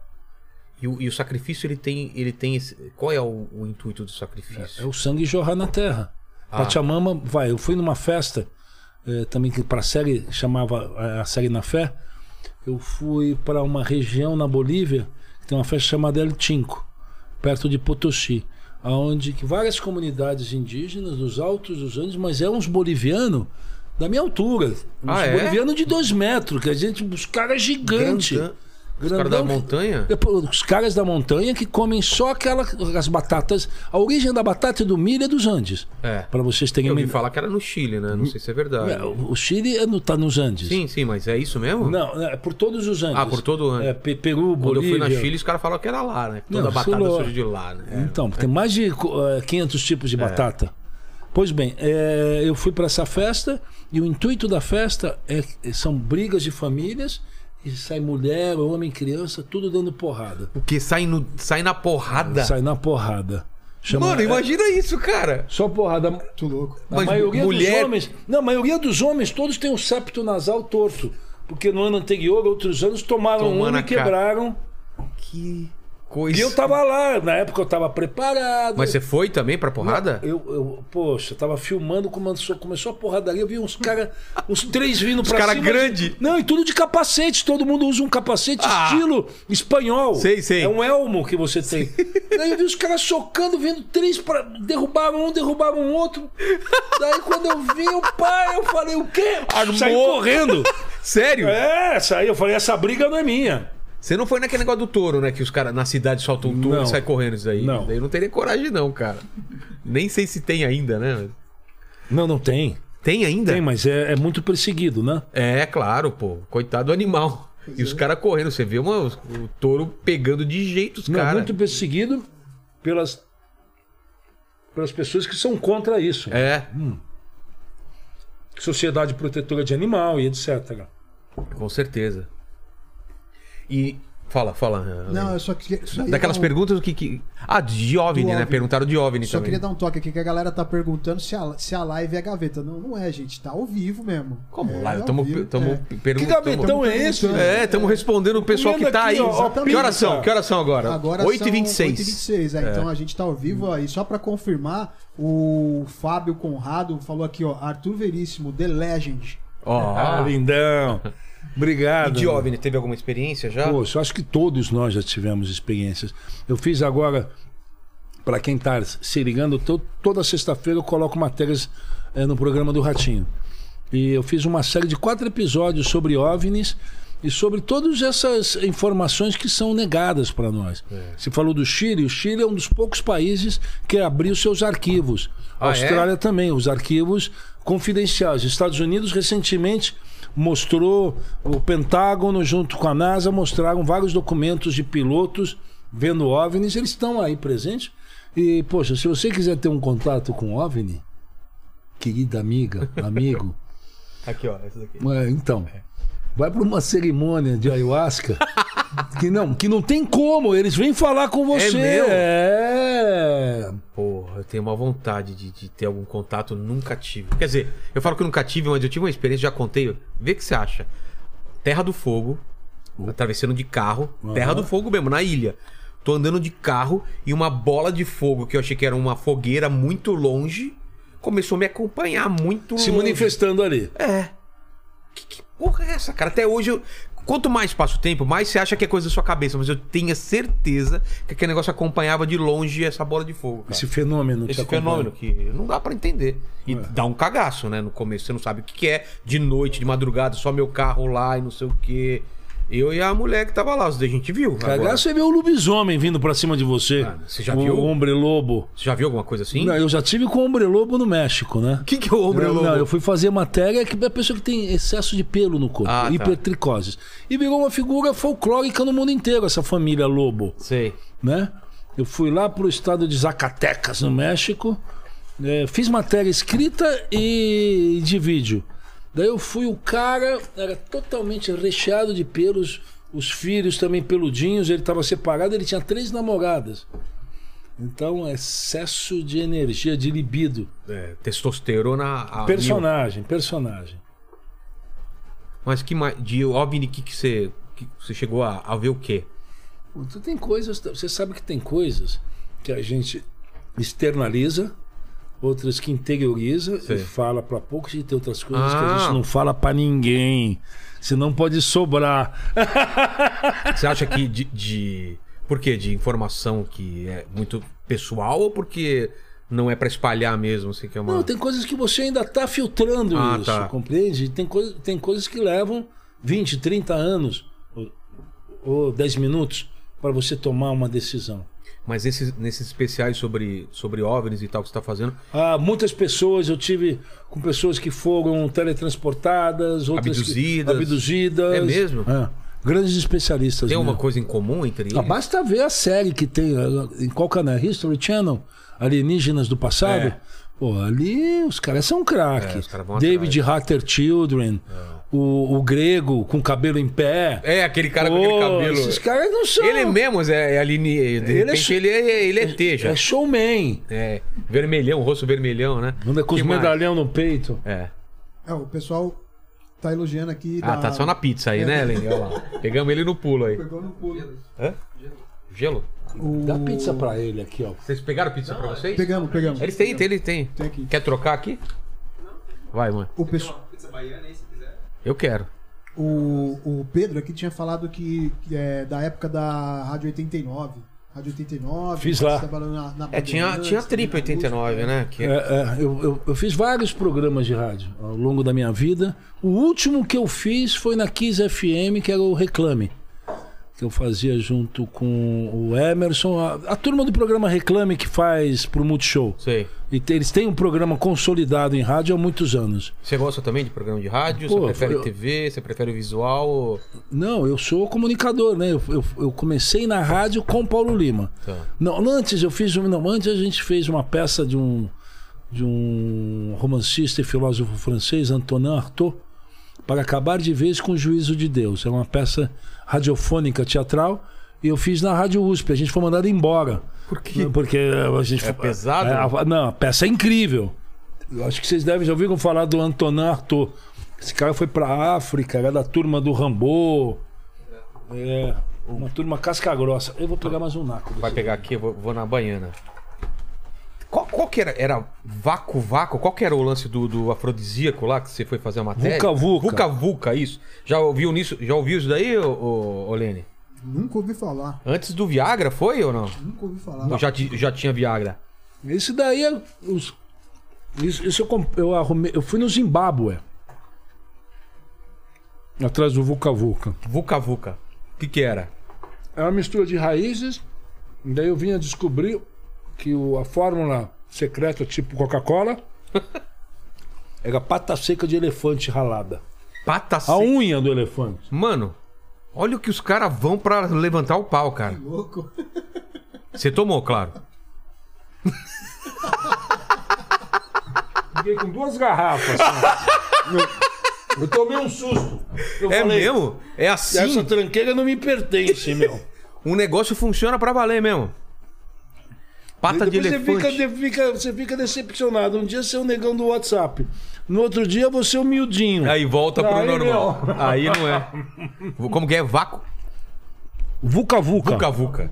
Speaker 1: E, o, e o sacrifício ele tem, ele tem esse- qual é o, o intuito do sacrifício?
Speaker 3: É o sangue jorrar na terra.
Speaker 1: Ah.
Speaker 3: Pachamama, vai, eu fui numa festa, eh, também que para série, chamava eh, a série na fé. Eu fui para uma região na Bolívia, que tem uma festa chamada El Chinco, perto de Potosí, onde que várias comunidades indígenas, dos altos dos Andes, mas é uns bolivianos da minha altura. Uns
Speaker 1: Ah, é?
Speaker 3: bolivianos de dois metros, que a gente, os caras é gigantes.
Speaker 1: Grandão- os caras da montanha?
Speaker 3: É, pô, Os caras da montanha que comem só aquelas as batatas. A origem da batata e do milho é dos Andes.
Speaker 1: É.
Speaker 3: Para vocês terem
Speaker 1: Eu
Speaker 3: uma
Speaker 1: ouvi
Speaker 3: ideia.
Speaker 1: falar que era no Chile, né? Não sei se é verdade.
Speaker 3: É, O o Chile é no- tá nos Andes.
Speaker 1: Sim, sim, mas é isso mesmo?
Speaker 3: Não, é por todos os Andes.
Speaker 1: Ah, por todo o Andes.
Speaker 3: É, Pe- Peru,
Speaker 1: Quando
Speaker 3: Bolívia.
Speaker 1: eu fui na Chile, os caras falaram que era lá, né? Que Toda
Speaker 3: Não,
Speaker 1: batata
Speaker 3: sei lá.
Speaker 1: surge de lá, né? É.
Speaker 3: Então, tem mais de co- eh, 500 tipos de batata. Pois bem, eh, eu fui para essa festa e o intuito da festa é é- são brigas de famílias e sai mulher, homem, criança, tudo dando porrada.
Speaker 1: Porque sai, no, sai na porrada.
Speaker 3: Sai na porrada. Chama-
Speaker 1: Mano,
Speaker 3: é-
Speaker 1: imagina isso, cara.
Speaker 3: Só porrada.
Speaker 2: Muito louco.
Speaker 3: A
Speaker 1: Mas
Speaker 3: maioria
Speaker 1: mulher-
Speaker 3: dos homens. Não, a maioria dos homens todos têm o septo nasal torto. Porque no ano anterior, outros anos, tomaram
Speaker 1: Tomando
Speaker 3: uma
Speaker 1: a
Speaker 3: e
Speaker 1: ca-
Speaker 3: quebraram.
Speaker 1: Que coisa.
Speaker 3: E eu tava lá, na época eu tava preparado.
Speaker 1: Mas você foi também pra porrada?
Speaker 3: Eu, eu- poxa, eu tava filmando, começou, começou a porradaria, eu vi uns caras, uns três vindo pra
Speaker 1: cara
Speaker 3: cima.
Speaker 1: grande.
Speaker 3: Não, e tudo de capacete, todo mundo usa um capacete
Speaker 1: Ah.
Speaker 3: estilo espanhol.
Speaker 1: Sei, sei.
Speaker 3: É um elmo que você tem. Daí eu vi os caras socando, vendo três pra... derrubaram um, derrubaram o outro. Daí quando eu vi o pai, eu falei, o quê? Saí
Speaker 1: Armou.
Speaker 3: correndo.
Speaker 1: Sério?
Speaker 3: É, saí, eu falei, essa briga não é minha.
Speaker 1: Você não foi naquele negócio do touro, né? Que os caras na cidade soltam um touro
Speaker 3: Não.
Speaker 1: e sai correndo isso daí.
Speaker 3: Não.
Speaker 1: Daí eu não teria coragem, não, cara. Nem sei se tem ainda, né?
Speaker 3: Não, não tem.
Speaker 1: Tem ainda?
Speaker 3: Tem, mas é- é muito perseguido, né?
Speaker 1: É, claro, pô. Coitado do animal. E
Speaker 3: é.
Speaker 1: os caras correndo, você vê uma- o touro pegando de jeito os
Speaker 3: Não,
Speaker 1: caras.
Speaker 3: muito perseguido pelas, pelas pessoas que são contra isso.
Speaker 1: É,
Speaker 3: Sociedade protetora de animal e etc.
Speaker 1: com certeza. E Fala, fala.
Speaker 2: Não, eu só queria. só queria
Speaker 1: Daquelas
Speaker 2: dar um-
Speaker 1: perguntas do que, que. Ah, de OVNI,
Speaker 2: Do
Speaker 1: né?
Speaker 2: OVNI.
Speaker 1: Perguntaram de OVNI
Speaker 2: Só
Speaker 1: também.
Speaker 2: queria dar um toque aqui que a galera tá perguntando se a, se a live é gaveta. Não, não é, gente. Tá ao vivo mesmo.
Speaker 1: Como
Speaker 2: é,
Speaker 1: lá?
Speaker 2: ao
Speaker 1: Estamos
Speaker 2: vivo, é.
Speaker 1: perguntando.
Speaker 3: Que gavetão é esse, velho?
Speaker 1: É,
Speaker 2: né?
Speaker 1: estamos respondendo o pessoal que
Speaker 3: Comendo
Speaker 1: tá
Speaker 3: aqui,
Speaker 1: aí.
Speaker 3: ó,
Speaker 1: que horas
Speaker 3: pizza.
Speaker 1: são? Que horas são agora?
Speaker 2: É. Agora
Speaker 1: 8h26.
Speaker 2: 8h26, é, então a gente tá ao vivo aí. Só pra confirmar, o Fábio Conrado falou aqui, ó, Arthur Veríssimo, The Legend.
Speaker 1: Ó,
Speaker 3: Ah, lindão. Obrigado.
Speaker 1: de OVNI,
Speaker 2: né?
Speaker 1: teve alguma experiência já?
Speaker 3: Poxa, eu acho que todos nós já tivemos experiências. Eu fiz agora, para quem está se ligando, to- toda sexta-feira eu coloco matérias eh, no programa do Ratinho. E eu fiz uma série de quatro episódios sobre OVNIs e sobre todas essas informações que são negadas para nós. Você falou do Chile, o Chile é um dos poucos países que abriu seus arquivos. A
Speaker 1: Ah, é?
Speaker 3: Austrália também, os arquivos confidenciais. Estados Unidos recentemente mostrou o Pentágono junto com a NASA mostraram vários documentos de pilotos vendo OVNIs, eles estão aí presentes. E poxa, se você quiser ter um contato com OVNI, querida amiga, amigo,
Speaker 1: Aqui, ó, essa daqui.
Speaker 3: é, então, vai para uma cerimônia de ayahuasca que não, que não tem como, eles vêm falar com você.
Speaker 1: meu?
Speaker 3: É.
Speaker 1: Porra, eu tenho uma vontade de, de ter algum contato, nunca tive. Quer dizer, eu falo que eu nunca tive, mas eu tive uma experiência, já contei. Vê o que você acha. Terra do Fogo, atravessando de carro. Terra do Fogo mesmo, na ilha. Tô andando de carro e uma bola de fogo que eu achei que era uma fogueira muito longe começou a me acompanhar muito
Speaker 3: Se
Speaker 1: longe. É.
Speaker 3: manifestando ali.
Speaker 1: Que, que porra é essa, cara? Até hoje eu. Quanto mais passa o tempo, mais você acha que é coisa da sua cabeça, mas eu tenho a certeza que aquele negócio acompanhava de longe essa bola de fogo. Cara.
Speaker 3: Esse fenômeno. te
Speaker 1: Esse
Speaker 3: acompanha.
Speaker 1: fenômeno que tá não dá pra entender. E dá um cagaço, né? No começo você não sabe o que, que é. De noite, de madrugada, só meu carro lá e não sei o quê. Eu e a mulher que tava lá, a gente viu. agora.
Speaker 3: Agora você vê o lobisomem vindo pra cima de você.
Speaker 1: Ah, você já
Speaker 3: o
Speaker 1: viu?
Speaker 3: O homem lobo.
Speaker 1: Você já viu alguma coisa assim?
Speaker 3: Não, eu já tive com o homem lobo no México, né?
Speaker 1: que, que é o homem
Speaker 3: Eu-
Speaker 1: lobo?
Speaker 3: Não, eu fui fazer matéria que a pessoa que tem excesso de pelo no corpo,
Speaker 1: Ah, tá.
Speaker 3: hipertricoses. E virou uma figura folclórica no mundo inteiro, essa família lobo,
Speaker 1: Sei.
Speaker 3: né? Eu fui lá pro estado de Zacatecas, no México, é, fiz matéria escrita e de vídeo. Daí eu fui, o cara era totalmente recheado de pelos, os filhos também peludinhos, ele estava separado, ele tinha três namoradas. Então, excesso de energia, de libido.
Speaker 1: É, testosterona. ah, a mil.
Speaker 3: Personagem, personagem.
Speaker 1: Mas que mais. De OVNI, que, que você. que você chegou a, a ver o quê?
Speaker 3: Pô, Tu tem coisas, você sabe que tem coisas que a gente externaliza, outras que interioriza
Speaker 1: Sim.
Speaker 3: e fala pra poucos e tem outras coisas que
Speaker 1: Ah.
Speaker 3: a gente não fala pra ninguém. Senão pode sobrar.
Speaker 1: Você acha que de. de... Por quê? De informação que é muito pessoal ou porque não é pra espalhar mesmo? Sei que é uma...
Speaker 3: Não, tem coisas que você ainda tá filtrando
Speaker 1: Ah,
Speaker 3: isso,
Speaker 1: tá.
Speaker 3: compreende? Tem, coisa, tem coisas que levam 20, 30 anos ou, ou 10 minutos pra você tomar uma decisão.
Speaker 1: Mas esses, nesses especiais sobre, sobre OVNIs e tal que você tá fazendo,
Speaker 3: Ah, muitas pessoas, eu tive com pessoas que foram teletransportadas, outras que-
Speaker 1: Abduzidas.
Speaker 3: abduzidas.
Speaker 1: É mesmo?
Speaker 3: É. Grandes especialistas.
Speaker 1: tem
Speaker 3: mesmo.
Speaker 1: alguma coisa em comum entre eles?
Speaker 3: Ah, basta ver a série que tem eh, em qual canal? History Channel, Alienígenas do Passado.
Speaker 1: É.
Speaker 3: Pô, ali os caras são
Speaker 1: É,
Speaker 3: craques.
Speaker 1: os caras vão
Speaker 3: David Hatter Children, o, o grego com cabelo em pé.
Speaker 1: É, aquele cara
Speaker 3: Pô,
Speaker 1: com aquele cabelo.
Speaker 3: Esses caras não são.
Speaker 1: Ele mesmo é, é aline... De
Speaker 3: Ele é
Speaker 1: repente
Speaker 3: su-
Speaker 1: ele é, ele é T já.
Speaker 3: É showman.
Speaker 1: É, vermelhão, rosto vermelhão, né?
Speaker 3: Anda é com
Speaker 1: Que
Speaker 3: os
Speaker 1: mais?
Speaker 3: medalhão no peito.
Speaker 1: É.
Speaker 2: É, o pessoal tá elogiando aqui. da-
Speaker 1: Ah, tá só na pizza aí,
Speaker 3: É.
Speaker 1: né, Lenny? Olha lá. Pegamos ele no pulo aí.
Speaker 2: Pegou no pulo.
Speaker 1: Gelo?
Speaker 2: O-
Speaker 3: Dá pizza pra ele aqui, ó.
Speaker 1: Vocês pegaram pizza pra vocês?
Speaker 2: Pegamos, pegamos.
Speaker 1: Eles têm, tem, eles têm.
Speaker 2: Tem aqui.
Speaker 1: Quer trocar aqui? Vai, mano.
Speaker 2: O pessoal...
Speaker 4: Uma pizza baiana aí, se quiser.
Speaker 1: Eu quero.
Speaker 2: O, o Pedro aqui tinha falado que que é da época da Rádio 89. Rádio 89.
Speaker 3: Fiz
Speaker 2: você
Speaker 3: lá.
Speaker 2: trabalhou na, na
Speaker 1: É, tinha,
Speaker 2: Bandeirantes,
Speaker 1: tinha a Trip
Speaker 2: na música.
Speaker 1: 89, né? Que...
Speaker 3: É, é, eu, eu- eu fiz vários programas de rádio ao longo da minha vida. O último que eu fiz foi na Kiss FM, que era o Reclame. Que eu fazia junto com o Emerson, a, a turma do programa Reclame que faz pro Multishow.
Speaker 1: Sei.
Speaker 3: E te- eles têm um programa consolidado em rádio há muitos anos.
Speaker 1: Você gosta também de programa de rádio?
Speaker 3: Pô,
Speaker 1: você prefere
Speaker 3: eu-
Speaker 1: TV? Você prefere o visual? ou-
Speaker 3: Não, eu sou comunicador, né? Eu, eu- eu comecei na rádio com Paulo Lima.
Speaker 1: Tá.
Speaker 3: Não, antes eu fiz um- não, antes a gente fez uma peça de um de um romancista e filósofo francês, Antonin Artaud, para acabar de vez com o juízo de Deus. É uma peça radiofônica teatral e eu fiz na Rádio USP. A gente foi mandado embora. Por quê? Porque eh, a gente foi
Speaker 1: pesado?
Speaker 3: a- não, a peça é incrível. Eu acho que vocês devem já ouviram falar do Antonin Artaud. Esse cara foi para África, era da turma do Rambo. É, uma turma casca grossa. Eu vou pegar mais um naco.
Speaker 1: Vai pegar aqui, eu vou, vou na baiana. Qual, qual que era? Era vácuo, vácuo? Qual que era o lance do, do afrodisíaco lá que você foi fazer a matéria?
Speaker 3: Vuca Vuca.
Speaker 1: Vuca Vuca, isso. Já ouviu, nisso, já ouviu isso daí, ô, ô, ô Lene?
Speaker 2: Nunca ouvi falar.
Speaker 1: Antes do Viagra, foi ou não?
Speaker 2: Nunca ouvi falar.
Speaker 1: Ou já, ti- já tinha Viagra?
Speaker 3: Esse daí é. os- isso, isso eu, comp- eu arrumei. Eu fui no Zimbábue. Atrás do Vuca Vuca.
Speaker 1: Vuca Vuca. O que que era?
Speaker 3: É uma mistura de raízes. e Daí eu vim a descobrir que o- a fórmula secreta tipo Coca-Cola era pata seca de elefante ralada.
Speaker 1: Pata
Speaker 3: A
Speaker 1: seca.
Speaker 3: unha do elefante.
Speaker 1: Mano, olha o que os caras vão pra levantar o pau, cara.
Speaker 2: Louco.
Speaker 1: Você tomou, claro.
Speaker 3: Fiquei com duas garrafas. assim. Eu, eu tomei um susto. Eu
Speaker 1: É
Speaker 3: falei,
Speaker 1: mesmo? É assim?
Speaker 3: Essa tranqueira não me pertence, meu.
Speaker 1: O negócio funciona pra valer mesmo. Pata de
Speaker 3: Depois você
Speaker 1: elefante.
Speaker 3: fica, de- fica- você fica decepcionado. Um dia você é o negão do WhatsApp. No outro dia você é o miudinho.
Speaker 1: Aí volta pro
Speaker 3: Aí
Speaker 1: normal.
Speaker 3: não.
Speaker 1: Aí não é. Como que é? Vácuo?
Speaker 3: Vuca Vuca.
Speaker 1: Vuca Vuca.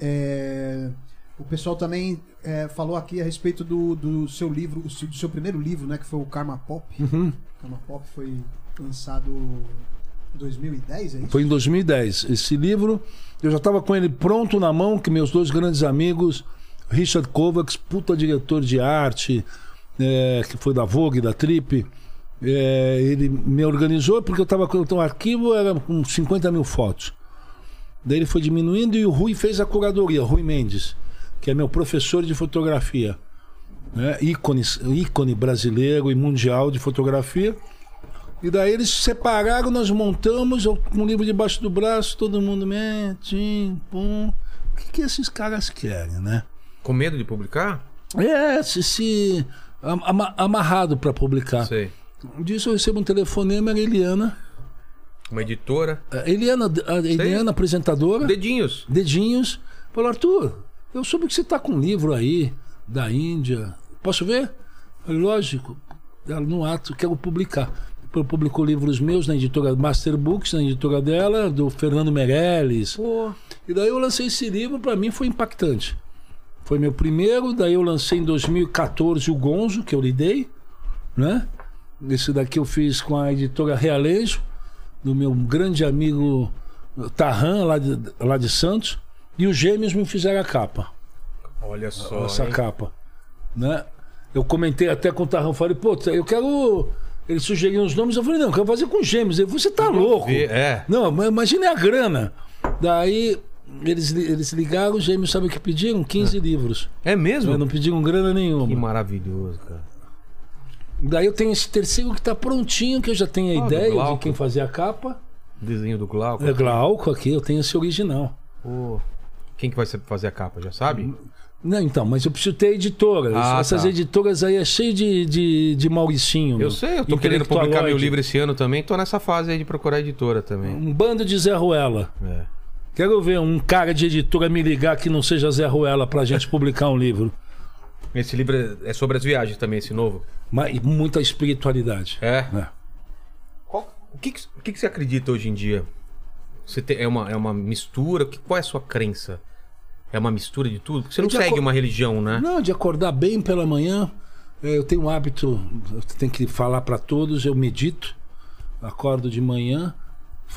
Speaker 2: É, o pessoal também é, falou aqui a respeito do, do seu livro, o seu- do seu primeiro livro, né? Que foi o Karma Pop.
Speaker 3: Uhum.
Speaker 2: Karma Pop foi lançado em 2010, é isso?
Speaker 3: Foi em 2010. Esse livro, eu já estava com ele pronto na mão, que meus dois grandes amigos, Richard Kovacs, puta diretor de arte, é, que foi da Vogue, da Trip, é, ele me organizou, porque eu estava com então, o arquivo, era com 50 mil fotos. Daí ele foi diminuindo e o Rui fez a curadoria, Rui Mendes, que é meu professor de fotografia. Né? Ícone, ícone brasileiro e mundial de fotografia. E daí eles separaram, nós montamos eu com um livro debaixo do braço, todo mundo mentinho, pum. O que, que esses caras querem, né?
Speaker 1: Com medo de publicar?
Speaker 3: É, se, se am- ama- amarrado para publicar.
Speaker 1: Sei.
Speaker 3: Disso eu recebo um telefonema, era a Eliana.
Speaker 1: Uma editora.
Speaker 3: A Eliana, a Eliana apresentadora.
Speaker 1: Dedinhos.
Speaker 3: dedinhos. Falou, Arthur, eu soube que você tá com um livro aí da Índia. Posso ver? Falei, lógico. Ela, no ato, quero publicar. Ela publicou livros meus na editora Master Books, na editora dela, do Fernando Meirelles. E daí eu lancei esse livro, para mim foi impactante. Foi meu primeiro, daí eu lancei em 2014 o Gonzo, que eu lidei, né? Esse daqui eu fiz com a editora Realejo, do meu grande amigo Tarran, lá de, lá de Santos. E os gêmeos me fizeram a capa,
Speaker 1: Olha só.
Speaker 3: essa
Speaker 1: hein?
Speaker 3: capa, né? Eu comentei até com o Tarran, falei, pô, eu quero... Ele sugeriu uns nomes, eu falei, não, eu quero fazer com gêmeos. Ele falou, você tá louco.
Speaker 1: É.
Speaker 3: Não, mas imagine a grana. Daí eles, li- eles ligaram, os gêmeos sabem o que pediram? 15 livros.
Speaker 1: É mesmo?
Speaker 3: Não pediram grana
Speaker 1: Que
Speaker 3: nenhuma.
Speaker 1: maravilhoso, cara.
Speaker 3: Daí eu tenho esse terceiro que tá prontinho, que eu já tenho a
Speaker 1: Ah, do
Speaker 3: ideia de
Speaker 1: Glauco.
Speaker 3: quem fazer a capa.
Speaker 1: Desenho do Glauco.
Speaker 3: É Glauco aqui, eu tenho esse original.
Speaker 1: Pô. Quem que vai ser- fazer a capa, já sabe?
Speaker 3: Não, então, mas eu preciso ter editora.
Speaker 1: Ah,
Speaker 3: Essas
Speaker 1: tá.
Speaker 3: editoras aí é cheio de, de, de Mauricinho.
Speaker 1: Eu sei, eu tô querendo
Speaker 3: intelectualoide.
Speaker 1: publicar meu livro esse ano também. Tô nessa fase aí de procurar editora também.
Speaker 3: Um bando de Zé Ruela.
Speaker 1: É.
Speaker 3: Quero ver um cara de editora me ligar que não seja Zé Ruela pra gente publicar um livro.
Speaker 1: Esse livro é- é sobre as viagens também, esse novo.
Speaker 3: Mas e muita espiritualidade.
Speaker 1: É?
Speaker 3: né?
Speaker 1: Qual- o que, que- o que que você acredita hoje em dia? Você tem- é, uma, é uma mistura? Que- qual é a sua crença? É uma mistura de tudo? Porque você não
Speaker 3: Eu já
Speaker 1: segue
Speaker 3: co-
Speaker 1: uma religião, né?
Speaker 3: Não, de acordar bem pela manhã. eh, Eu tenho um hábito, eu tenho que falar para todos, eu medito, acordo de manhã,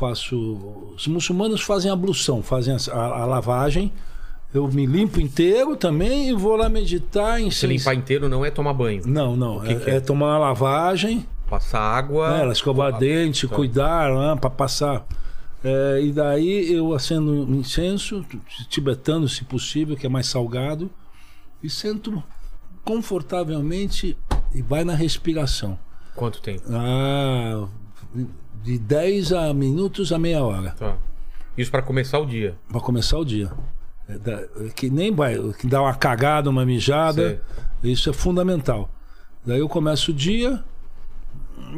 Speaker 3: faço. Os muçulmanos fazem a ablução, fazem a, a- a lavagem. Eu me limpo inteiro também e vou lá meditar em
Speaker 1: Se limpar inteiro não é tomar banho.
Speaker 3: Não, não.
Speaker 1: que
Speaker 3: é,
Speaker 1: que é?
Speaker 3: é tomar uma lavagem,
Speaker 1: Passar água.
Speaker 3: né, escovar dente, cuidar, né, para passar. Eh, e daí eu acendo um incenso, tibetano se possível, que é mais salgado, e sento confortavelmente e vai na respiração.
Speaker 1: Quanto tempo?
Speaker 3: Ah, de 10 a minutos a meia hora,
Speaker 1: Tá. Isso pra começar o dia.
Speaker 3: para começar o dia. É da- é que nem vai, que dá uma cagada, uma mijada, isso é fundamental. Daí eu começo o dia,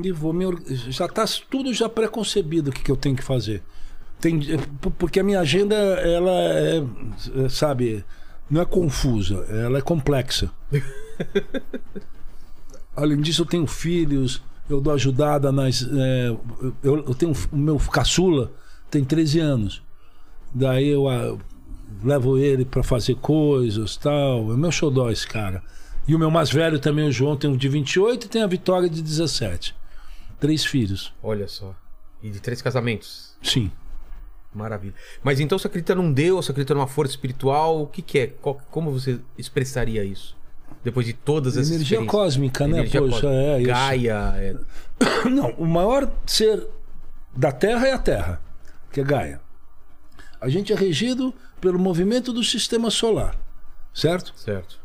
Speaker 3: e vou me or- já está tudo já preconcebido o que, que eu tenho que fazer. Tem, é, p- porque a minha agenda ela é, é, sabe, não é confusa, ela é complexa. Além disso, eu tenho filhos, eu dou ajudada nas. é, eu, eu tenho o meu caçula, tem 13 anos. Daí eu ah, levo ele para fazer coisas tal. É meu xodó esse cara. E o meu mais velho também, o João, tem um de 28 e tem a Vitória de 17. Três filhos.
Speaker 1: Olha só. E de três casamentos.
Speaker 3: Sim.
Speaker 1: Maravilha. Mas então você acredita num Deus, você acredita numa força espiritual? O que, que é? Qual- como você expressaria isso? Depois de todas essas
Speaker 3: Energia
Speaker 1: experiências?
Speaker 3: cósmica, né?
Speaker 1: Energia
Speaker 3: Poxa,
Speaker 1: cósmica.
Speaker 3: é isso.
Speaker 1: Gaia. é-
Speaker 3: Não, o maior ser da Terra é a Terra, que é Gaia. A gente é regido pelo movimento do sistema solar, certo?
Speaker 1: Certo.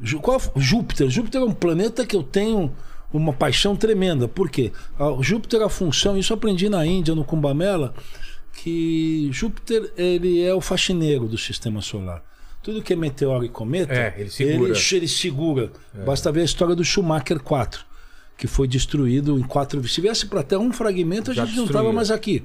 Speaker 3: Ju- Qual, f- Júpiter. Júpiter é um planeta que eu tenho uma paixão tremenda. Por quê? A- Júpiter, a função, isso eu aprendi na Índia, no Kumbamela, que Júpiter ele é o faxineiro do sistema solar. Tudo que é meteoro e cometa,
Speaker 1: É, ele segura.
Speaker 3: ele, ele segura.
Speaker 1: É.
Speaker 3: Basta ver a história do Schumacher 4, que foi destruído em quatro. Se viesse para Terra um fragmento, a
Speaker 1: Já
Speaker 3: gente não
Speaker 1: destruía.
Speaker 3: estava mais aqui.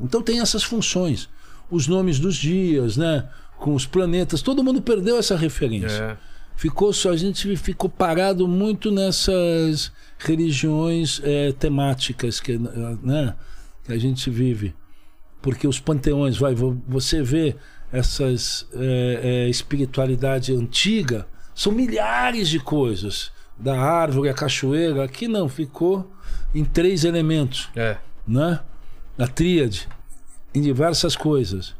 Speaker 3: Então tem essas funções. Os nomes dos dias, né? Com os planetas. Todo mundo perdeu essa referência
Speaker 1: É.
Speaker 3: ficou só a gente ficou parado muito nessas religiões eh, temáticas que, eh, né, que a gente vive porque os panteões vai vo- você vê essas eh, eh, espiritualidade antiga são milhares de coisas da árvore a cachoeira aqui não ficou em três elementos
Speaker 1: É.
Speaker 3: né? Na tríade, em diversas coisas.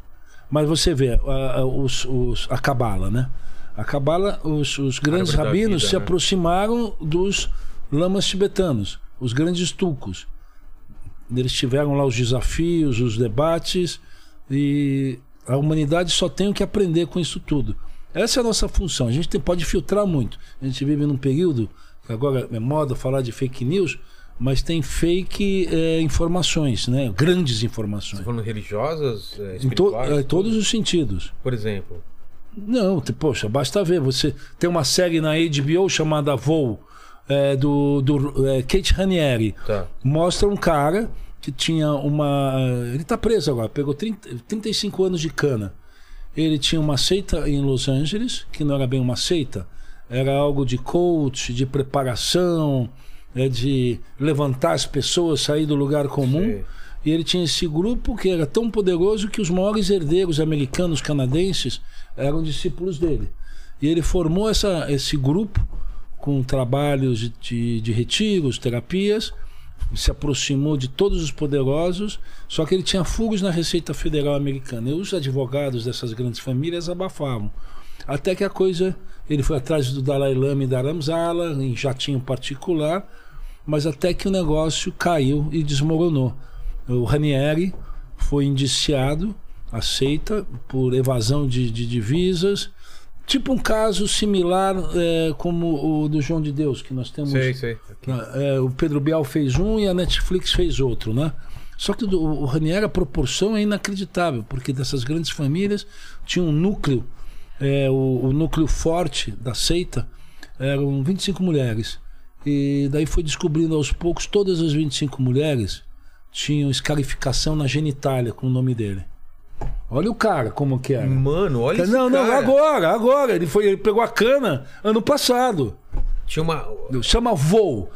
Speaker 3: Mas você vê a, a- os- os- a Cabala, né? A Cabala, os, os grandes
Speaker 1: Árvore da
Speaker 3: rabinos
Speaker 1: vida,
Speaker 3: se
Speaker 1: né?
Speaker 3: aproximaram dos lamas tibetanos, os grandes tulcos. Eles tiveram lá os desafios, os debates, e a humanidade só tem o que aprender com isso tudo. Essa é a nossa função. A gente tem- pode filtrar muito. A gente vive num período, que agora é moda falar de fake news, mas tem fake eh, informações, né? grandes informações.
Speaker 1: Você falando religiosas, é,
Speaker 3: Em, to-
Speaker 1: espirituais?
Speaker 3: eh, todos os sentidos.
Speaker 1: Por exemplo.
Speaker 3: Não, te- poxa, basta ver. Você tem uma série na HBO chamada Voo, eh, do, do eh, Kate Ranieri.
Speaker 1: Tá.
Speaker 3: Mostra um cara que tinha uma. Ele tá preso agora, pegou 30, 35 anos de cana. Ele tinha uma seita em Los Angeles, que não era bem uma seita, era algo de coach, de preparação, eh, de levantar as pessoas, sair do lugar comum.
Speaker 1: Sei.
Speaker 3: E ele tinha esse grupo que era tão poderoso que os maiores herdeiros americanos, canadenses, eram discípulos dele. E ele formou essa, esse grupo com trabalhos de, de, de retiros, terapias, se aproximou de todos os poderosos, só que ele tinha furos na Receita Federal americana. E os advogados dessas grandes famílias abafavam. Até que a coisa. Ele foi atrás do Dalai Lama e da Ramzala, em jatinho particular, mas até que o negócio caiu e desmoronou. O Ranieri foi indiciado, aceita, por evasão de, de divisas. Tipo um caso similar eh, como o do João de Deus, que nós temos.
Speaker 1: Sei, sei. Aqui.
Speaker 3: É, o Pedro Bial fez um e a Netflix fez outro, né? Só que do- o Ranieri, a proporção é inacreditável, porque dessas grandes famílias tinha um núcleo, é, o, o núcleo forte da seita eram 25 mulheres. E daí foi descobrindo aos poucos, todas as 25 mulheres tinham escarificação na genitália com o nome dele. Olha o cara como que era.
Speaker 1: Mano, olha isso.
Speaker 3: não, não,
Speaker 1: cara.
Speaker 3: agora, agora. Ele, foi, ele pegou a cana ano passado.
Speaker 1: Tinha uma.
Speaker 3: Chama VOW.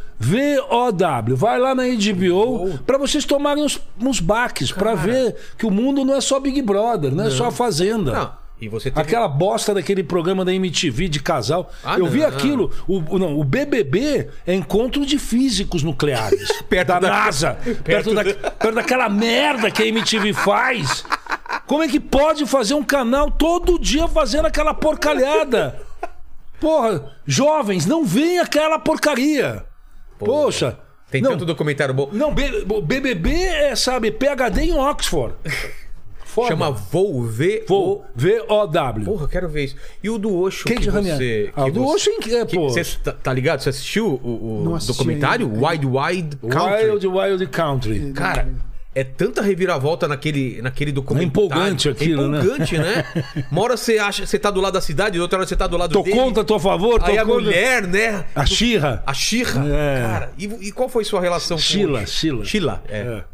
Speaker 3: V-O-W. Vai lá na HBO pra vocês tomarem uns, uns baques, pra ver que o mundo não é só Big Brother, não, é só a Fazenda.
Speaker 1: Não. E você teve...
Speaker 3: Aquela bosta daquele programa da MTV de casal.
Speaker 1: Ah,
Speaker 3: Eu
Speaker 1: não,
Speaker 3: vi
Speaker 1: não.
Speaker 3: aquilo. O, o- não, o BBB é encontro de físicos nucleares.
Speaker 1: Perto
Speaker 3: da,
Speaker 1: da-
Speaker 3: NASA. Perto, da- perto daquela merda que a MTV faz. Como é que pode fazer um canal todo dia fazendo aquela porcalhada? Porra, jovens, não veem aquela porcaria. Poxa.
Speaker 1: Tem
Speaker 3: não,
Speaker 1: tanto documentário bom.
Speaker 3: não, B- BBB é, sabe, PHD em Oxford. Foda.
Speaker 1: Chama Vou Ver.
Speaker 3: Vou, V-O-W.
Speaker 1: Porra, quero ver isso. E o do Osho
Speaker 3: Quem
Speaker 1: que
Speaker 3: de
Speaker 1: você...
Speaker 3: Ranieri?
Speaker 1: Que
Speaker 3: Ah, o do
Speaker 1: você-
Speaker 3: Osho em que- é,
Speaker 1: que-
Speaker 3: pô.
Speaker 1: Você tá, tá ligado? Você assistiu o, o
Speaker 2: Não assisti
Speaker 1: documentário? Wide Wide Country.
Speaker 3: Wild Wild Country.
Speaker 1: Cara, É tanta reviravolta naquele, naquele documentário.
Speaker 3: empolgante aquilo,
Speaker 1: é empolgante, né? Uma hora você acha você tá do lado da cidade, outra hora você tá do lado
Speaker 3: Tô
Speaker 1: dele.
Speaker 3: contra, tô a favor, tô
Speaker 1: Aí a
Speaker 3: contra.
Speaker 1: mulher, né?
Speaker 3: A Xirra.
Speaker 1: A Xirra.
Speaker 3: É.
Speaker 1: Cara, e, e qual foi sua relação
Speaker 3: Sheila,
Speaker 1: com Oxo?
Speaker 3: Sheila.
Speaker 1: Sheila, é.
Speaker 3: É.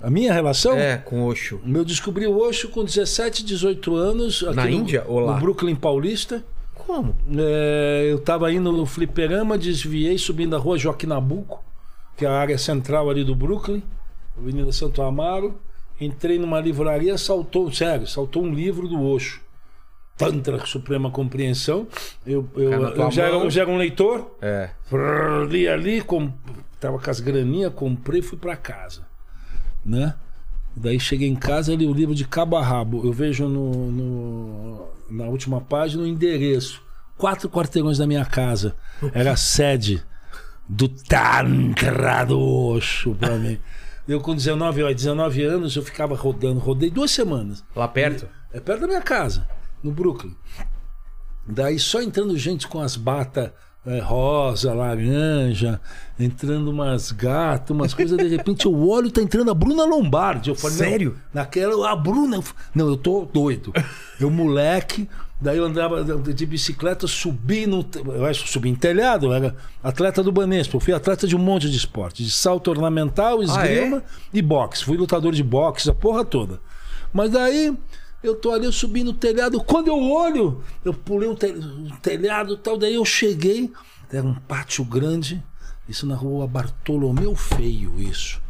Speaker 3: A minha relação?
Speaker 1: É, com Oxo.
Speaker 3: Eu descobri o Osho com 17, 18 anos. aqui
Speaker 1: Na
Speaker 3: no-
Speaker 1: Índia ou lá?
Speaker 3: No Brooklyn Paulista.
Speaker 1: Como?
Speaker 3: É, eu estava indo no fliperama, desviei subindo a rua Joaquim Nabuco, que é a área central ali do Brooklyn, Avenida Santo Amaro. Entrei numa livraria, saltou, sério, saltou um livro do Osho. Tantra Suprema Compreensão. Eu, eu,
Speaker 1: Cai na tua
Speaker 3: eu já, era,
Speaker 1: mão.
Speaker 3: eu já era um leitor.
Speaker 1: É.
Speaker 3: Prrr, Li ali, com, tava com as graninhas, comprei fui para casa. Né? Daí cheguei em casa li o livro de cabo a rabo. Eu vejo no, no- na última página o endereço. Quatro quarteirões da minha casa. Era a sede do Tantra do Osho pra mim. Eu com 19, ó, 19 anos, eu ficava rodando, rodei duas semanas.
Speaker 1: Lá perto?
Speaker 3: É perto da minha casa, no Brooklyn. Daí só entrando gente com as batas rosa, laranja, entrando umas gatas, umas coisas, de repente eu olho, tá entrando a Bruna Lombardi. Eu falei, não,
Speaker 1: Sério?
Speaker 3: naquela, a Bruna. eu falei, Não, eu tô doido. Eu, moleque, daí eu andava de de bicicleta, subi no. te- Eu acho que subi em telhado, eu era atleta do Banespa. Eu fui atleta de um monte de esporte, de salto ornamental, esgrima e boxe. Fui lutador de boxe, a porra toda. Mas daí eu tô ali, eu subi no telhado. Quando eu olho, eu pulei um, te- um telhado e tal. Daí eu cheguei, era um pátio grande, isso na rua Bartolomeu Feio, isso.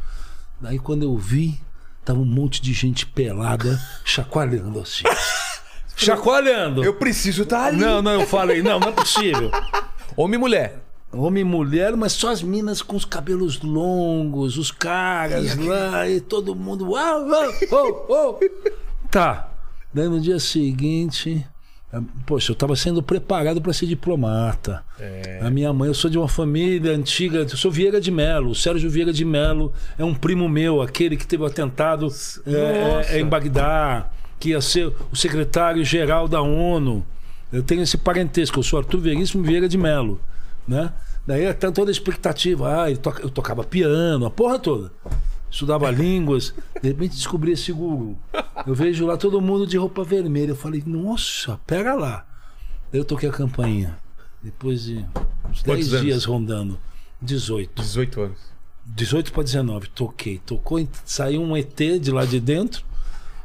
Speaker 3: Daí quando eu vi, tava um monte de gente pelada, chacoalhando assim. chacoalhando!
Speaker 1: preciso estar
Speaker 3: Não, não, eu falei, não, não é possível.
Speaker 1: Homem e mulher.
Speaker 3: Homem e mulher, mas só as minas com os cabelos longos, os caras lá, e todo mundo. Uau, uau, uau, uau. Tá. Daí no dia seguinte. ah, Poxa, eu estava sendo preparado para ser diplomata. A minha mãe, eu sou de uma família antiga, eu sou Vieira de Melo. O Sérgio Vieira de Melo é um primo meu, aquele que teve o atentado eh, eh, em Bagdá, que ia ser o secretário-geral da ONU. Eu tenho esse parentesco, eu sou Arthur Veríssimo Vieira de Melo. Né? Daí é tanto- toda a expectativa, ah, eu, toca- eu tocava piano, a porra toda. Estudava línguas, de repente descobri esse guru. Eu vejo lá todo mundo de roupa vermelha. Eu falei, nossa, pera lá. Daí Eu toquei a campainha. Depois de uns 10
Speaker 1: anos?
Speaker 3: dias rondando. 18.
Speaker 1: 18 anos.
Speaker 3: 18 para 19, toquei. Tocou, ent- saiu um ET de lá de dentro,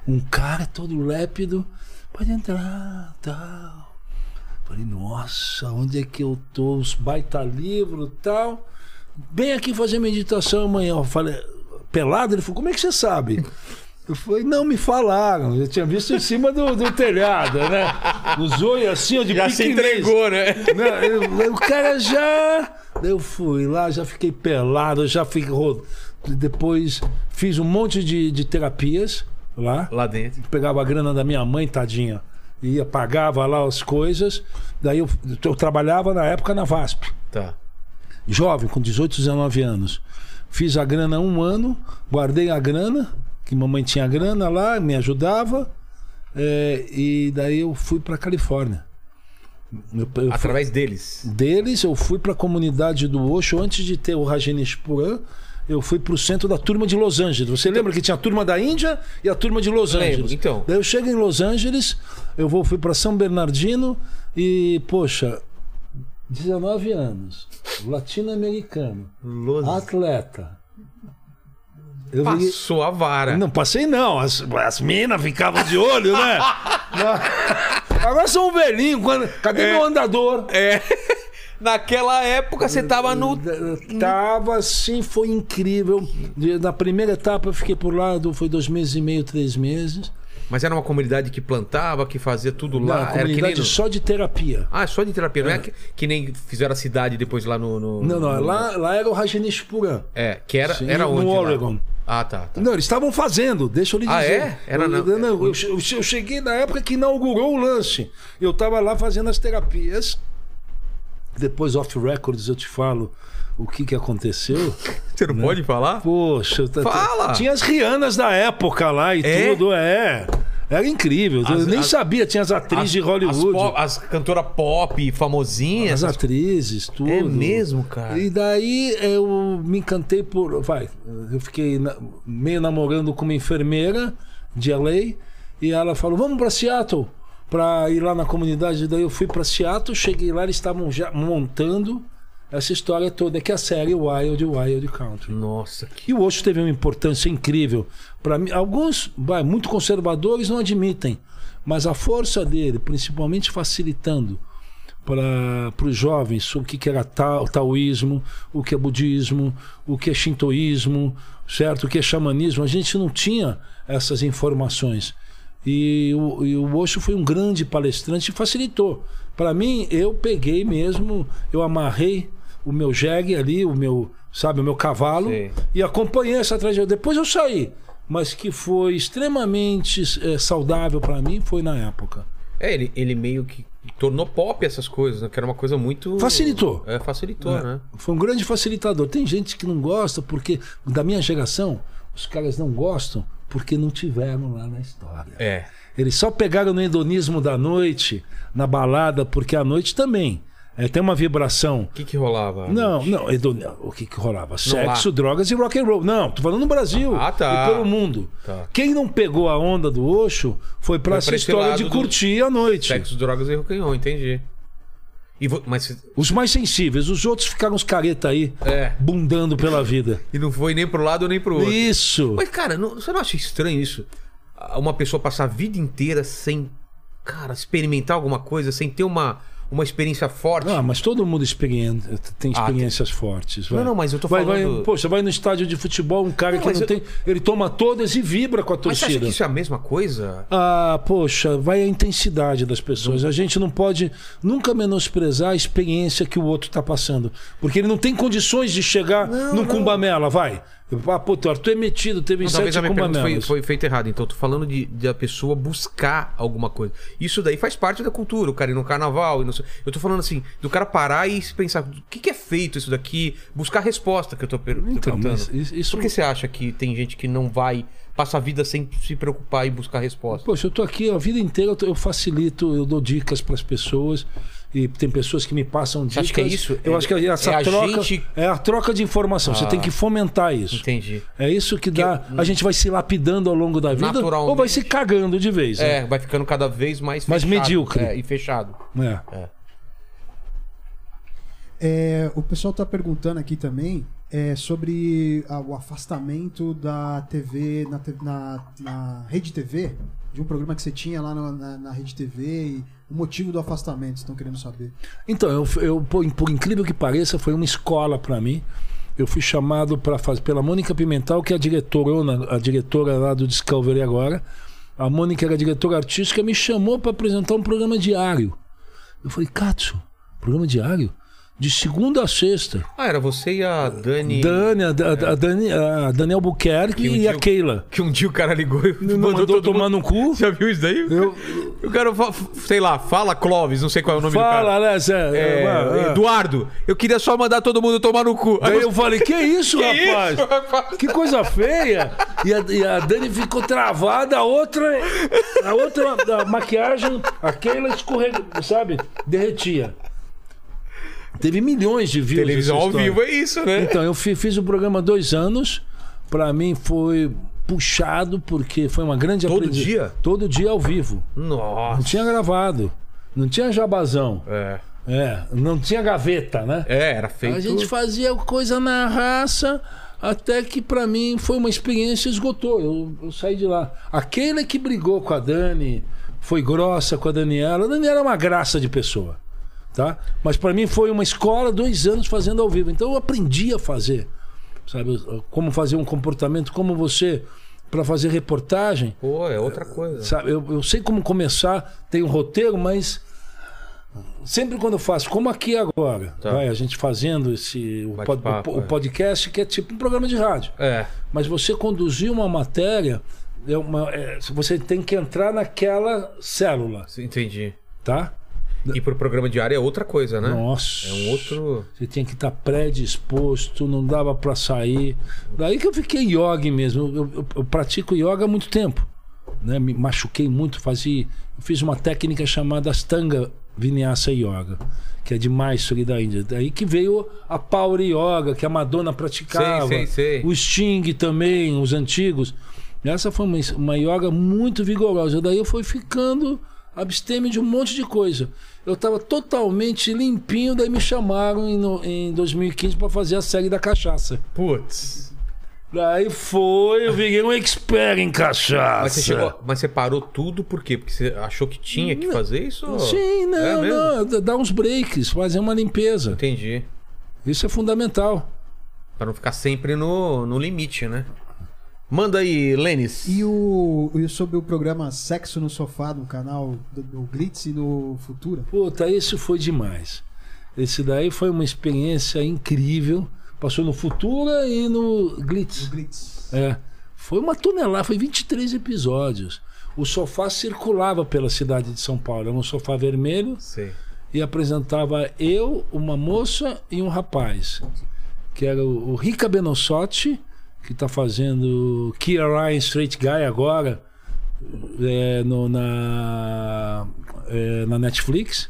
Speaker 3: um cara todo lépido, pode entrar, tal. Falei, nossa, onde é que eu tô? Os baita livro tal. Bem aqui fazer meditação amanhã. Eu falei, pelado? Ele falou, como é que você sabe? Eu falei, não, me falaram. Eu tinha visto em cima do, do telhado, né? Os olhos assim, ó, de
Speaker 1: Já se
Speaker 3: piquenês.
Speaker 1: entregou, né?
Speaker 3: Não, eu- eu- o cara já. Eu fui lá, já fiquei pelado, já fiquei. ro- Depois fiz um monte de, de terapias lá.
Speaker 1: Lá dentro.
Speaker 3: Pegava a grana da minha mãe, tadinha. Ia, pagava lá as coisas. Daí eu, eu trabalhava na época na VASP
Speaker 1: Tá.
Speaker 3: jovem, com 18, 19 anos. Fiz a grana um ano, guardei a grana, que mamãe tinha grana lá, me ajudava, eh, e daí eu fui para Califórnia. Eu- eu fui-
Speaker 1: Através deles.
Speaker 3: deles, eu fui para a comunidade do Osho, antes de ter o Rajneesh Puran, eu fui para o centro da turma de Los Angeles. Você lembra que tinha a turma da Índia e a turma de Los
Speaker 1: Lembro,
Speaker 3: Angeles?
Speaker 1: então.
Speaker 3: Daí eu chego em Los Angeles, eu vou fui para São Bernardino e, poxa, 19 anos, latino-americano, atleta. Eu virei-
Speaker 1: Passou a vara.
Speaker 3: não passei, não. As, as minas ficavam de olho, né? Não. Agora sou um velhinho. Quando... Cadê meu andador?
Speaker 1: É. Naquela época você tava no.
Speaker 3: Tava assim, foi incrível. De- Na primeira etapa eu fiquei por lá, do- foi dois meses e meio, três meses.
Speaker 1: Mas era uma comunidade que plantava, que fazia tudo
Speaker 3: Na
Speaker 1: lá. era que nem.
Speaker 3: comunidade
Speaker 1: no-
Speaker 3: só de terapia.
Speaker 1: Ah, só de terapia. Não é que, que nem fizeram a cidade depois lá no. no-
Speaker 3: Não, não,
Speaker 1: no-
Speaker 3: lá, lá era o Rajneesh Puran.
Speaker 1: É, que era,
Speaker 3: Sim,
Speaker 1: era
Speaker 3: no
Speaker 1: onde? lá?
Speaker 3: Oregon.
Speaker 1: Ah, tá. tá.
Speaker 3: Não, eles estavam fazendo, deixa eu lhe dizer.
Speaker 1: Ah, é? Era
Speaker 3: eu,
Speaker 1: na-
Speaker 3: eu- não, eu, eu- eu cheguei na época que inaugurou o lance. Eu estava lá fazendo as terapias. Depois, off records, eu te falo o que, que aconteceu.
Speaker 1: Você
Speaker 3: Né?
Speaker 1: não pode falar?
Speaker 3: Poxa, tá- tá-
Speaker 1: Fala!
Speaker 3: tinha as Rianas da época lá e
Speaker 1: É?
Speaker 3: tudo, é. Era incrível.
Speaker 1: As-
Speaker 3: eu nem
Speaker 1: as-
Speaker 3: sabia, tinha as atrizes de
Speaker 1: As,
Speaker 3: Hollywood.
Speaker 1: po- as cantoras pop famosinhas.
Speaker 3: As
Speaker 1: essas-
Speaker 3: atrizes, tudo.
Speaker 1: É mesmo, cara?
Speaker 3: E daí eu me encantei por. Vai, eu fiquei na- meio namorando com uma enfermeira de LA e ela falou: vamos pra Seattle pra ir lá na comunidade. Daí eu fui pra Seattle, cheguei lá, eles estavam já montando essa história toda, que é a série Wild Wild Country.
Speaker 1: Nossa, que.
Speaker 3: E o Osho teve uma importância incrível. Para mim, alguns, vai, muito conservadores não admitem, mas a força dele, principalmente facilitando para os jovens o que, que era ta- o taoísmo, o que é budismo, o que é shintoísmo, certo? O que é xamanismo. A gente não tinha essas informações. E o, e o Osho foi um grande palestrante e facilitou. Para mim, eu peguei mesmo, eu amarrei o meu jegue ali, o meu, sabe, o meu cavalo
Speaker 1: Sei.
Speaker 3: e acompanhei essa tragédia. Depois eu saí, mas que foi extremamente eh, saudável para mim foi na época.
Speaker 1: É, ele, ele meio que tornou pop essas coisas, né? Que era uma coisa muito.
Speaker 3: Facilitou.
Speaker 1: É, facilitou, né?
Speaker 3: Foi um grande facilitador. Tem gente que não gosta porque da minha geração os caras não gostam porque não tiveram lá na história.
Speaker 1: É.
Speaker 3: Eles só pegaram no hedonismo da noite, na balada, porque a noite também eh, tem uma vibração
Speaker 1: O que que rolava?
Speaker 3: Não, não, Edu, o que que rolava? Sexo,
Speaker 1: lá.
Speaker 3: drogas e rock and roll. Não, tô falando no Brasil
Speaker 1: Ah, tá.
Speaker 3: e pelo mundo.
Speaker 1: Tá.
Speaker 3: Quem não pegou a onda do Osho foi pra
Speaker 1: Foi
Speaker 3: essa
Speaker 1: pra esse
Speaker 3: história
Speaker 1: lado
Speaker 3: de
Speaker 1: do
Speaker 3: curtir a noite.
Speaker 1: Sexo, drogas e rock'n'roll, entendi. E vo- Mas.
Speaker 3: Os mais sensíveis, os outros ficaram os careta aí,
Speaker 1: É.
Speaker 3: bundando pela vida.
Speaker 1: E não foi nem pro lado nem pro outro.
Speaker 3: Isso.
Speaker 1: Mas, cara, não- você não acha estranho isso? Ah, Uma pessoa passar a vida inteira sem, cara, experimentar alguma coisa, sem ter uma, uma experiência forte?
Speaker 3: Ah, mas todo mundo experien- tem experiências fortes. vai.
Speaker 1: Ah, Não, não, mas eu tô
Speaker 3: Vai,
Speaker 1: falando-
Speaker 3: Vai, poxa, vai no estádio de futebol, um cara
Speaker 1: Não,
Speaker 3: que
Speaker 1: mas
Speaker 3: não
Speaker 1: eu-
Speaker 3: tem. Ele toma todas e vibra com a
Speaker 1: mas você acha
Speaker 3: torcida.
Speaker 1: que isso é a mesma coisa?
Speaker 3: Ah, poxa, vai a intensidade das
Speaker 1: Uhum.
Speaker 3: pessoas. A gente não pode nunca menosprezar a experiência que o outro está passando. Porque ele não tem condições de chegar num cumbamela, vai. Ah, pô, o Arthur é tipo metido, teve
Speaker 1: Não,
Speaker 3: sete
Speaker 1: talvez a minha pergunta foi,
Speaker 3: cumbamelas.
Speaker 1: foi feita errada. Então, eu tô falando de, de a pessoa buscar alguma coisa. Isso daí faz parte da cultura, o cara ir no carnaval e não sei. Eu tô falando assim, do cara parar e se pensar, o que, que é feito isso daqui? Buscar a resposta que eu tô per- tô
Speaker 3: Então,
Speaker 1: perguntando.
Speaker 3: mas isso- isso-
Speaker 1: Por que você acha que tem gente que não vai, passa a vida sem se preocupar e buscar a resposta?
Speaker 3: Poxa, eu tô aqui a vida inteira, eu, tô- eu facilito, eu dou dicas para as pessoas. E tem pessoas que me passam dicas.
Speaker 1: acha que é isso?
Speaker 3: Eu
Speaker 1: É-
Speaker 3: acho que essa
Speaker 1: é a
Speaker 3: troca
Speaker 1: gente-
Speaker 3: é a troca de informação. Você
Speaker 1: Ah.
Speaker 3: tem que fomentar isso.
Speaker 1: Entendi.
Speaker 3: É isso que dá. A gente vai se lapidando ao longo da vida ou vai
Speaker 1: Naturalmente.
Speaker 3: se cagando de vez. né?
Speaker 1: É, vai ficando cada vez mais
Speaker 3: Mais
Speaker 1: fechado,
Speaker 3: medíocre.
Speaker 1: é, e fechado.
Speaker 3: É.
Speaker 2: É, o pessoal está perguntando aqui também é, sobre a- o afastamento da TV na, te- na- na Rede TV, de um programa que você tinha lá na, na- na Rede TV e o motivo do afastamento, estão querendo saber.
Speaker 3: Então, eu, eu por, por incrível que pareça, foi uma escola para mim. Eu fui chamado para fazer pela Mônica Pimental, que é a diretorona, a diretora lá do Discovery agora. A Mônica era diretora artística, me chamou para apresentar um programa diário. Eu falei, Katsu, programa diário? De segunda a sexta.
Speaker 1: Ah, era você e a Dani.
Speaker 3: Dani, a, a-
Speaker 1: É.
Speaker 3: a Dani, a Daniel Buquerque
Speaker 1: Que um
Speaker 3: e a
Speaker 1: dia-
Speaker 3: Keila.
Speaker 1: Que um dia o cara ligou e
Speaker 3: Não mandou, tomar no cu.
Speaker 1: Já viu isso daí? O cara, fa- sei lá, fala Clóvis, não sei qual é o nome do
Speaker 3: Fala,
Speaker 1: cara.
Speaker 3: né, Zé?
Speaker 1: É,
Speaker 3: Ah, ah.
Speaker 1: Eduardo, eu queria só mandar todo mundo tomar no cu.
Speaker 3: Daí eu falei, que isso,
Speaker 1: Que
Speaker 3: rapaz?
Speaker 1: isso, rapaz?
Speaker 3: Que coisa feia! E a, e a Dani ficou travada, a outra. A outra a maquiagem, aquela escorregou, sabe? Derretia. Teve milhões de views.
Speaker 1: Televisão
Speaker 3: essa
Speaker 1: ao
Speaker 3: história.
Speaker 1: vivo é isso, né?
Speaker 3: Então, eu fi- fiz o programa há dois anos. Pra mim foi puxado, porque foi uma grande
Speaker 1: Todo
Speaker 3: aprendi-
Speaker 1: dia?
Speaker 3: Todo dia ao vivo. Não
Speaker 1: Nossa.
Speaker 3: tinha gravado. Não tinha jabazão.
Speaker 1: É.
Speaker 3: É, não tinha gaveta, né?
Speaker 1: É, era feito.
Speaker 3: A gente fazia coisa na raça, até que pra mim foi uma experiência esgotou. Eu, eu saí de lá. Aquela que brigou com a Dani, foi grossa com a Daniela. A Daniela é uma graça de pessoa, tá? Mas pra mim foi uma escola, dois anos fazendo ao vivo. Então eu aprendi a fazer, sabe? Como fazer um comportamento, como você pra fazer reportagem,
Speaker 1: Pô, é outra coisa.
Speaker 3: sabe? Eu, eu sei como começar, tem um roteiro, mas sempre quando eu faço, como aqui agora,
Speaker 1: Tá.
Speaker 3: vai, a gente fazendo esse o, pod-
Speaker 1: Bate-papo,
Speaker 3: o po- o
Speaker 1: é.
Speaker 3: podcast que é tipo um programa de rádio,
Speaker 1: É.
Speaker 3: mas você conduzir uma matéria é uma, é, você tem que entrar naquela célula,
Speaker 1: Entendi.
Speaker 3: tá?
Speaker 1: E pro programa diário é outra coisa, né?
Speaker 3: Nossa.
Speaker 1: É um outro.
Speaker 3: Você tinha que estar predisposto, não dava pra sair. Daí que eu fiquei yoga mesmo. Eu, eu- eu pratico yoga há muito tempo. né? Me machuquei muito, fazia, fiz uma técnica chamada Astanga Vinyasa Yoga, que é de Mysore da Índia. Daí que veio a Power Yoga, que a Madonna praticava.
Speaker 1: Sei, sei, sei.
Speaker 3: O Sting também, os antigos. Essa foi uma, uma yoga muito vigorosa. Daí eu fui ficando abstêmio de um monte de coisa. Eu estava totalmente limpinho, daí me chamaram em, no- em 2015 para fazer a série da cachaça.
Speaker 1: Putz.
Speaker 3: Daí foi, eu virei um expert em cachaça.
Speaker 1: Mas você, chegou, mas você parou tudo por quê? Porque você achou que tinha que fazer isso? ou-
Speaker 3: Sim,
Speaker 1: É
Speaker 3: não,
Speaker 1: mesmo?
Speaker 3: não. d- Dá uns breaks, fazer uma limpeza.
Speaker 1: Entendi.
Speaker 3: Isso é fundamental.
Speaker 1: Pra não ficar sempre no, no limite, né? Manda aí, Lênis.
Speaker 2: E o e sobre o programa Sexo no Sofá no canal do, do Glitz e no Futura.
Speaker 3: Puta, isso foi demais. Esse daí foi uma experiência incrível. Passou no Futura e no Glitz.
Speaker 2: Glitz.
Speaker 3: É. Foi uma tonelada, foi 23 episódios. O sofá circulava pela cidade de São Paulo. Era um sofá vermelho
Speaker 1: Sei.
Speaker 3: e apresentava eu, uma moça e um rapaz. Que era o, o Rica Benossotti, que está fazendo Key Ryan Straight Guy agora é, no- na, é, na Netflix.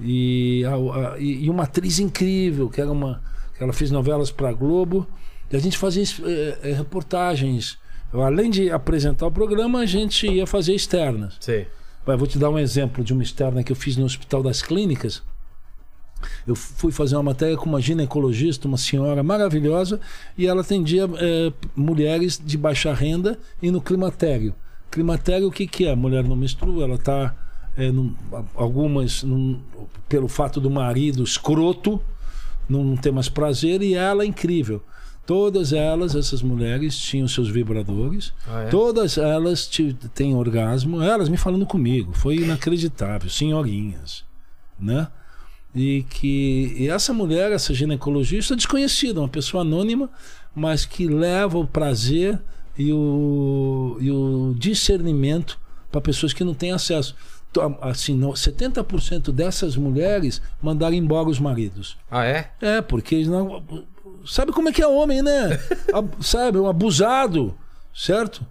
Speaker 3: E, a- a- e- e uma atriz incrível, que era uma. que ela fez novelas para Globo. E a gente fazia eh, eh, reportagens. Além de apresentar o programa, a gente ia fazer externas.
Speaker 1: Sei.
Speaker 3: Vai, vou te dar um exemplo de uma externa que eu fiz no Hospital das Clínicas. Eu fui fazer uma matéria com uma ginecologista, uma senhora maravilhosa, e ela atendia eh, p- mulheres de baixa renda e no climatério. Climatério, o que, que é? A mulher não menstrua, ela está. algumas, num- pelo fato do marido escroto, não, não ter mais prazer, e ela é incrível. Todas elas, essas mulheres, tinham seus vibradores,
Speaker 1: Ah, é?
Speaker 3: todas elas ti- têm orgasmo, elas me falando comigo, foi inacreditável, senhorinhas, né? E que e essa mulher, essa ginecologista é desconhecida, uma pessoa anônima, mas que leva o prazer e o, e o discernimento para pessoas que não têm acesso. Então, Assim, no- 70% dessas mulheres mandaram embora os maridos.
Speaker 1: Ah, é?
Speaker 3: É, porque eles não. Sabe como é que é homem, né? Ab- Sabe, um abusado, certo?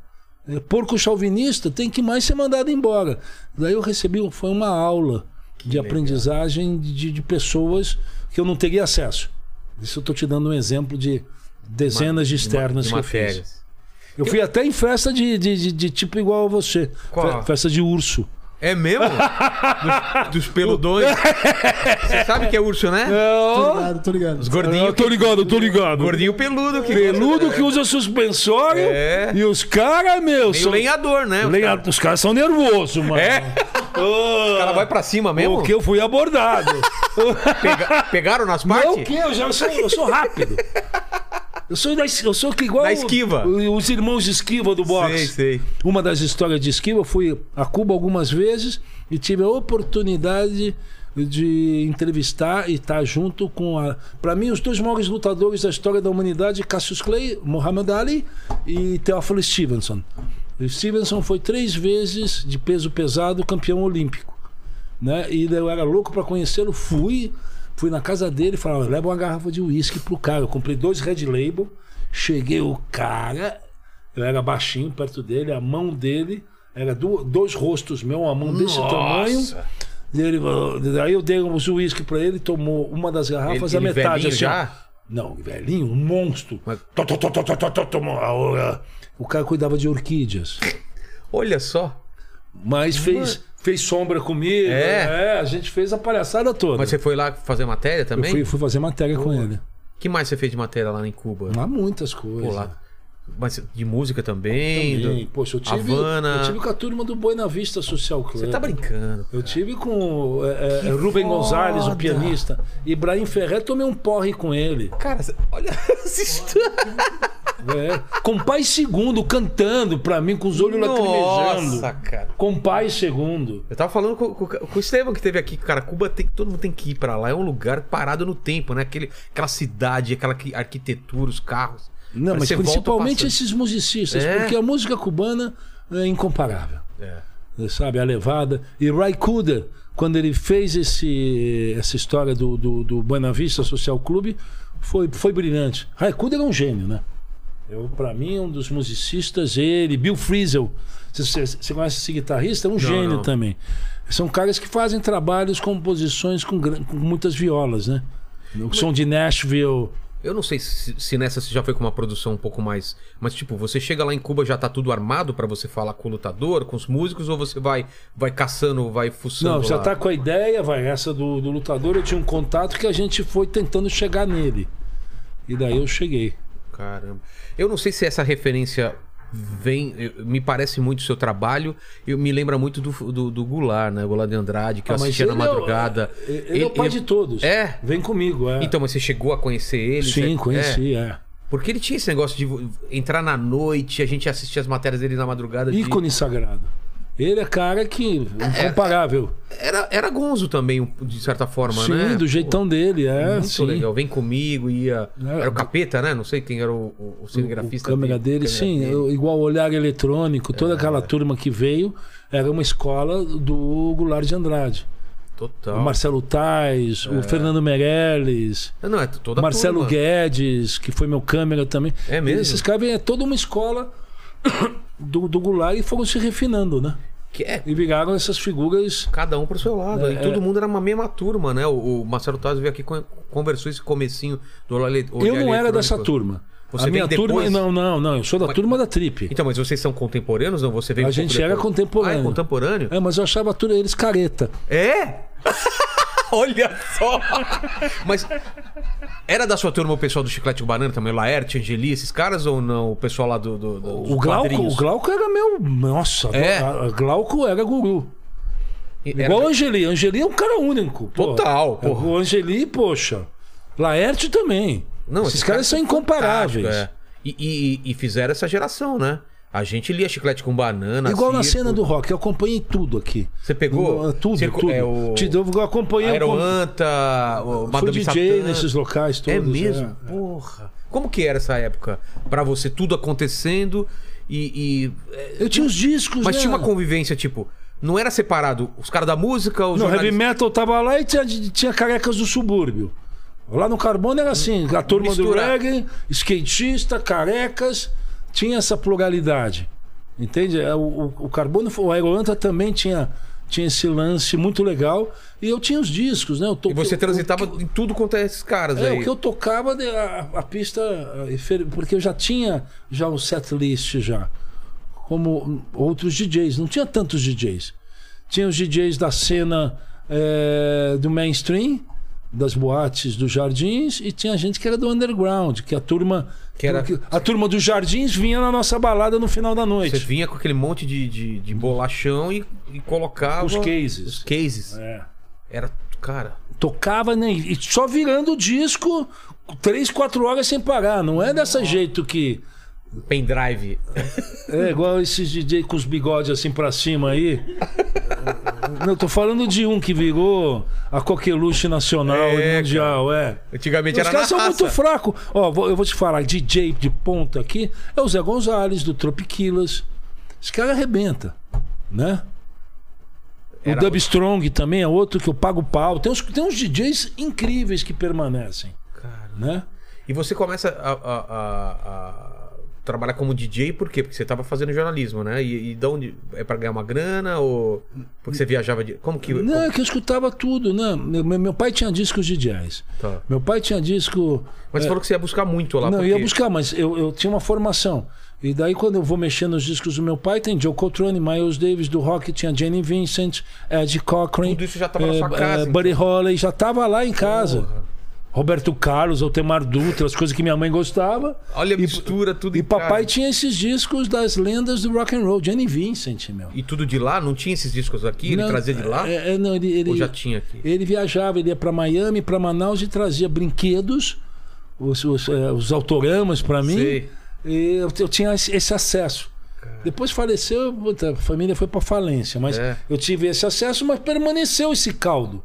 Speaker 3: É, Porco chauvinista tem que mais ser mandado embora. Daí eu recebi, um- foi uma aula de aprendizagem de, de pessoas que eu não teria acesso. Isso eu tô te dando um exemplo de dezenas de externas
Speaker 1: De
Speaker 3: que eu fiz.
Speaker 1: matérias.
Speaker 3: Eu fui até em festa de, de- de- de tipo igual a você.
Speaker 1: Qual?
Speaker 3: Fe- Festa de urso.
Speaker 1: É mesmo? dos, dos peludões. Você sabe que é urso, né?
Speaker 2: Tô ligado, Ah, tô ligado.
Speaker 1: Os gordinhos.
Speaker 3: tô ligado, tô ligado.
Speaker 1: Gordinho peludo que
Speaker 3: É. Peludo que usa suspensório
Speaker 1: É.
Speaker 3: e os caras, meu,
Speaker 1: Meio
Speaker 3: são
Speaker 1: lenhador, né? Os
Speaker 3: Lenha- Os caras são nervosos, mano.
Speaker 1: É?
Speaker 3: Ô,
Speaker 1: O cara vai pra cima mesmo?
Speaker 3: Porque eu fui abordado.
Speaker 1: Pega- Pegaram nas
Speaker 3: Não, o
Speaker 1: partes?
Speaker 3: que? Eu, já, eu, sou, eu sou rápido. Eu sou, da, es- eu sou que igual.
Speaker 1: Da esquiva.
Speaker 3: o- os irmãos de esquiva do
Speaker 1: Sei,
Speaker 3: boxe.
Speaker 1: sei.
Speaker 3: Uma das histórias de esquiva, eu fui a Cuba algumas vezes e tive a oportunidade de entrevistar e estar junto com a. Pra mim, os dois maiores lutadores da história da humanidade, Cassius Clay, Muhammad Ali e Theophilus Stevenson. O Stevenson foi três vezes de peso pesado campeão olímpico. Né? E daí eu era louco pra conhecê-lo, fui, fui na casa dele e falava, leva uma garrafa de uísque pro cara. Eu comprei dois Red Label, cheguei o cara, eu era baixinho perto dele, a mão dele era du- dois rostos meu, uma mão desse tamanho. E ele falou- daí eu dei uns uísque pra ele, tomou uma das garrafas,
Speaker 1: Ele- ele
Speaker 3: a metade.
Speaker 1: velhinho
Speaker 3: Assim,
Speaker 1: já?
Speaker 3: ó. Não, velhinho, um monstro.
Speaker 1: Mas-
Speaker 3: Tó, tó, tó, tó, tó, tó, tó, tomou a hora. O cara cuidava de orquídeas.
Speaker 1: Olha só.
Speaker 3: Mas fez, fez sombra comigo.
Speaker 1: É.
Speaker 3: É, a gente fez a palhaçada toda.
Speaker 1: Mas você foi lá fazer matéria
Speaker 3: Eu
Speaker 1: também?
Speaker 3: fui, fui fazer matéria com ele.
Speaker 1: que mais você fez de matéria lá em Cuba?
Speaker 3: Há muitas coisas.
Speaker 1: Pô, lá. Mas de música também?
Speaker 3: Também.
Speaker 1: do-
Speaker 3: Poxa, eu tive,
Speaker 1: Havana.
Speaker 3: eu tive com a turma do Buena Vista Social Club.
Speaker 1: Você tá brincando.
Speaker 3: Eu tive com é, é, Rubem
Speaker 1: foda.
Speaker 3: Gonzalez, o pianista. Ibrahim Ferrer, tomei um porre com ele.
Speaker 1: Cara, cê- olha essa história.
Speaker 3: É. Com Pai Segundo cantando pra mim, com os olhos
Speaker 1: Nossa,
Speaker 3: lacrimejando.
Speaker 1: cara.
Speaker 3: Com Pai Segundo.
Speaker 1: Eu tava falando com, com- com o Estevam que teve aqui, cara. Cuba tem todo mundo tem que ir pra lá. É um lugar parado no tempo, né? Aquele, aquela cidade, aquela que- arquitetura, os carros.
Speaker 3: Não,
Speaker 1: Parece
Speaker 3: mas
Speaker 1: que você volta
Speaker 3: principalmente
Speaker 1: passando.
Speaker 3: esses musicistas,
Speaker 1: É.
Speaker 3: porque a música cubana é incomparável.
Speaker 1: É.
Speaker 3: sabe, a levada. E Ray Cooder, quando ele fez esse, essa história do, do, do Buena Vista Social Clube, foi, foi brilhante. Ray Cooder é um gênio, né? Eu, pra mim, um dos musicistas, ele, Bill Frisell. Você, você- você conhece esse guitarrista? É um gênio
Speaker 1: não.
Speaker 3: também. São caras que fazem trabalhos, composições com, gran- com muitas violas, né? O som de Nashville.
Speaker 1: Eu não sei se, se nessa você já foi com uma produção um pouco mais. Mas, tipo, você chega lá em Cuba, já tá tudo armado pra você falar com o lutador, com os músicos, ou você vai vai caçando, vai fuçando?
Speaker 3: Não, já
Speaker 1: lá?
Speaker 3: tá com a ideia, vai. Essa do, do lutador, eu tinha um contato que a gente foi tentando chegar nele. E daí eu cheguei.
Speaker 1: Caramba. Eu não sei se essa referência vem. eu- Me parece muito o seu trabalho. Eu me lembra muito do, do, do Goulart, né? Goulart de Andrade, que eu
Speaker 3: Ah, mas
Speaker 1: assistia na
Speaker 3: ele é o-
Speaker 1: madrugada.
Speaker 3: Ele, é o pai de todos.
Speaker 1: É?
Speaker 3: Vem comigo, é.
Speaker 1: Então, mas você chegou a conhecer ele?
Speaker 3: Sim,
Speaker 1: Você- É.
Speaker 3: conheci, é.
Speaker 1: Porque ele tinha esse negócio de vo- entrar na noite, a gente assistia as matérias dele na madrugada. de-
Speaker 3: é. Ícone sagrado. Ele é cara que.
Speaker 1: É.
Speaker 3: incomparável.
Speaker 1: Era, era Gonzo também, um- de certa forma,
Speaker 3: sim,
Speaker 1: né?
Speaker 3: do
Speaker 1: Pô,
Speaker 3: jeitão dele, é.
Speaker 1: Muito
Speaker 3: sim.
Speaker 1: legal. Vem comigo, ia.
Speaker 3: É,
Speaker 1: Era o
Speaker 3: o-
Speaker 1: capeta, né? Não sei quem era o, o, o
Speaker 3: O
Speaker 1: cinegrafista.
Speaker 3: câmera dele,
Speaker 1: câmera
Speaker 3: sim,
Speaker 1: dele. É.
Speaker 3: eu- igual o olhar eletrônico, toda aquela turma que veio era uma escola do Goulart de Andrade.
Speaker 1: Total.
Speaker 3: O Marcelo Tais,
Speaker 1: É.
Speaker 3: o Fernando Meirelles,
Speaker 1: Não, é toda a
Speaker 3: Marcelo
Speaker 1: turma.
Speaker 3: Guedes, que foi meu câmera também.
Speaker 1: É mesmo?
Speaker 3: Esses caras vêm- é toda uma escola do, do Goulart e foram se refinando, né?
Speaker 1: Que é
Speaker 3: E viraram essas figuras.
Speaker 1: cada um pro seu lado.
Speaker 3: É,
Speaker 1: e
Speaker 3: é.
Speaker 1: todo mundo era uma mesma turma, né? O, o Marcelo Taz veio aqui con- conversou esse comecinho do Olhar Ele- Olhar
Speaker 3: Eu não era
Speaker 1: Eletrônico.
Speaker 3: dessa turma.
Speaker 1: Você
Speaker 3: a
Speaker 1: vem
Speaker 3: minha turma.
Speaker 1: depois?
Speaker 3: Não, não, não. Eu sou da
Speaker 1: Mas-
Speaker 3: turma da Trip.
Speaker 1: Então, mas vocês são contemporâneos? Não, você veio
Speaker 3: A
Speaker 1: um pouco
Speaker 3: gente era
Speaker 1: depois.
Speaker 3: contemporâneo.
Speaker 1: Ah, é contemporâneo?
Speaker 3: É, mas eu achava tudo eles careta.
Speaker 1: É? Olha só! Mas era da sua turma o pessoal do Chiclete com Banana também? O Laerte, Angeli, esses caras ou não? O pessoal lá do. do, do dos
Speaker 3: O Glauco,
Speaker 1: quadrinhos?
Speaker 3: o Glauco era meu. Nossa,
Speaker 1: É.
Speaker 3: a- a- Glauco era guru.
Speaker 1: Era-
Speaker 3: Igual o Angeli. Angeli é um cara único. pô.
Speaker 1: Total, pô.
Speaker 3: O Angeli, poxa. Laerte também.
Speaker 1: Não,
Speaker 3: esses, caras, são incomparáveis.
Speaker 1: fantásticos, é. E, e- e fizeram essa geração, né? A gente lia Chiclete com Banana.
Speaker 3: Igual na
Speaker 1: Circo.
Speaker 3: cena do rock, eu acompanhei tudo aqui.
Speaker 1: Você pegou?
Speaker 3: No- Tudo,
Speaker 1: Circo-
Speaker 3: tudo.
Speaker 1: é, o-
Speaker 3: Te dou- eu acompanhei eu com-
Speaker 1: Aeroanta, o
Speaker 3: Fui
Speaker 1: Madame
Speaker 3: DJ
Speaker 1: Satã.
Speaker 3: nesses locais todos.
Speaker 1: É mesmo?
Speaker 3: é.
Speaker 1: Porra. Como que era essa época? Pra você, tudo acontecendo e. e- é,
Speaker 3: Eu tinha os discos,
Speaker 1: Mas
Speaker 3: né?
Speaker 1: tinha uma convivência, tipo, não era separado os caras da música, os
Speaker 3: Não, heavy
Speaker 1: jornalistas.
Speaker 3: metal tava lá e tinha, tinha carecas do subúrbio. Lá no Carbono era assim,
Speaker 1: Hum,
Speaker 3: a turma
Speaker 1: Mistura.
Speaker 3: do reggae, skatista, carecas, tinha essa pluralidade. Entende? É, O, o, o Carbono, o Aeroanta também tinha, tinha esse lance muito legal. E eu tinha os discos, né? Eu to-
Speaker 1: E você
Speaker 3: o-
Speaker 1: transitava em tudo quanto é esses caras
Speaker 3: é,
Speaker 1: aí.
Speaker 3: o que eu tocava, de- a, a pista. a, efer- Porque eu já tinha já o set list já. Como hum, outros DJs. Não tinha tantos DJs. Tinha os DJs da cena eh, do mainstream, das boates dos jardins, e tinha gente que era do underground, que a turma.
Speaker 1: Que era-
Speaker 3: porque A turma dos jardins vinha na nossa balada no final da
Speaker 1: Você
Speaker 3: noite.
Speaker 1: vinha com aquele monte de, de, de bolachão e, e colocava.
Speaker 3: Os cases.
Speaker 1: Os cases.
Speaker 3: É.
Speaker 1: Era. Cara.
Speaker 3: Tocava né, e só virando o disco três, quatro horas sem parar. Não é dessa jeito que.
Speaker 1: um Pendrive.
Speaker 3: É, igual esses DJ com os bigodes assim pra cima aí. Não, tô falando de um que virou a coqueluche nacional
Speaker 1: É,
Speaker 3: e mundial, é.
Speaker 1: Antigamente
Speaker 3: Os
Speaker 1: era na
Speaker 3: caras são
Speaker 1: raça.
Speaker 3: muito fracos. Ó, vou- eu vou te falar, DJ de ponta aqui é o Zé Gonzalez, do Tropiquilas. Esse cara arrebenta, né?
Speaker 1: Era
Speaker 3: o Dub Strong também é outro que eu pago pau. Tem uns, tem uns DJs incríveis que permanecem,
Speaker 1: Cara.
Speaker 3: né?
Speaker 1: E você começa a, a- a- a trabalhar como DJ por quê? Porque você tava fazendo jornalismo, né? E, e de onde. É pra ganhar uma grana ou. Porque você viajava de. Como que.
Speaker 3: Não, é que eu escutava tudo, né? Meu, meu pai tinha discos de jazz.
Speaker 1: Tá.
Speaker 3: Meu pai tinha disco.
Speaker 1: Mas você falou que você ia buscar muito lá.
Speaker 3: é. Não, eu
Speaker 1: porque...
Speaker 3: ia buscar, mas eu, eu tinha uma formação. E daí, quando eu vou mexer nos discos do meu pai, tem Joe Coltrane, Miles Davis, do rock, tinha Jenny Vincent, Ed Cochran. eh,
Speaker 1: Tudo isso já tava na sua casa, então.
Speaker 3: Buddy Holly, já tava lá em casa.
Speaker 1: Porra.
Speaker 3: Roberto Carlos, Altemar Dutra, as coisas que minha mãe gostava.
Speaker 1: Olha a
Speaker 3: E-
Speaker 1: mistura, tudo
Speaker 3: E
Speaker 1: em casa.
Speaker 3: papai tinha esses discos das lendas do rock and roll, Jenny Vincent, meu.
Speaker 1: E tudo de lá? Não tinha esses discos aqui?
Speaker 3: Não,
Speaker 1: ele trazia de lá?
Speaker 3: é- é, não, ele, ele-
Speaker 1: Ou já tinha aqui?
Speaker 3: Ele viajava, ele ia para Miami, para Manaus e trazia brinquedos, os, os, eh, os autogramas para mim.
Speaker 1: Sei.
Speaker 3: E eu, eu tinha esse, esse acesso. Depois faleceu, puta, a família foi para falência, mas
Speaker 1: É.
Speaker 3: eu tive esse acesso, mas permaneceu esse caldo.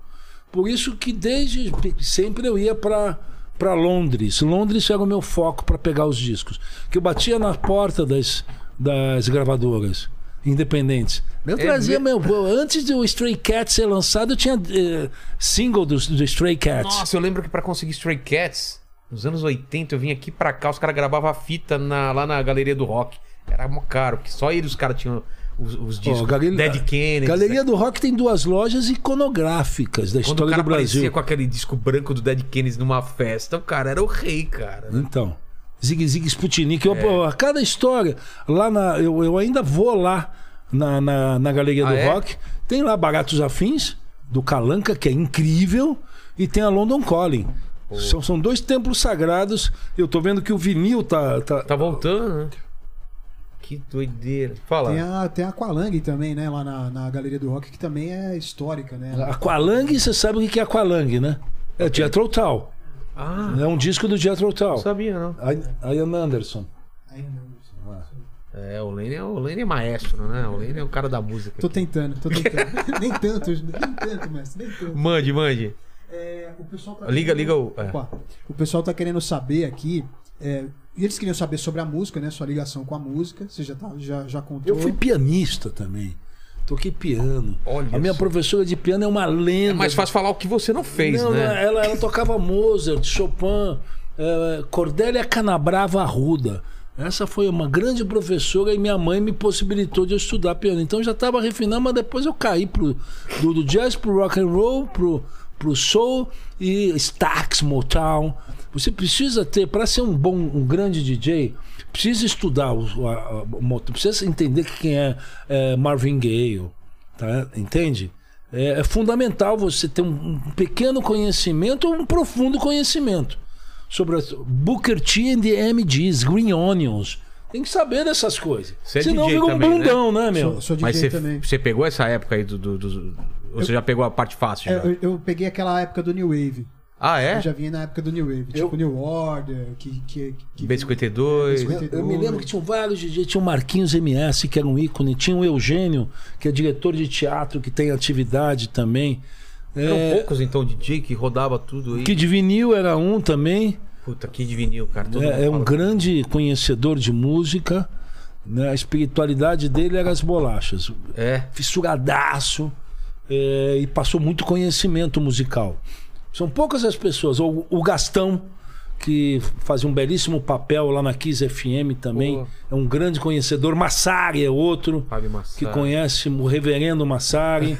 Speaker 3: Por isso que desde pe- sempre eu ia para para Londres. Londres era o meu foco para pegar os discos, que eu batia na porta das, das gravadoras independentes. Eu
Speaker 1: É
Speaker 3: trazia
Speaker 1: mesmo?
Speaker 3: meu, pô, antes do Stray Cat ser lançado, eu tinha eh, single do, do Stray Cat.
Speaker 1: Nossa, eu lembro que pra conseguir Stray Cats Nos anos 80 eu vim aqui pra cá, os caras gravavam fita na- lá na galeria do rock. Era mó caro, porque só eles os caras tinham os, os discos.
Speaker 3: Ó, gale-
Speaker 1: Dead Kennedy.
Speaker 3: Galeria do Rock tem duas lojas iconográficas da
Speaker 1: Quando o
Speaker 3: história
Speaker 1: cara
Speaker 3: do
Speaker 1: aparecia
Speaker 3: Brasil.
Speaker 1: com aquele disco branco do Dead Kennedy numa festa, o cara era o rei, cara. né?
Speaker 3: Então, Zig Zig Sputnik. Eu,
Speaker 1: É.
Speaker 3: pô, a cada história, lá na, eu, eu ainda vou lá na, na, na Galeria
Speaker 1: Ah,
Speaker 3: do
Speaker 1: é?
Speaker 3: Rock. Tem lá Baratos Afins, do Calanca, que é incrível, e tem a London Calling. São, são dois templos sagrados. Eu tô vendo que o vinil tá. tá-
Speaker 1: Tá voltando, né? Que doideira. Fala.
Speaker 2: Tem a, tem a Aqualung também, né? Lá na, na Galeria do Rock, que também é histórica, né?
Speaker 3: Aqualung, você sabe o que que é Aqualung, né? É Jethro Tull.
Speaker 1: Ah,
Speaker 3: É um disco do Jethro
Speaker 1: não
Speaker 3: Tull.
Speaker 1: sabia, não.
Speaker 3: I- Ian Anderson.
Speaker 1: É, o Lane é, o Lane é maestro, né? O Lane é o cara da música.
Speaker 2: Tô tentando, tô tentando. nem tanto, nem tanto, mas nem tanto.
Speaker 1: Mande, mande.
Speaker 2: É, o pessoal tá
Speaker 1: Liga,
Speaker 2: querendo-
Speaker 1: liga o. é.
Speaker 2: Opa, o pessoal tá querendo saber aqui. é, e eles queriam saber sobre a música, né? Sua ligação com a música. Você já, tá, já, já contou.
Speaker 3: Eu fui pianista também. Toquei piano.
Speaker 1: Olha
Speaker 3: a minha
Speaker 1: só.
Speaker 3: professora de piano é uma lenda.
Speaker 1: É mais fácil falar o que você não fez,
Speaker 3: Não, é,
Speaker 1: né?
Speaker 3: ela, ela tocava Mozart, Chopin, eh, Cordélia Canabrava Arruda. Essa foi uma grande professora e minha mãe me possibilitou de eu estudar piano. Então eu já estava refinando, mas depois eu caí pro, do, do jazz pro rock and roll, pro, pro soul e Stax, Motown. Você precisa ter, para ser um bom, um grande DJ, precisa estudar, o, a- a- o Motown, precisa entender que quem é, é Marvin Gaye, Tá? Entende? É, é fundamental você ter um, um pequeno conhecimento ou um profundo conhecimento sobre as- Booker T and the MGs, Green Onions. Tem que saber dessas coisas.
Speaker 1: Você é
Speaker 3: Senão
Speaker 1: DJ
Speaker 3: fica um
Speaker 1: também, né?
Speaker 3: bundão, né, meu?
Speaker 2: Sou, sou DJ
Speaker 1: Mas você-
Speaker 2: também.
Speaker 1: você pegou essa época aí do. do, do- ou você já pegou a parte fácil?
Speaker 2: É,
Speaker 1: já?
Speaker 2: eu, eu peguei aquela época do New Wave.
Speaker 1: ah, é?
Speaker 2: Eu já vinha na época do New Wave. Tipo New Order, que. que, que
Speaker 1: B52.
Speaker 2: B52.
Speaker 3: Eu, eu me lembro que tinham vários DJs, tinha o Marquinhos MS, que era um ícone, tinha o Eugênio, que é diretor de teatro, que tem atividade também.
Speaker 1: Eram
Speaker 3: É,
Speaker 1: poucos então DJ que rodava tudo aí.
Speaker 3: Kid Vinil era um também.
Speaker 1: Puta, que de vinil, cara. Todo mundo
Speaker 3: É, é um
Speaker 1: fala.
Speaker 3: grande conhecedor de música. né? A espiritualidade dele era as bolachas.
Speaker 1: É.
Speaker 3: Fissuradaço. é, e passou muito conhecimento musical. São poucas as pessoas. O, o Gastão, que fazia um belíssimo papel lá na Kiss FM também.
Speaker 1: Boa.
Speaker 3: É um grande conhecedor. Massari é outro
Speaker 1: Fábio
Speaker 3: que
Speaker 1: Massari.
Speaker 3: conhece o reverendo Massari.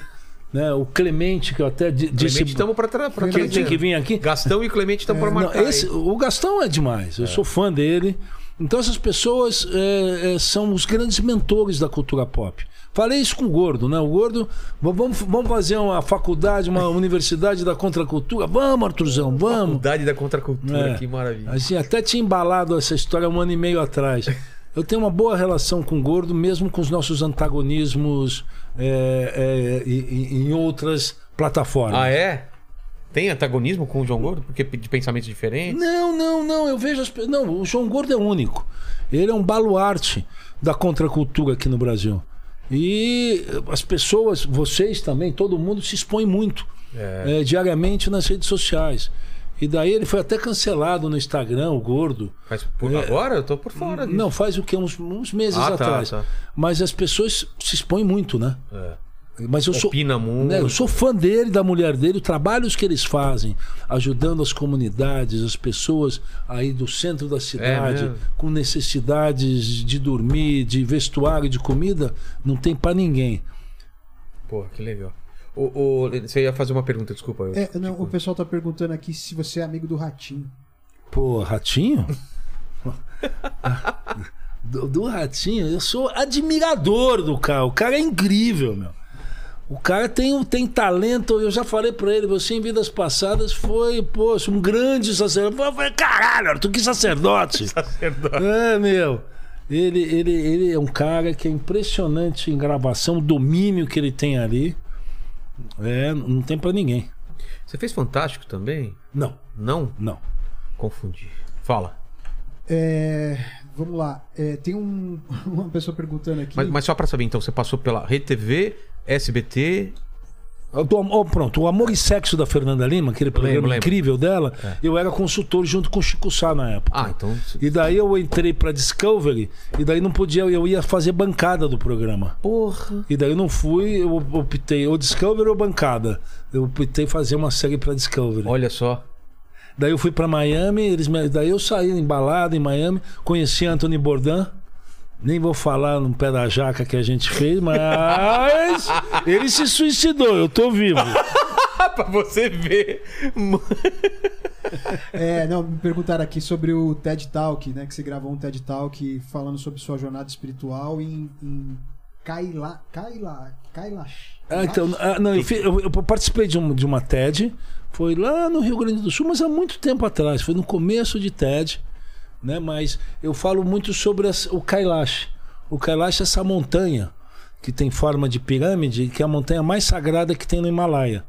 Speaker 3: né? O Clemente, que eu até di- disse...
Speaker 1: Clemente estamos pra trás. Pra
Speaker 3: que ele tinha
Speaker 1: trazer.
Speaker 3: que vir aqui. É,
Speaker 1: Gastão e Clemente estão pra
Speaker 3: Não,
Speaker 1: marcar. aí.
Speaker 3: esse- o Gastão é demais, eu sou fã dele. Então essas pessoas é, é, são os grandes mentores da cultura pop. Falei isso com o Gordo, né? O Gordo, v- vamos, vamos fazer uma faculdade, uma universidade da contracultura? Vamos, Arthurzão, vamos.
Speaker 1: Faculdade da contracultura,
Speaker 3: É.
Speaker 1: que maravilha.
Speaker 3: Assim, até tinha embalado essa história um ano e meio atrás. Eu tenho uma boa relação com o Gordo, mesmo com os nossos antagonismos é, é, e- e- em outras plataformas.
Speaker 1: Ah, é? Tem antagonismo com o João Gordo? Porque de pensamentos diferentes?
Speaker 3: Não, não, não. Eu vejo as pe- Não, o João Gordo é único. Ele é um baluarte da contracultura aqui no Brasil. E as pessoas, vocês também, todo mundo se expõe muito eh, diariamente nas redes sociais. E daí ele foi até cancelado no Instagram, o Gordo.
Speaker 1: Mas por- agora eu tô por fora disso.
Speaker 3: É. Não, faz o quê? Uns, uns meses
Speaker 1: Ah, tá,
Speaker 3: atrás.
Speaker 1: tá.
Speaker 3: Mas as pessoas se expõem muito, né?
Speaker 1: É.
Speaker 3: Mas eu sou,
Speaker 1: Opina muito.
Speaker 3: né, eu sou fã dele, da mulher dele, os trabalhos que eles fazem, ajudando as comunidades, as pessoas aí do centro da cidade,
Speaker 1: É mesmo?
Speaker 3: com necessidades de dormir, de vestuário, de comida, não tem pra ninguém.
Speaker 1: Porra, que legal. O, o- você ia fazer uma pergunta, desculpa. eu-
Speaker 2: É, não, o pessoal tá perguntando aqui se você é amigo do Ratinho.
Speaker 3: Pô, ratinho? do, do ratinho, eu sou admirador do cara. O cara é incrível, meu. O cara tem, um- tem talento, eu já falei pra ele, você em vidas passadas foi, poxa, um grande sacerdote. Eu falei, caralho, Arthur, que sacerdote!
Speaker 1: Sacerdote.
Speaker 3: É, meu. Ele, ele, ele é um cara que é impressionante em gravação, o domínio que ele tem ali. É, não tem pra ninguém.
Speaker 1: Você fez Fantástico também?
Speaker 3: Não,
Speaker 1: Não?
Speaker 3: não.
Speaker 1: Confundi. Fala.
Speaker 2: É, vamos lá. É, tem um- uma pessoa perguntando aqui.
Speaker 1: Mas, mas só pra saber, então, você passou pela RedeTV, SBT.
Speaker 3: Eu tô- ó, pronto, o Amor e Sexo da Fernanda Lima, aquele programa
Speaker 1: lembro. É.
Speaker 3: incrível dela, eu era consultor junto com o Chico Sá na época.
Speaker 1: Ah, então.
Speaker 3: E daí eu entrei pra Discovery, e daí não podia, eu ia fazer bancada do programa.
Speaker 1: Porra.
Speaker 3: E daí eu não fui, eu optei ou Discovery ou bancada. Eu optei fazer uma série pra Discovery.
Speaker 1: Olha só.
Speaker 3: Daí eu fui pra Miami, eles me- daí eu saí embalado em Miami, conheci Anthony Bourdain. Nem vou falar no pé da jaca que a gente fez, mas ele se suicidou, eu tô vivo.
Speaker 1: pra você ver. Mano.
Speaker 2: É, não, me perguntaram aqui sobre o TED Talk, né? Que você gravou um TED Talk falando sobre sua jornada espiritual em, em Kaila. Kaila. Kaila.
Speaker 3: Ah, então, ah, não, eu, fi- eu- eu participei de, um- de uma TED, foi lá no Rio Grande do Sul, mas há muito tempo atrás, foi no começo de TED, né? Mas eu falo muito sobre as- o Kailash. O Kailash é essa montanha que tem forma de pirâmide, que é a montanha mais sagrada que tem no Himalaia.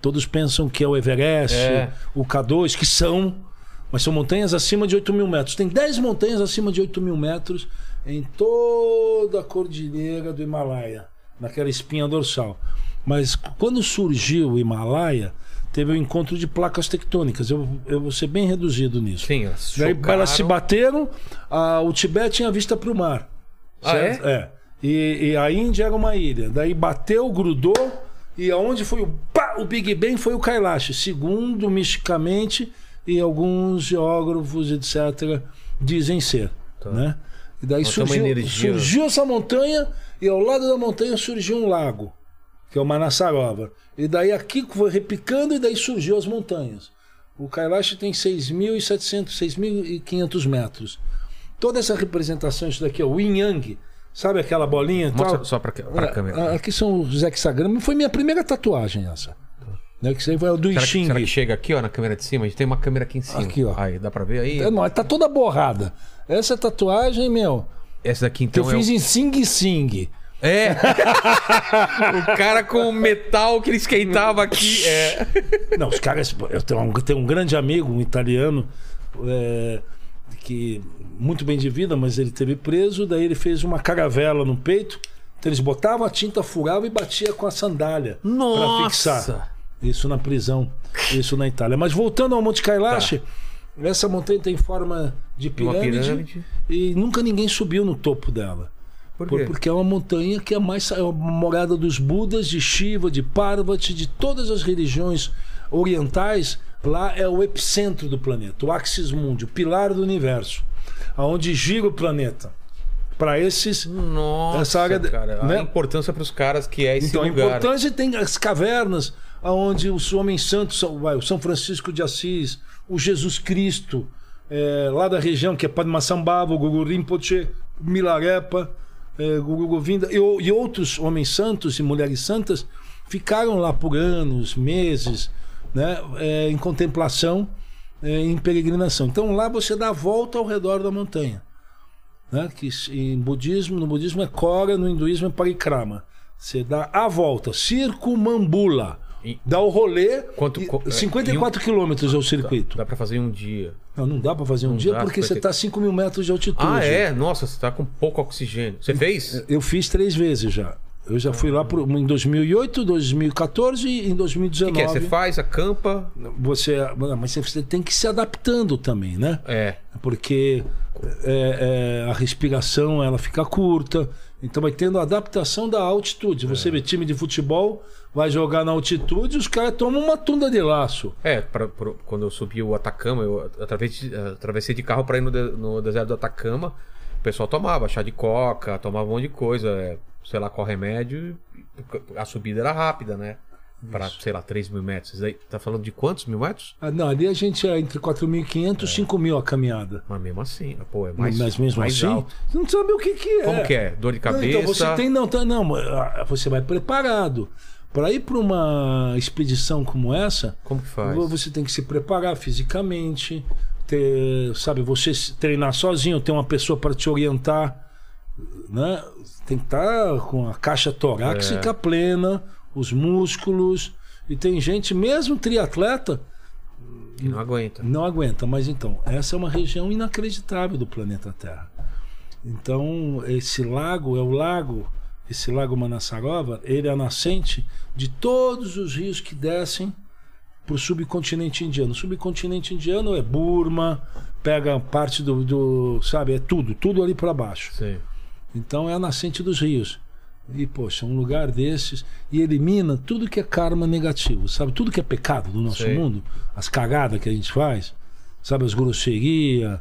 Speaker 3: Todos pensam que é o Everest,
Speaker 1: É.
Speaker 3: o K2, que são, mas são montanhas acima de 8 mil metros. Tem 10 montanhas acima de 8 mil metros em toda a cordilheira do Himalaia, naquela espinha dorsal. Mas c- quando surgiu o Himalaia, teve o encontro de placas tectônicas. Eu, eu vou ser bem reduzido nisso.
Speaker 1: Sim,
Speaker 3: Daí
Speaker 1: chocaram.
Speaker 3: elas se bateram, a- o Tibete tinha vista para o mar.
Speaker 1: Ah,
Speaker 3: certo? É. E, e a Índia era uma ilha. Daí bateu, grudou, e aonde foi o pá, o Big Bang foi o Kailash, segundo misticamente, e alguns geógrafos, etc., dizem ser. Né? E
Speaker 1: Então tem Tá.
Speaker 3: daí
Speaker 1: uma
Speaker 3: surgiu,
Speaker 1: energia.
Speaker 3: surgiu essa montanha, e ao lado da montanha surgiu um lago que é o Manassarova. E daí aqui foi repicando e daí surgiu as montanhas. O Kailash tem 6.700, 6.500 metros. Toda essa representação, isso daqui é o Yin Yang, sabe aquela bolinha e
Speaker 1: Mostra
Speaker 3: tal?
Speaker 1: só pra, pra
Speaker 3: Ah,
Speaker 1: câmera.
Speaker 3: ah, Aqui são os hexagramas. Foi minha primeira tatuagem essa. Né, que isso aí foi o do
Speaker 1: Será
Speaker 3: Xing.
Speaker 1: que, será que chega aqui, ó, na câmera de cima? A gente tem uma câmera aqui em cima.
Speaker 3: Aqui, ó.
Speaker 1: Aí, dá pra ver aí?
Speaker 3: É, não, tá toda borrada. Essa tatuagem, meu,
Speaker 1: Essa daqui,
Speaker 3: que
Speaker 1: então,
Speaker 3: eu
Speaker 1: é o-
Speaker 3: fiz em Sing Sing.
Speaker 1: É! o cara com o metal que ele esquentava aqui. É.
Speaker 3: Não, os caras. Eu tenho um, tenho um grande amigo, um italiano, é, que muito bem de vida, mas ele teve preso. Daí ele fez uma caravela no peito. Então eles botavam a tinta, furava e batia com a sandália
Speaker 1: Nossa!
Speaker 3: para fixar. Isso na prisão, isso na Itália. Mas voltando ao Monte Kailash, essa montanha tem forma de
Speaker 1: Tá. uma
Speaker 3: pirâmide,
Speaker 1: pirâmide.
Speaker 3: e nunca ninguém subiu no topo dela.
Speaker 1: Por
Speaker 3: Por-
Speaker 1: quê?
Speaker 3: porque é uma montanha que é mais é uma morada dos Budas, de Shiva, de Parvati, de todas as religiões orientais. Lá é o epicentro do planeta, o axis mundi, o pilar do universo, aonde gira o planeta. Para esses,
Speaker 1: Nossa,
Speaker 3: Essa área de-
Speaker 1: cara. é
Speaker 3: né?
Speaker 1: A importância pros caras que é esse
Speaker 3: então é
Speaker 1: lugar.
Speaker 3: importante tem as cavernas aonde os homens santos, são- vai, o São Francisco de Assis, o Jesus Cristo, é, lá da região que é Padmassambhava, o Guru Rinpoche, Milarepa, é, Guru Govinda e, o- e outros homens santos e mulheres santas ficaram lá por anos, meses, né, é, em contemplação, é, em peregrinação. Então lá você dá a volta ao redor da montanha né? que s- em budismo, no budismo é Kora, no hinduísmo é Parikrama. Você dá a volta, circumambula.
Speaker 1: E-
Speaker 3: Dá o rolê.
Speaker 1: Quanto-
Speaker 3: e-
Speaker 1: co- é,
Speaker 3: 54 quilômetros é o circuito.
Speaker 1: Dá pra fazer em um dia.
Speaker 3: Não, não dá para fazer um
Speaker 1: Não
Speaker 3: dia
Speaker 1: dá,
Speaker 3: porque você
Speaker 1: 50.
Speaker 3: está a 5 mil metros de altitude.
Speaker 1: Ah, é? Nossa, você tá com pouco oxigênio. Você fez?
Speaker 3: Eu fiz três vezes já. Eu já fui lá pro, em 2008, 2014 e em
Speaker 1: O
Speaker 3: 2019.
Speaker 1: que é? Você faz, acampa?
Speaker 3: Você, mas você tem que ir se adaptando também, né?
Speaker 1: É.
Speaker 3: porque é, é, a respiração ela fica curta. Então vai tendo a adaptação da altitude. Você
Speaker 1: É.
Speaker 3: vê time de futebol, vai jogar na altitude, os caras tomam uma tunda de laço.
Speaker 1: É, pra, pro- quando eu subi o Atacama, eu atravessei, atravessei de carro pra ir no, de- no deserto do Atacama. O pessoal tomava chá de coca, tomava um monte de coisa, é, sei lá qual remédio. e A subida era rápida, né? Pra, sei lá, 3 mil metros. Isso Daí, tá falando de quantos mil metros?
Speaker 3: Ah, não, ali a gente é entre 4.500 e 5.000 a caminhada.
Speaker 1: Mas mesmo assim, pô, é mais,
Speaker 3: Mas mesmo
Speaker 1: mais
Speaker 3: assim,
Speaker 1: alto.
Speaker 3: você não sabe o que, que é.
Speaker 1: Como que é? Dor de
Speaker 3: Não,
Speaker 1: cabeça?
Speaker 3: Então você tem não, tá, não, ah, você vai preparado. Para ir para uma expedição como essa,
Speaker 1: Como que faz?
Speaker 3: vo- você tem que se preparar fisicamente, ter, sabe, você se- treinar sozinho, ter uma pessoa para te orientar, né? Tem que estar com a caixa torácica
Speaker 1: É.
Speaker 3: plena, os músculos, e tem gente mesmo triatleta
Speaker 1: que não aguenta.
Speaker 3: não aguenta, mas então, essa é uma região inacreditável do planeta Terra. Então, esse lago é o lago, esse lago Manassarova, ele é a nascente de todos os rios que descem para o subcontinente indiano. O subcontinente indiano é Burma, pega parte do, do sabe, é tudo, tudo ali para baixo.
Speaker 1: Sim.
Speaker 3: Então é a nascente dos rios. E, poxa, um lugar desses. E elimina tudo que é karma negativo, sabe? Tudo que é pecado do nosso
Speaker 1: Sei.
Speaker 3: mundo, as cagadas que a gente faz, sabe? As grosserias,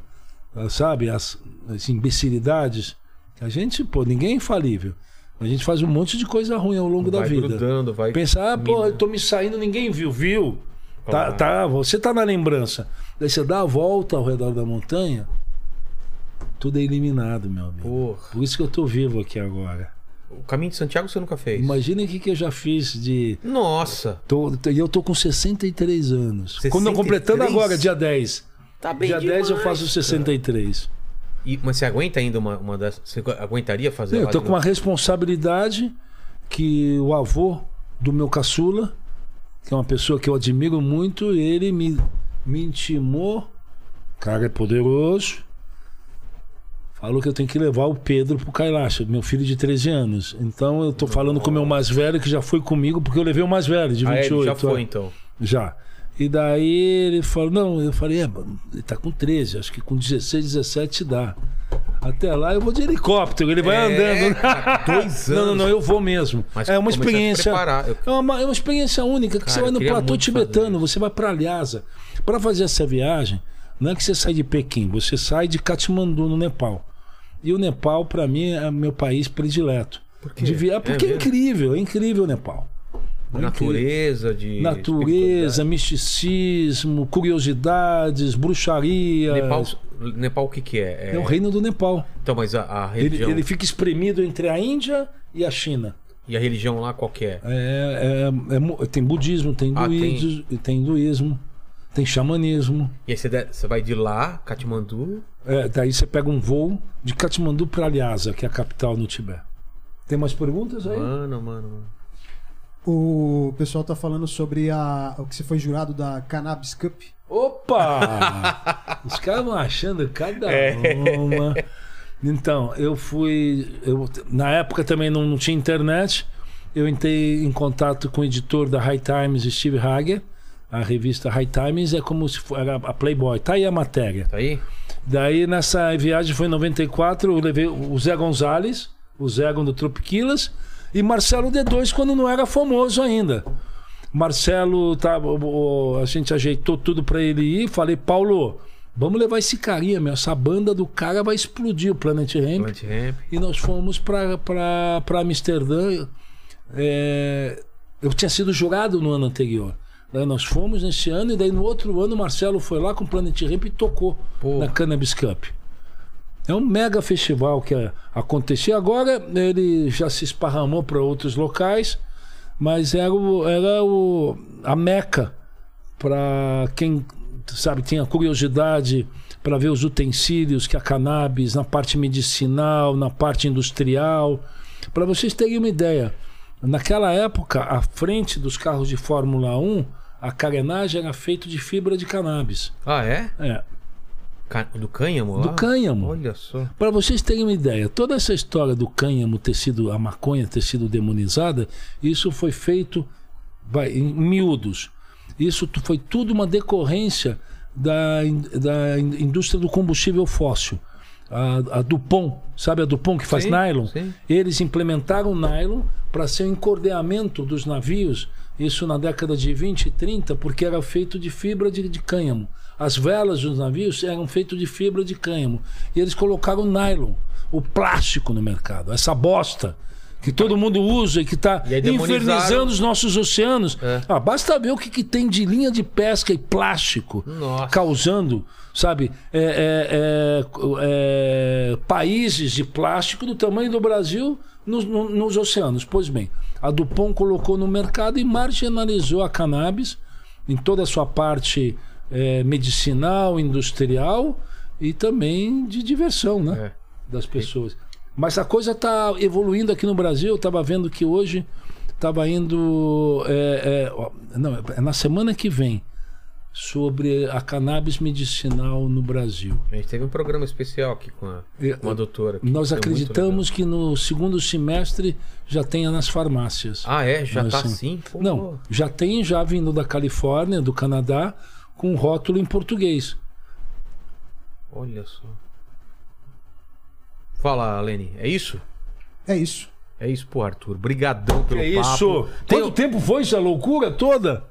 Speaker 3: ah, sabe? As, as imbecilidades. A gente, pô, ninguém é infalível. A gente faz um monte de coisa ruim ao longo da
Speaker 1: vai
Speaker 3: vida.
Speaker 1: grudando, vai.
Speaker 3: Pensar, ah, pô,
Speaker 1: mina.
Speaker 3: eu tô me saindo, ninguém viu, viu?
Speaker 1: Ah.
Speaker 3: Tá, tá, você tá na lembrança. Daí você dá a volta ao redor da montanha, tudo é eliminado, meu amigo.
Speaker 1: Porra.
Speaker 3: Por isso que eu tô vivo aqui agora.
Speaker 1: O caminho de Santiago você nunca fez.
Speaker 3: Imagina o que, que eu já fiz de.
Speaker 1: Nossa,
Speaker 3: tô- tô- E eu tô com 63 anos.
Speaker 1: 63?
Speaker 3: Quando eu completando agora, dia 10.
Speaker 1: tá bem
Speaker 3: dia 10 eu faço 63.
Speaker 1: E, mas você aguenta ainda uma, uma dessas? Você aguentaria fazer?
Speaker 3: Eu
Speaker 1: a
Speaker 3: tô
Speaker 1: rádio-
Speaker 3: com uma responsabilidade que o avô do meu caçula, que é uma pessoa que eu admiro muito, ele me, me intimou. O cara é poderoso. Falou que eu tenho que levar o Pedro pro Kailash, meu filho de 13 anos. Então eu tô falando com o meu mais velho, que já foi comigo, porque eu levei o mais velho, de
Speaker 1: Ah, é,
Speaker 3: 28.
Speaker 1: ele já foi
Speaker 3: é.
Speaker 1: então.
Speaker 3: Já. E daí ele falou, não, eu falei, é, mano, ele tá com 13, acho que com 16, 17 dá. Até lá eu vou de helicóptero, ele vai
Speaker 1: É,
Speaker 3: andando. né?"
Speaker 1: cara, dois
Speaker 3: Não, não,
Speaker 1: anos.
Speaker 3: não, eu vou mesmo.
Speaker 1: Mas
Speaker 3: é uma
Speaker 1: começar a se
Speaker 3: experiência.
Speaker 1: preparar. Eu-
Speaker 3: É, uma, é uma experiência única que
Speaker 1: Cara,
Speaker 3: você vai
Speaker 1: eu
Speaker 3: no
Speaker 1: queria
Speaker 3: platô
Speaker 1: muito fazer
Speaker 3: tibetano, você vai pra Lhasa. Pra fazer essa viagem, não é que você sai de Pequim, você sai de Katmandu, no Nepal. E o Nepal, pra mim, é meu país predileto. Por
Speaker 1: quê? É
Speaker 3: porque é
Speaker 1: mesmo?
Speaker 3: incrível, é incrível o Nepal.
Speaker 1: Natureza de.
Speaker 3: Natureza, misticismo, curiosidades, bruxaria.
Speaker 1: Nepal, Nepal o que que é?
Speaker 3: É o reino do Nepal.
Speaker 1: Então, mas a, a
Speaker 3: Ele,
Speaker 1: religião
Speaker 3: ele fica espremido entre a Índia e a China.
Speaker 1: e a religião lá qual que é?
Speaker 3: É- é- é mu- tem budismo, tem
Speaker 1: Ah, tem.
Speaker 3: hinduísmo, tem. hinduísmo, tem xamanismo.
Speaker 1: E aí você, de- você vai de lá, Katmandu,
Speaker 3: É, daí você pega um voo de Katmandu para Lhasa, que é a capital no Tibete. Tem mais perguntas aí?
Speaker 1: mano, mano, mano.
Speaker 2: O pessoal tá falando sobre a, o que você foi jurado da Cannabis Cup.
Speaker 3: Opa! Os caras vão achando cada uma. Então, eu fui. Eu, na época também não, não tinha internet. Eu entrei em contato com o editor da High Times, Steve Hager. A revista High Times é como se fosse a Playboy. Tá aí a matéria.
Speaker 1: Tá aí?
Speaker 3: Daí nessa viagem foi em 94, eu levei o Zé Gonzalez, o Zé do Tropiquilas e Marcelo D2 quando não era famoso ainda. Marcelo tava, o- o- a gente ajeitou tudo pra ele ir, falei Paulo, vamos levar esse carinha, meu, essa banda do cara vai explodir o Planet Hemp.
Speaker 1: Plant Ramp.
Speaker 3: E nós fomos pra- pra pra Amsterdã. É, eu tinha sido jurado no ano anterior. Daí nós fomos nesse ano, e daí no outro ano o Marcelo foi lá com o Planet Ramp e tocou
Speaker 1: Pô.
Speaker 3: na Cannabis Cup. É um mega festival que é- acontecia. Agora ele já se esparramou para outros locais, mas era, o- era o- a meca para quem sabe tinha curiosidade para ver os utensílios que é a cannabis na parte medicinal, na parte industrial, para vocês terem uma ideia. Naquela época, a frente dos carros de Fórmula 1, a carenagem era feita de fibra de cannabis.
Speaker 1: Ah, é?
Speaker 3: É,
Speaker 1: Ca- Do cânhamo lá?
Speaker 3: do cânhamo.
Speaker 1: Olha só.
Speaker 3: Para vocês terem uma ideia, toda essa história do cânhamo ter sido, a maconha ter sido demonizada, isso foi feito vai, em miúdos. Isso tu- foi tudo uma decorrência da, in- da in- indústria do combustível fóssil. A, a Dupont, sabe a Dupont que faz
Speaker 1: Sim,
Speaker 3: nylon?
Speaker 1: sim.
Speaker 3: Eles implementaram o nylon para ser o encordeamento dos navios, isso na década de 20 e 30, porque era feito de fibra de, de cânhamo. As velas dos navios eram feitas de fibra de cânhamo. E eles colocaram o nylon, o plástico no mercado, essa bosta que todo mundo usa e que está
Speaker 1: E aí demonizaram-
Speaker 3: infernizando os nossos oceanos.
Speaker 1: É.
Speaker 3: Ah, basta ver o que, que tem de linha de pesca e plástico
Speaker 1: Nossa.
Speaker 3: causando, sabe, é, é, é, é, países de plástico do tamanho do Brasil nos, no- nos oceanos. Pois bem, a Dupont colocou no mercado e marginalizou a cannabis em toda a sua parte é, medicinal, industrial e também de diversão, né? Das pessoas. Mas a coisa está evoluindo aqui no Brasil. Eu estava vendo que hoje estava indo. é, é, ó, não, é na semana que vem sobre a cannabis medicinal no Brasil.
Speaker 1: A gente teve um programa especial aqui com a,
Speaker 3: E-
Speaker 1: com a doutora. que
Speaker 3: Nós
Speaker 1: foi muito
Speaker 3: acreditamos que no segundo semestre já tenha nas farmácias.
Speaker 1: legal. Ah, é? Já
Speaker 3: Nós
Speaker 1: tá
Speaker 3: sim.
Speaker 1: assim? Pô.
Speaker 3: Não, já tem já vindo da Califórnia, do Canadá, com um rótulo em português.
Speaker 1: Olha só. Fala, Leni. É isso?
Speaker 2: É isso.
Speaker 1: É isso, pô, Arthur. Brigadão pelo
Speaker 3: É
Speaker 1: papo.
Speaker 3: isso.
Speaker 1: Tem-
Speaker 3: Quanto tempo foi essa loucura toda?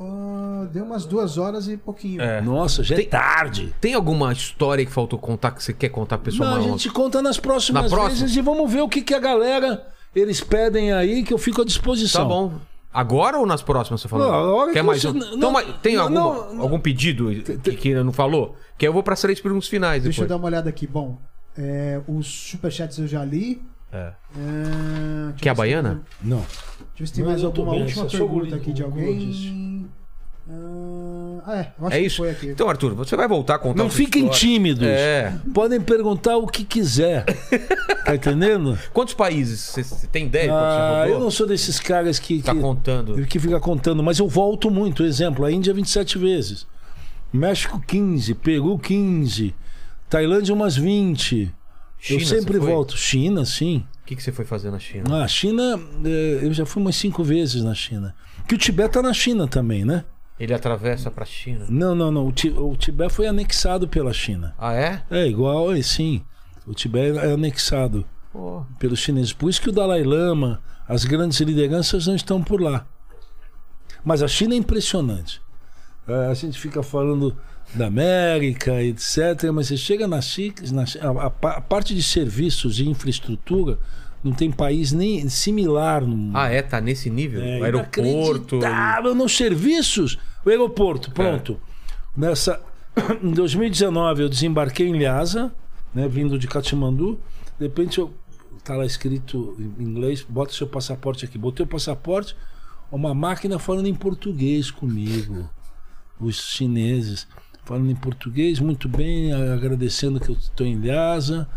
Speaker 2: Ah, deu umas duas horas e pouquinho.
Speaker 3: Nossa, já é
Speaker 1: Tem-
Speaker 3: tarde.
Speaker 1: Tem alguma história que faltou contar que você quer contar pro pessoal?
Speaker 3: Não, a
Speaker 1: mais
Speaker 3: gente conta nas próximas
Speaker 1: Na próxima?
Speaker 3: vezes e vamos ver o que, que a galera eles pedem aí que eu fico à disposição.
Speaker 1: Tá bom. Agora ou nas próximas, você falou?
Speaker 3: Não, a hora
Speaker 1: Quer
Speaker 3: que
Speaker 1: mais
Speaker 3: você-
Speaker 1: um?
Speaker 3: não,
Speaker 1: então, mas tem
Speaker 3: não,
Speaker 1: alguma-
Speaker 3: não, não.
Speaker 1: algum pedido que, que não falou? Que eu vou para as três perguntas finais
Speaker 2: Deixa eu
Speaker 1: depois.
Speaker 2: dar uma olhada aqui. Bom, é, os superchats eu já li. É, deixa
Speaker 1: Que é a
Speaker 2: eu ver se tem-
Speaker 1: baiana?
Speaker 3: Não.
Speaker 2: Deixa eu ver se tem
Speaker 3: Não,
Speaker 2: mais
Speaker 3: eu tô
Speaker 2: alguma
Speaker 3: bem,
Speaker 2: última
Speaker 3: eu sou
Speaker 2: pergunta
Speaker 3: golido
Speaker 2: aqui
Speaker 3: com
Speaker 2: de alguém.
Speaker 3: gordices.
Speaker 2: Ah, é. Eu acho
Speaker 1: é
Speaker 2: que
Speaker 1: isso?
Speaker 2: foi aqui.
Speaker 1: Então, Arthur, você vai voltar a contar
Speaker 3: Não
Speaker 1: essa
Speaker 3: fiquem
Speaker 1: história.
Speaker 3: tímidos.
Speaker 1: É.
Speaker 3: Podem perguntar o que quiser. Tá entendendo?
Speaker 1: Quantos países? Você- Você tem ideia? de quantos
Speaker 3: Ah,
Speaker 1: você
Speaker 3: eu
Speaker 1: rodou?
Speaker 3: não sou desses caras que,
Speaker 1: Tá
Speaker 3: que,
Speaker 1: contando.
Speaker 3: que fica contando, mas eu volto muito. Exemplo, a Índia 27 vezes. México 15, Peru 15, Tailândia umas 20. eu
Speaker 1: China,
Speaker 3: sempre
Speaker 1: você foi?
Speaker 3: volto. China, sim.
Speaker 1: O que, que você foi fazer na China?
Speaker 3: Ah, A China, eh, eu já fui umas cinco vezes na China. Que o Tibete tá na China também, né?
Speaker 1: Ele atravessa pra China.
Speaker 3: Não, não, não. O, Ti- o Tibete foi anexado pela China.
Speaker 1: Ah, é?
Speaker 3: É igual, é, sim. O Tibete é anexado
Speaker 1: Pô.
Speaker 3: pelos chineses. Por isso que o Dalai Lama, as grandes lideranças não estão por lá. Mas a China é impressionante. É, A gente fica falando da América, etc. Mas você chega na China, a, pa- a parte de serviços e infraestrutura não tem país nem similar no mundo.
Speaker 1: Ah, é? Tá nesse nível? O aeroporto.
Speaker 3: Inacreditável nos serviços. O aeroporto, pronto.
Speaker 1: É.
Speaker 3: Nessa, em 2019, eu desembarquei em Lhasa, né, vindo de Katmandu. De repente, eu, tá lá escrito em inglês: bota seu passaporte aqui. Botei o passaporte, uma máquina falando em português comigo. Os chineses falando em português, muito bem, a- agradecendo que eu estou em Lhasa.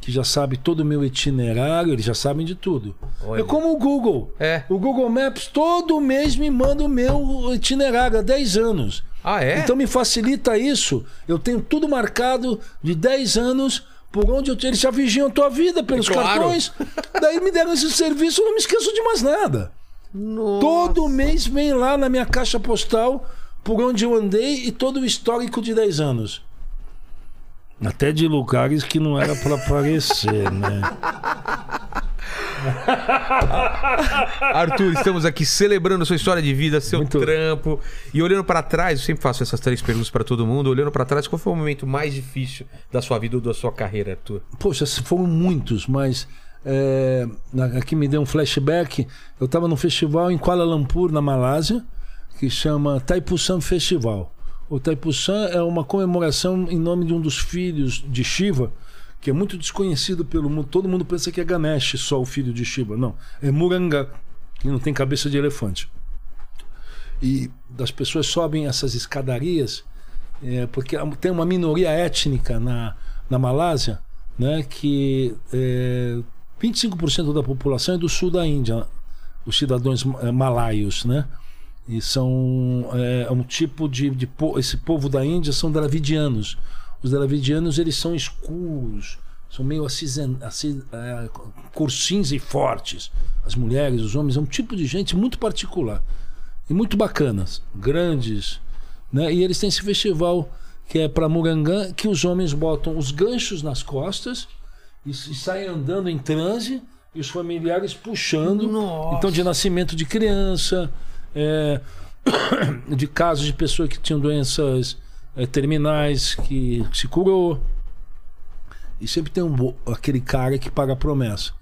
Speaker 3: Que já sabe todo o meu itinerário, eles já sabem de tudo.
Speaker 1: Olha.
Speaker 3: É como o Google.
Speaker 1: É.
Speaker 3: O Google Maps todo mês me manda o meu itinerário há 10 anos.
Speaker 1: Ah, é?
Speaker 3: Então me facilita isso. Eu tenho tudo marcado de 10 anos por onde eu eles já vigiam a tua vida pelos
Speaker 1: É claro.
Speaker 3: cartões. Daí me deram esse serviço, eu não me esqueço de mais nada. Todo mês vem lá na minha caixa postal por onde eu andei e todo o histórico de 10 anos. Até de lugares que não era para aparecer, né?
Speaker 1: Arthur, estamos aqui celebrando sua história de vida, seu
Speaker 3: Muito.
Speaker 1: trampo. E olhando pra trás, eu sempre faço essas três perguntas pra todo mundo. Olhando pra trás, qual foi o momento mais difícil da sua vida ou da sua carreira, Arthur?
Speaker 3: Poxa, se foram muitos, mas é, na- aqui me deu um flashback. Eu estava num festival em Kuala Lumpur, na Malásia, que chama Taipusan Festival. O Taipusan é uma comemoração em nome de um dos filhos de Shiva, que é muito desconhecido pelo mundo. Todo mundo pensa que é Ganesh, só o filho de Shiva. Não, é Muranga, que não tem cabeça de elefante. E as pessoas sobem essas escadarias é, porque há- tem uma minoria étnica na, na Malásia, né, que é, 25% da população é do sul da Índia, os cidadãos é, malaios, né? E são é, um tipo de, de po- esse povo da Índia são dravidianos. Os dravidianos eles são escuros, são meio acinzen- acin- é, cor cinza e fortes. As mulheres, os homens, é um tipo de gente muito particular e muito bacanas, grandes, né? E eles têm esse festival que é para Murangã, que os homens botam os ganchos nas costas e, s- e saem andando em transe e os familiares puxando. Então, de nascimento de criança, é, de casos de pessoas que tinham doenças é, terminais que se curou. E sempre tem um, bo- aquele cara que paga a promessa.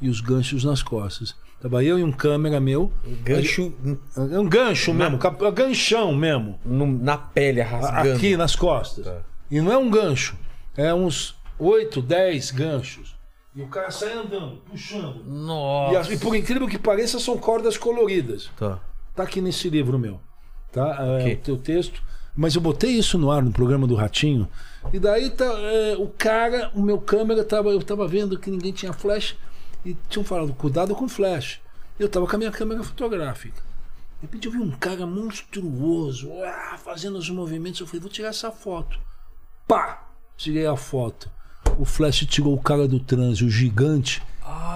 Speaker 3: E os ganchos nas costas. Tava eu e um câmera meu.
Speaker 1: Gancho
Speaker 3: É um gancho mesmo, cap- é ganchão mesmo.
Speaker 1: no- na pele, rasgando.
Speaker 3: Aqui nas costas. E não é um gancho. É uns 8, 10 ganchos. E o cara sai andando, puxando. E,
Speaker 1: Nossa.
Speaker 3: as- e por incrível que pareça, são cordas coloridas.
Speaker 1: Tá.
Speaker 3: Tá aqui nesse livro meu. Tá? É,
Speaker 1: Ok.
Speaker 3: o teu texto. Mas eu botei isso no ar no programa do Ratinho. E daí tá, é, o cara, o meu câmera, tava, eu tava vendo que ninguém tinha flash. E tinham falado, cuidado com flash. Eu tava com a minha câmera fotográfica. De repente eu vi um cara monstruoso, uá, fazendo os movimentos. Eu falei, vou tirar essa foto. Pá! Tirei a foto. O Flash tirou o cara do transe, o gigante.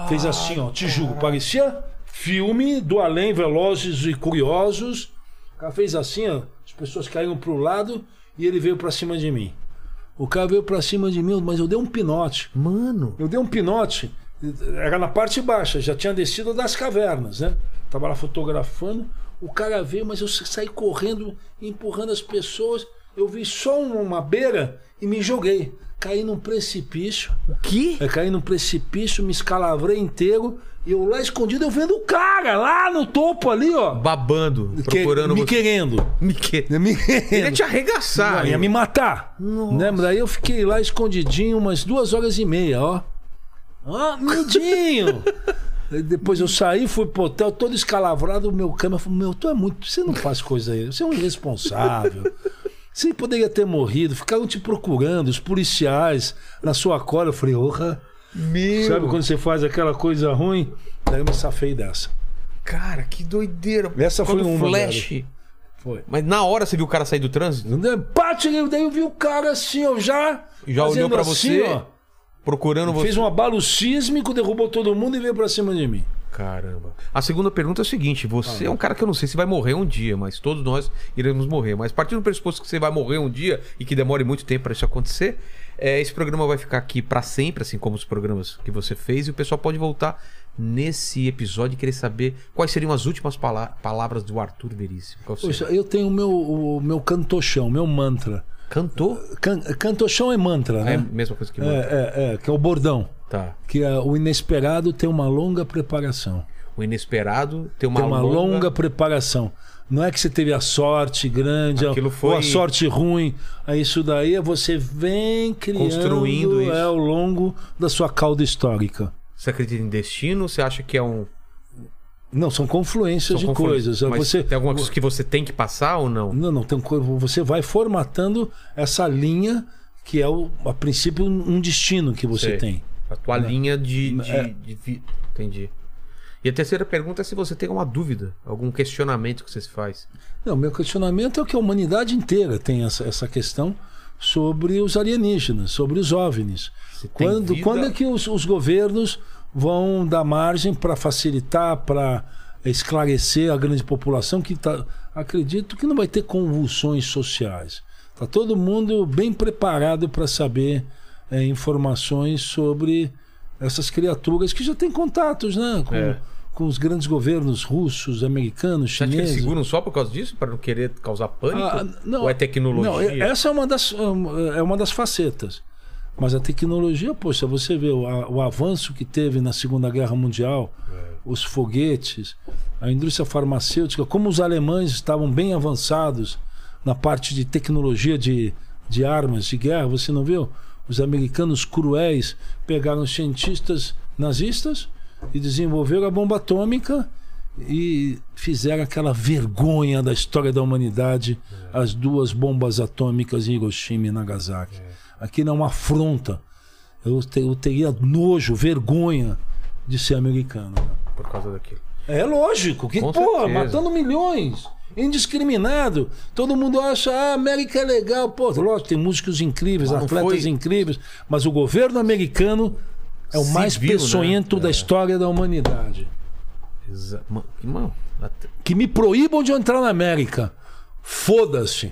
Speaker 3: fez assim, ó, te juro, parecia filme do além, Velozes e Curiosos. O cara fez assim, ó, as pessoas caíram pro lado e ele veio pra cima de mim. O cara veio pra cima de mim, mas eu dei um pinote.
Speaker 1: Mano.
Speaker 3: Eu dei um pinote Era na parte baixa, já tinha descido das cavernas, né? Tava lá fotografando, o cara veio, mas eu saí correndo, empurrando as pessoas. Eu vi só um, uma beira e me joguei. Caí num precipício.
Speaker 1: O quê?
Speaker 3: Eu caí num precipício, me escalavrei inteiro. E eu lá escondido, eu vendo o cara lá no topo ali, ó.
Speaker 1: Babando, procurando
Speaker 3: que, me
Speaker 1: você.
Speaker 3: querendo.
Speaker 1: Me que- Ele
Speaker 3: Me
Speaker 1: ia
Speaker 3: querendo.
Speaker 1: te arregaçar.
Speaker 3: Não, ia me matar. Né? Mas Daí eu fiquei lá escondidinho umas duas horas e meia, ó. Ó, miudinho! Aí Depois eu saí, fui pro hotel todo escalavrado, o meu câmera falou, meu, tu é muito, você não faz coisa aí, você é um irresponsável. Você poderia ter morrido, ficaram te procurando, os policiais na sua cola. Eu falei, orra.
Speaker 1: Meu.
Speaker 3: Sabe quando você faz aquela coisa ruim? Daí eu me safei dessa.
Speaker 1: Cara, que doideira.
Speaker 3: Essa foi
Speaker 1: Quando
Speaker 3: uma,
Speaker 1: flash.
Speaker 3: Foi.
Speaker 1: Mas na hora você viu o cara sair do trânsito?
Speaker 3: Bate, daí eu vi o cara assim, ó, já.
Speaker 1: Já olhou
Speaker 3: fazendo
Speaker 1: pra
Speaker 3: assim,
Speaker 1: você?
Speaker 3: ó.
Speaker 1: Procurando você.
Speaker 3: Fez um abalo sísmico, derrubou todo mundo e veio pra cima de mim.
Speaker 1: Caramba. A segunda pergunta é o seguinte: você é um cara que eu não sei se vai morrer um dia, mas todos nós iremos morrer. Mas partindo do pressuposto que você vai morrer um dia e que demore muito tempo para isso acontecer, é, esse programa vai ficar aqui para sempre, assim como os programas que você fez, e o pessoal pode voltar nesse episódio e querer saber quais seriam as últimas pala- palavras do Arthur Veríssimo. Qual seria?
Speaker 3: Poxa, eu tenho o meu, o meu cantochão, meu mantra.
Speaker 1: Cantou?
Speaker 3: Can, cantochão é mantra,
Speaker 1: É a
Speaker 3: né?
Speaker 1: mesma coisa que
Speaker 3: É,
Speaker 1: manda.
Speaker 3: é, é, que é o bordão.
Speaker 1: Tá.
Speaker 3: Que é, o inesperado tem uma longa preparação.
Speaker 1: O inesperado tem uma,
Speaker 3: tem uma longa... preparação. Não é que você teve a sorte grande
Speaker 1: Aquilo
Speaker 3: ou-
Speaker 1: foi-
Speaker 3: ou a sorte ruim. Aí Isso daí é você vem criando
Speaker 1: Construindo isso.
Speaker 3: é, ao longo da sua cauda histórica.
Speaker 1: Você acredita em destino? Você acha que é um.
Speaker 3: Não, são confluências
Speaker 1: são
Speaker 3: de
Speaker 1: conflitos?
Speaker 3: coisas. É
Speaker 1: Mas
Speaker 3: você,
Speaker 1: Tem alguma coisa que você tem que passar ou não?
Speaker 3: Não, não, tem um co- você vai formatando essa linha que é, o, a princípio, um um destino que você
Speaker 1: Sei.
Speaker 3: tem.
Speaker 1: A tua linha de, de,
Speaker 3: É.
Speaker 1: de vi- Entendi. E a terceira pergunta é se você tem alguma dúvida, algum questionamento que você se faz.
Speaker 3: Não, meu questionamento é que a humanidade inteira tem essa, essa questão sobre os alienígenas, sobre os OVNIs.
Speaker 1: Se tem
Speaker 3: Quando,
Speaker 1: vida-
Speaker 3: quando é que os, os governos vão dar margem para facilitar, para esclarecer a grande população que tá, acredito que não vai ter convulsões sociais. Está todo mundo bem preparado para saber eh, informações sobre essas criaturas que já têm contatos né, com,
Speaker 1: É.
Speaker 3: com os grandes governos russos, americanos,
Speaker 1: Você acha que é eles
Speaker 3: chineses.
Speaker 1: seguram só por causa disso? Para não querer causar pânico?
Speaker 3: Ah, não,
Speaker 1: Ou é tecnologia?
Speaker 3: não, é- essa é uma das, é uma das facetas. Mas a tecnologia, poxa, você vê o, a- o avanço que teve na Segunda Guerra Mundial,
Speaker 1: É.
Speaker 3: os foguetes, a indústria farmacêutica, como os alemães estavam bem avançados na parte de tecnologia de, de armas de guerra, você não viu? Os americanos cruéis pegaram cientistas nazistas e desenvolveram a bomba atômica e fizeram aquela vergonha da história da humanidade,
Speaker 1: É.
Speaker 3: as duas bombas atômicas em Hiroshima e Nagasaki. Aquilo é uma afronta. Eu, te- eu teria nojo, vergonha de ser americano.
Speaker 1: Por causa daquilo.
Speaker 3: É lógico, que
Speaker 1: Com
Speaker 3: porra,
Speaker 1: certeza.
Speaker 3: matando milhões, indiscriminado. Todo mundo acha, ah, América é legal. Pô, lógico, tem músicos incríveis,
Speaker 1: Mas não
Speaker 3: atletas
Speaker 1: foi-
Speaker 3: incríveis, mas o governo americano é o
Speaker 1: Se
Speaker 3: mais
Speaker 1: viu, né?
Speaker 3: peçonhento da
Speaker 1: É.
Speaker 3: história da humanidade
Speaker 1: Exa... Mano, irmão, até-
Speaker 3: que me proíbam de entrar na América. Foda-se.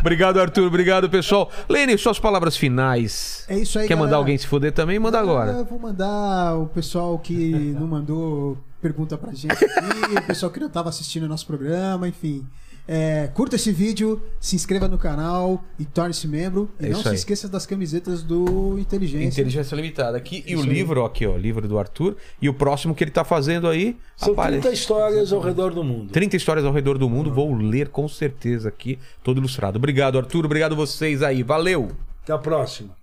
Speaker 1: Obrigado, Arthur. Obrigado, pessoal. Lene, suas palavras finais.
Speaker 2: É isso aí,
Speaker 1: Quer mandar
Speaker 2: galera.
Speaker 1: alguém se foder também? Manda agora.
Speaker 2: Eu vou mandar o pessoal que não mandou pergunta pra gente aqui, o pessoal que não tava assistindo o nosso programa, enfim. É, curta esse vídeo, se inscreva no canal e torne-se membro. E
Speaker 1: É
Speaker 2: não
Speaker 1: isso
Speaker 2: se
Speaker 1: aí.
Speaker 2: esqueça das camisetas do Inteligência.
Speaker 1: Inteligência Limitada aqui. E o livro, ó, aqui, ó. Livro do Arthur. E o próximo que ele tá fazendo aí.
Speaker 3: São
Speaker 1: aparece.
Speaker 3: 30 histórias ao redor do mundo.
Speaker 1: 30 histórias ao redor do mundo, vou ler com certeza aqui, todo ilustrado. Obrigado, Arthur. Obrigado vocês aí. Valeu!
Speaker 3: Até a próxima.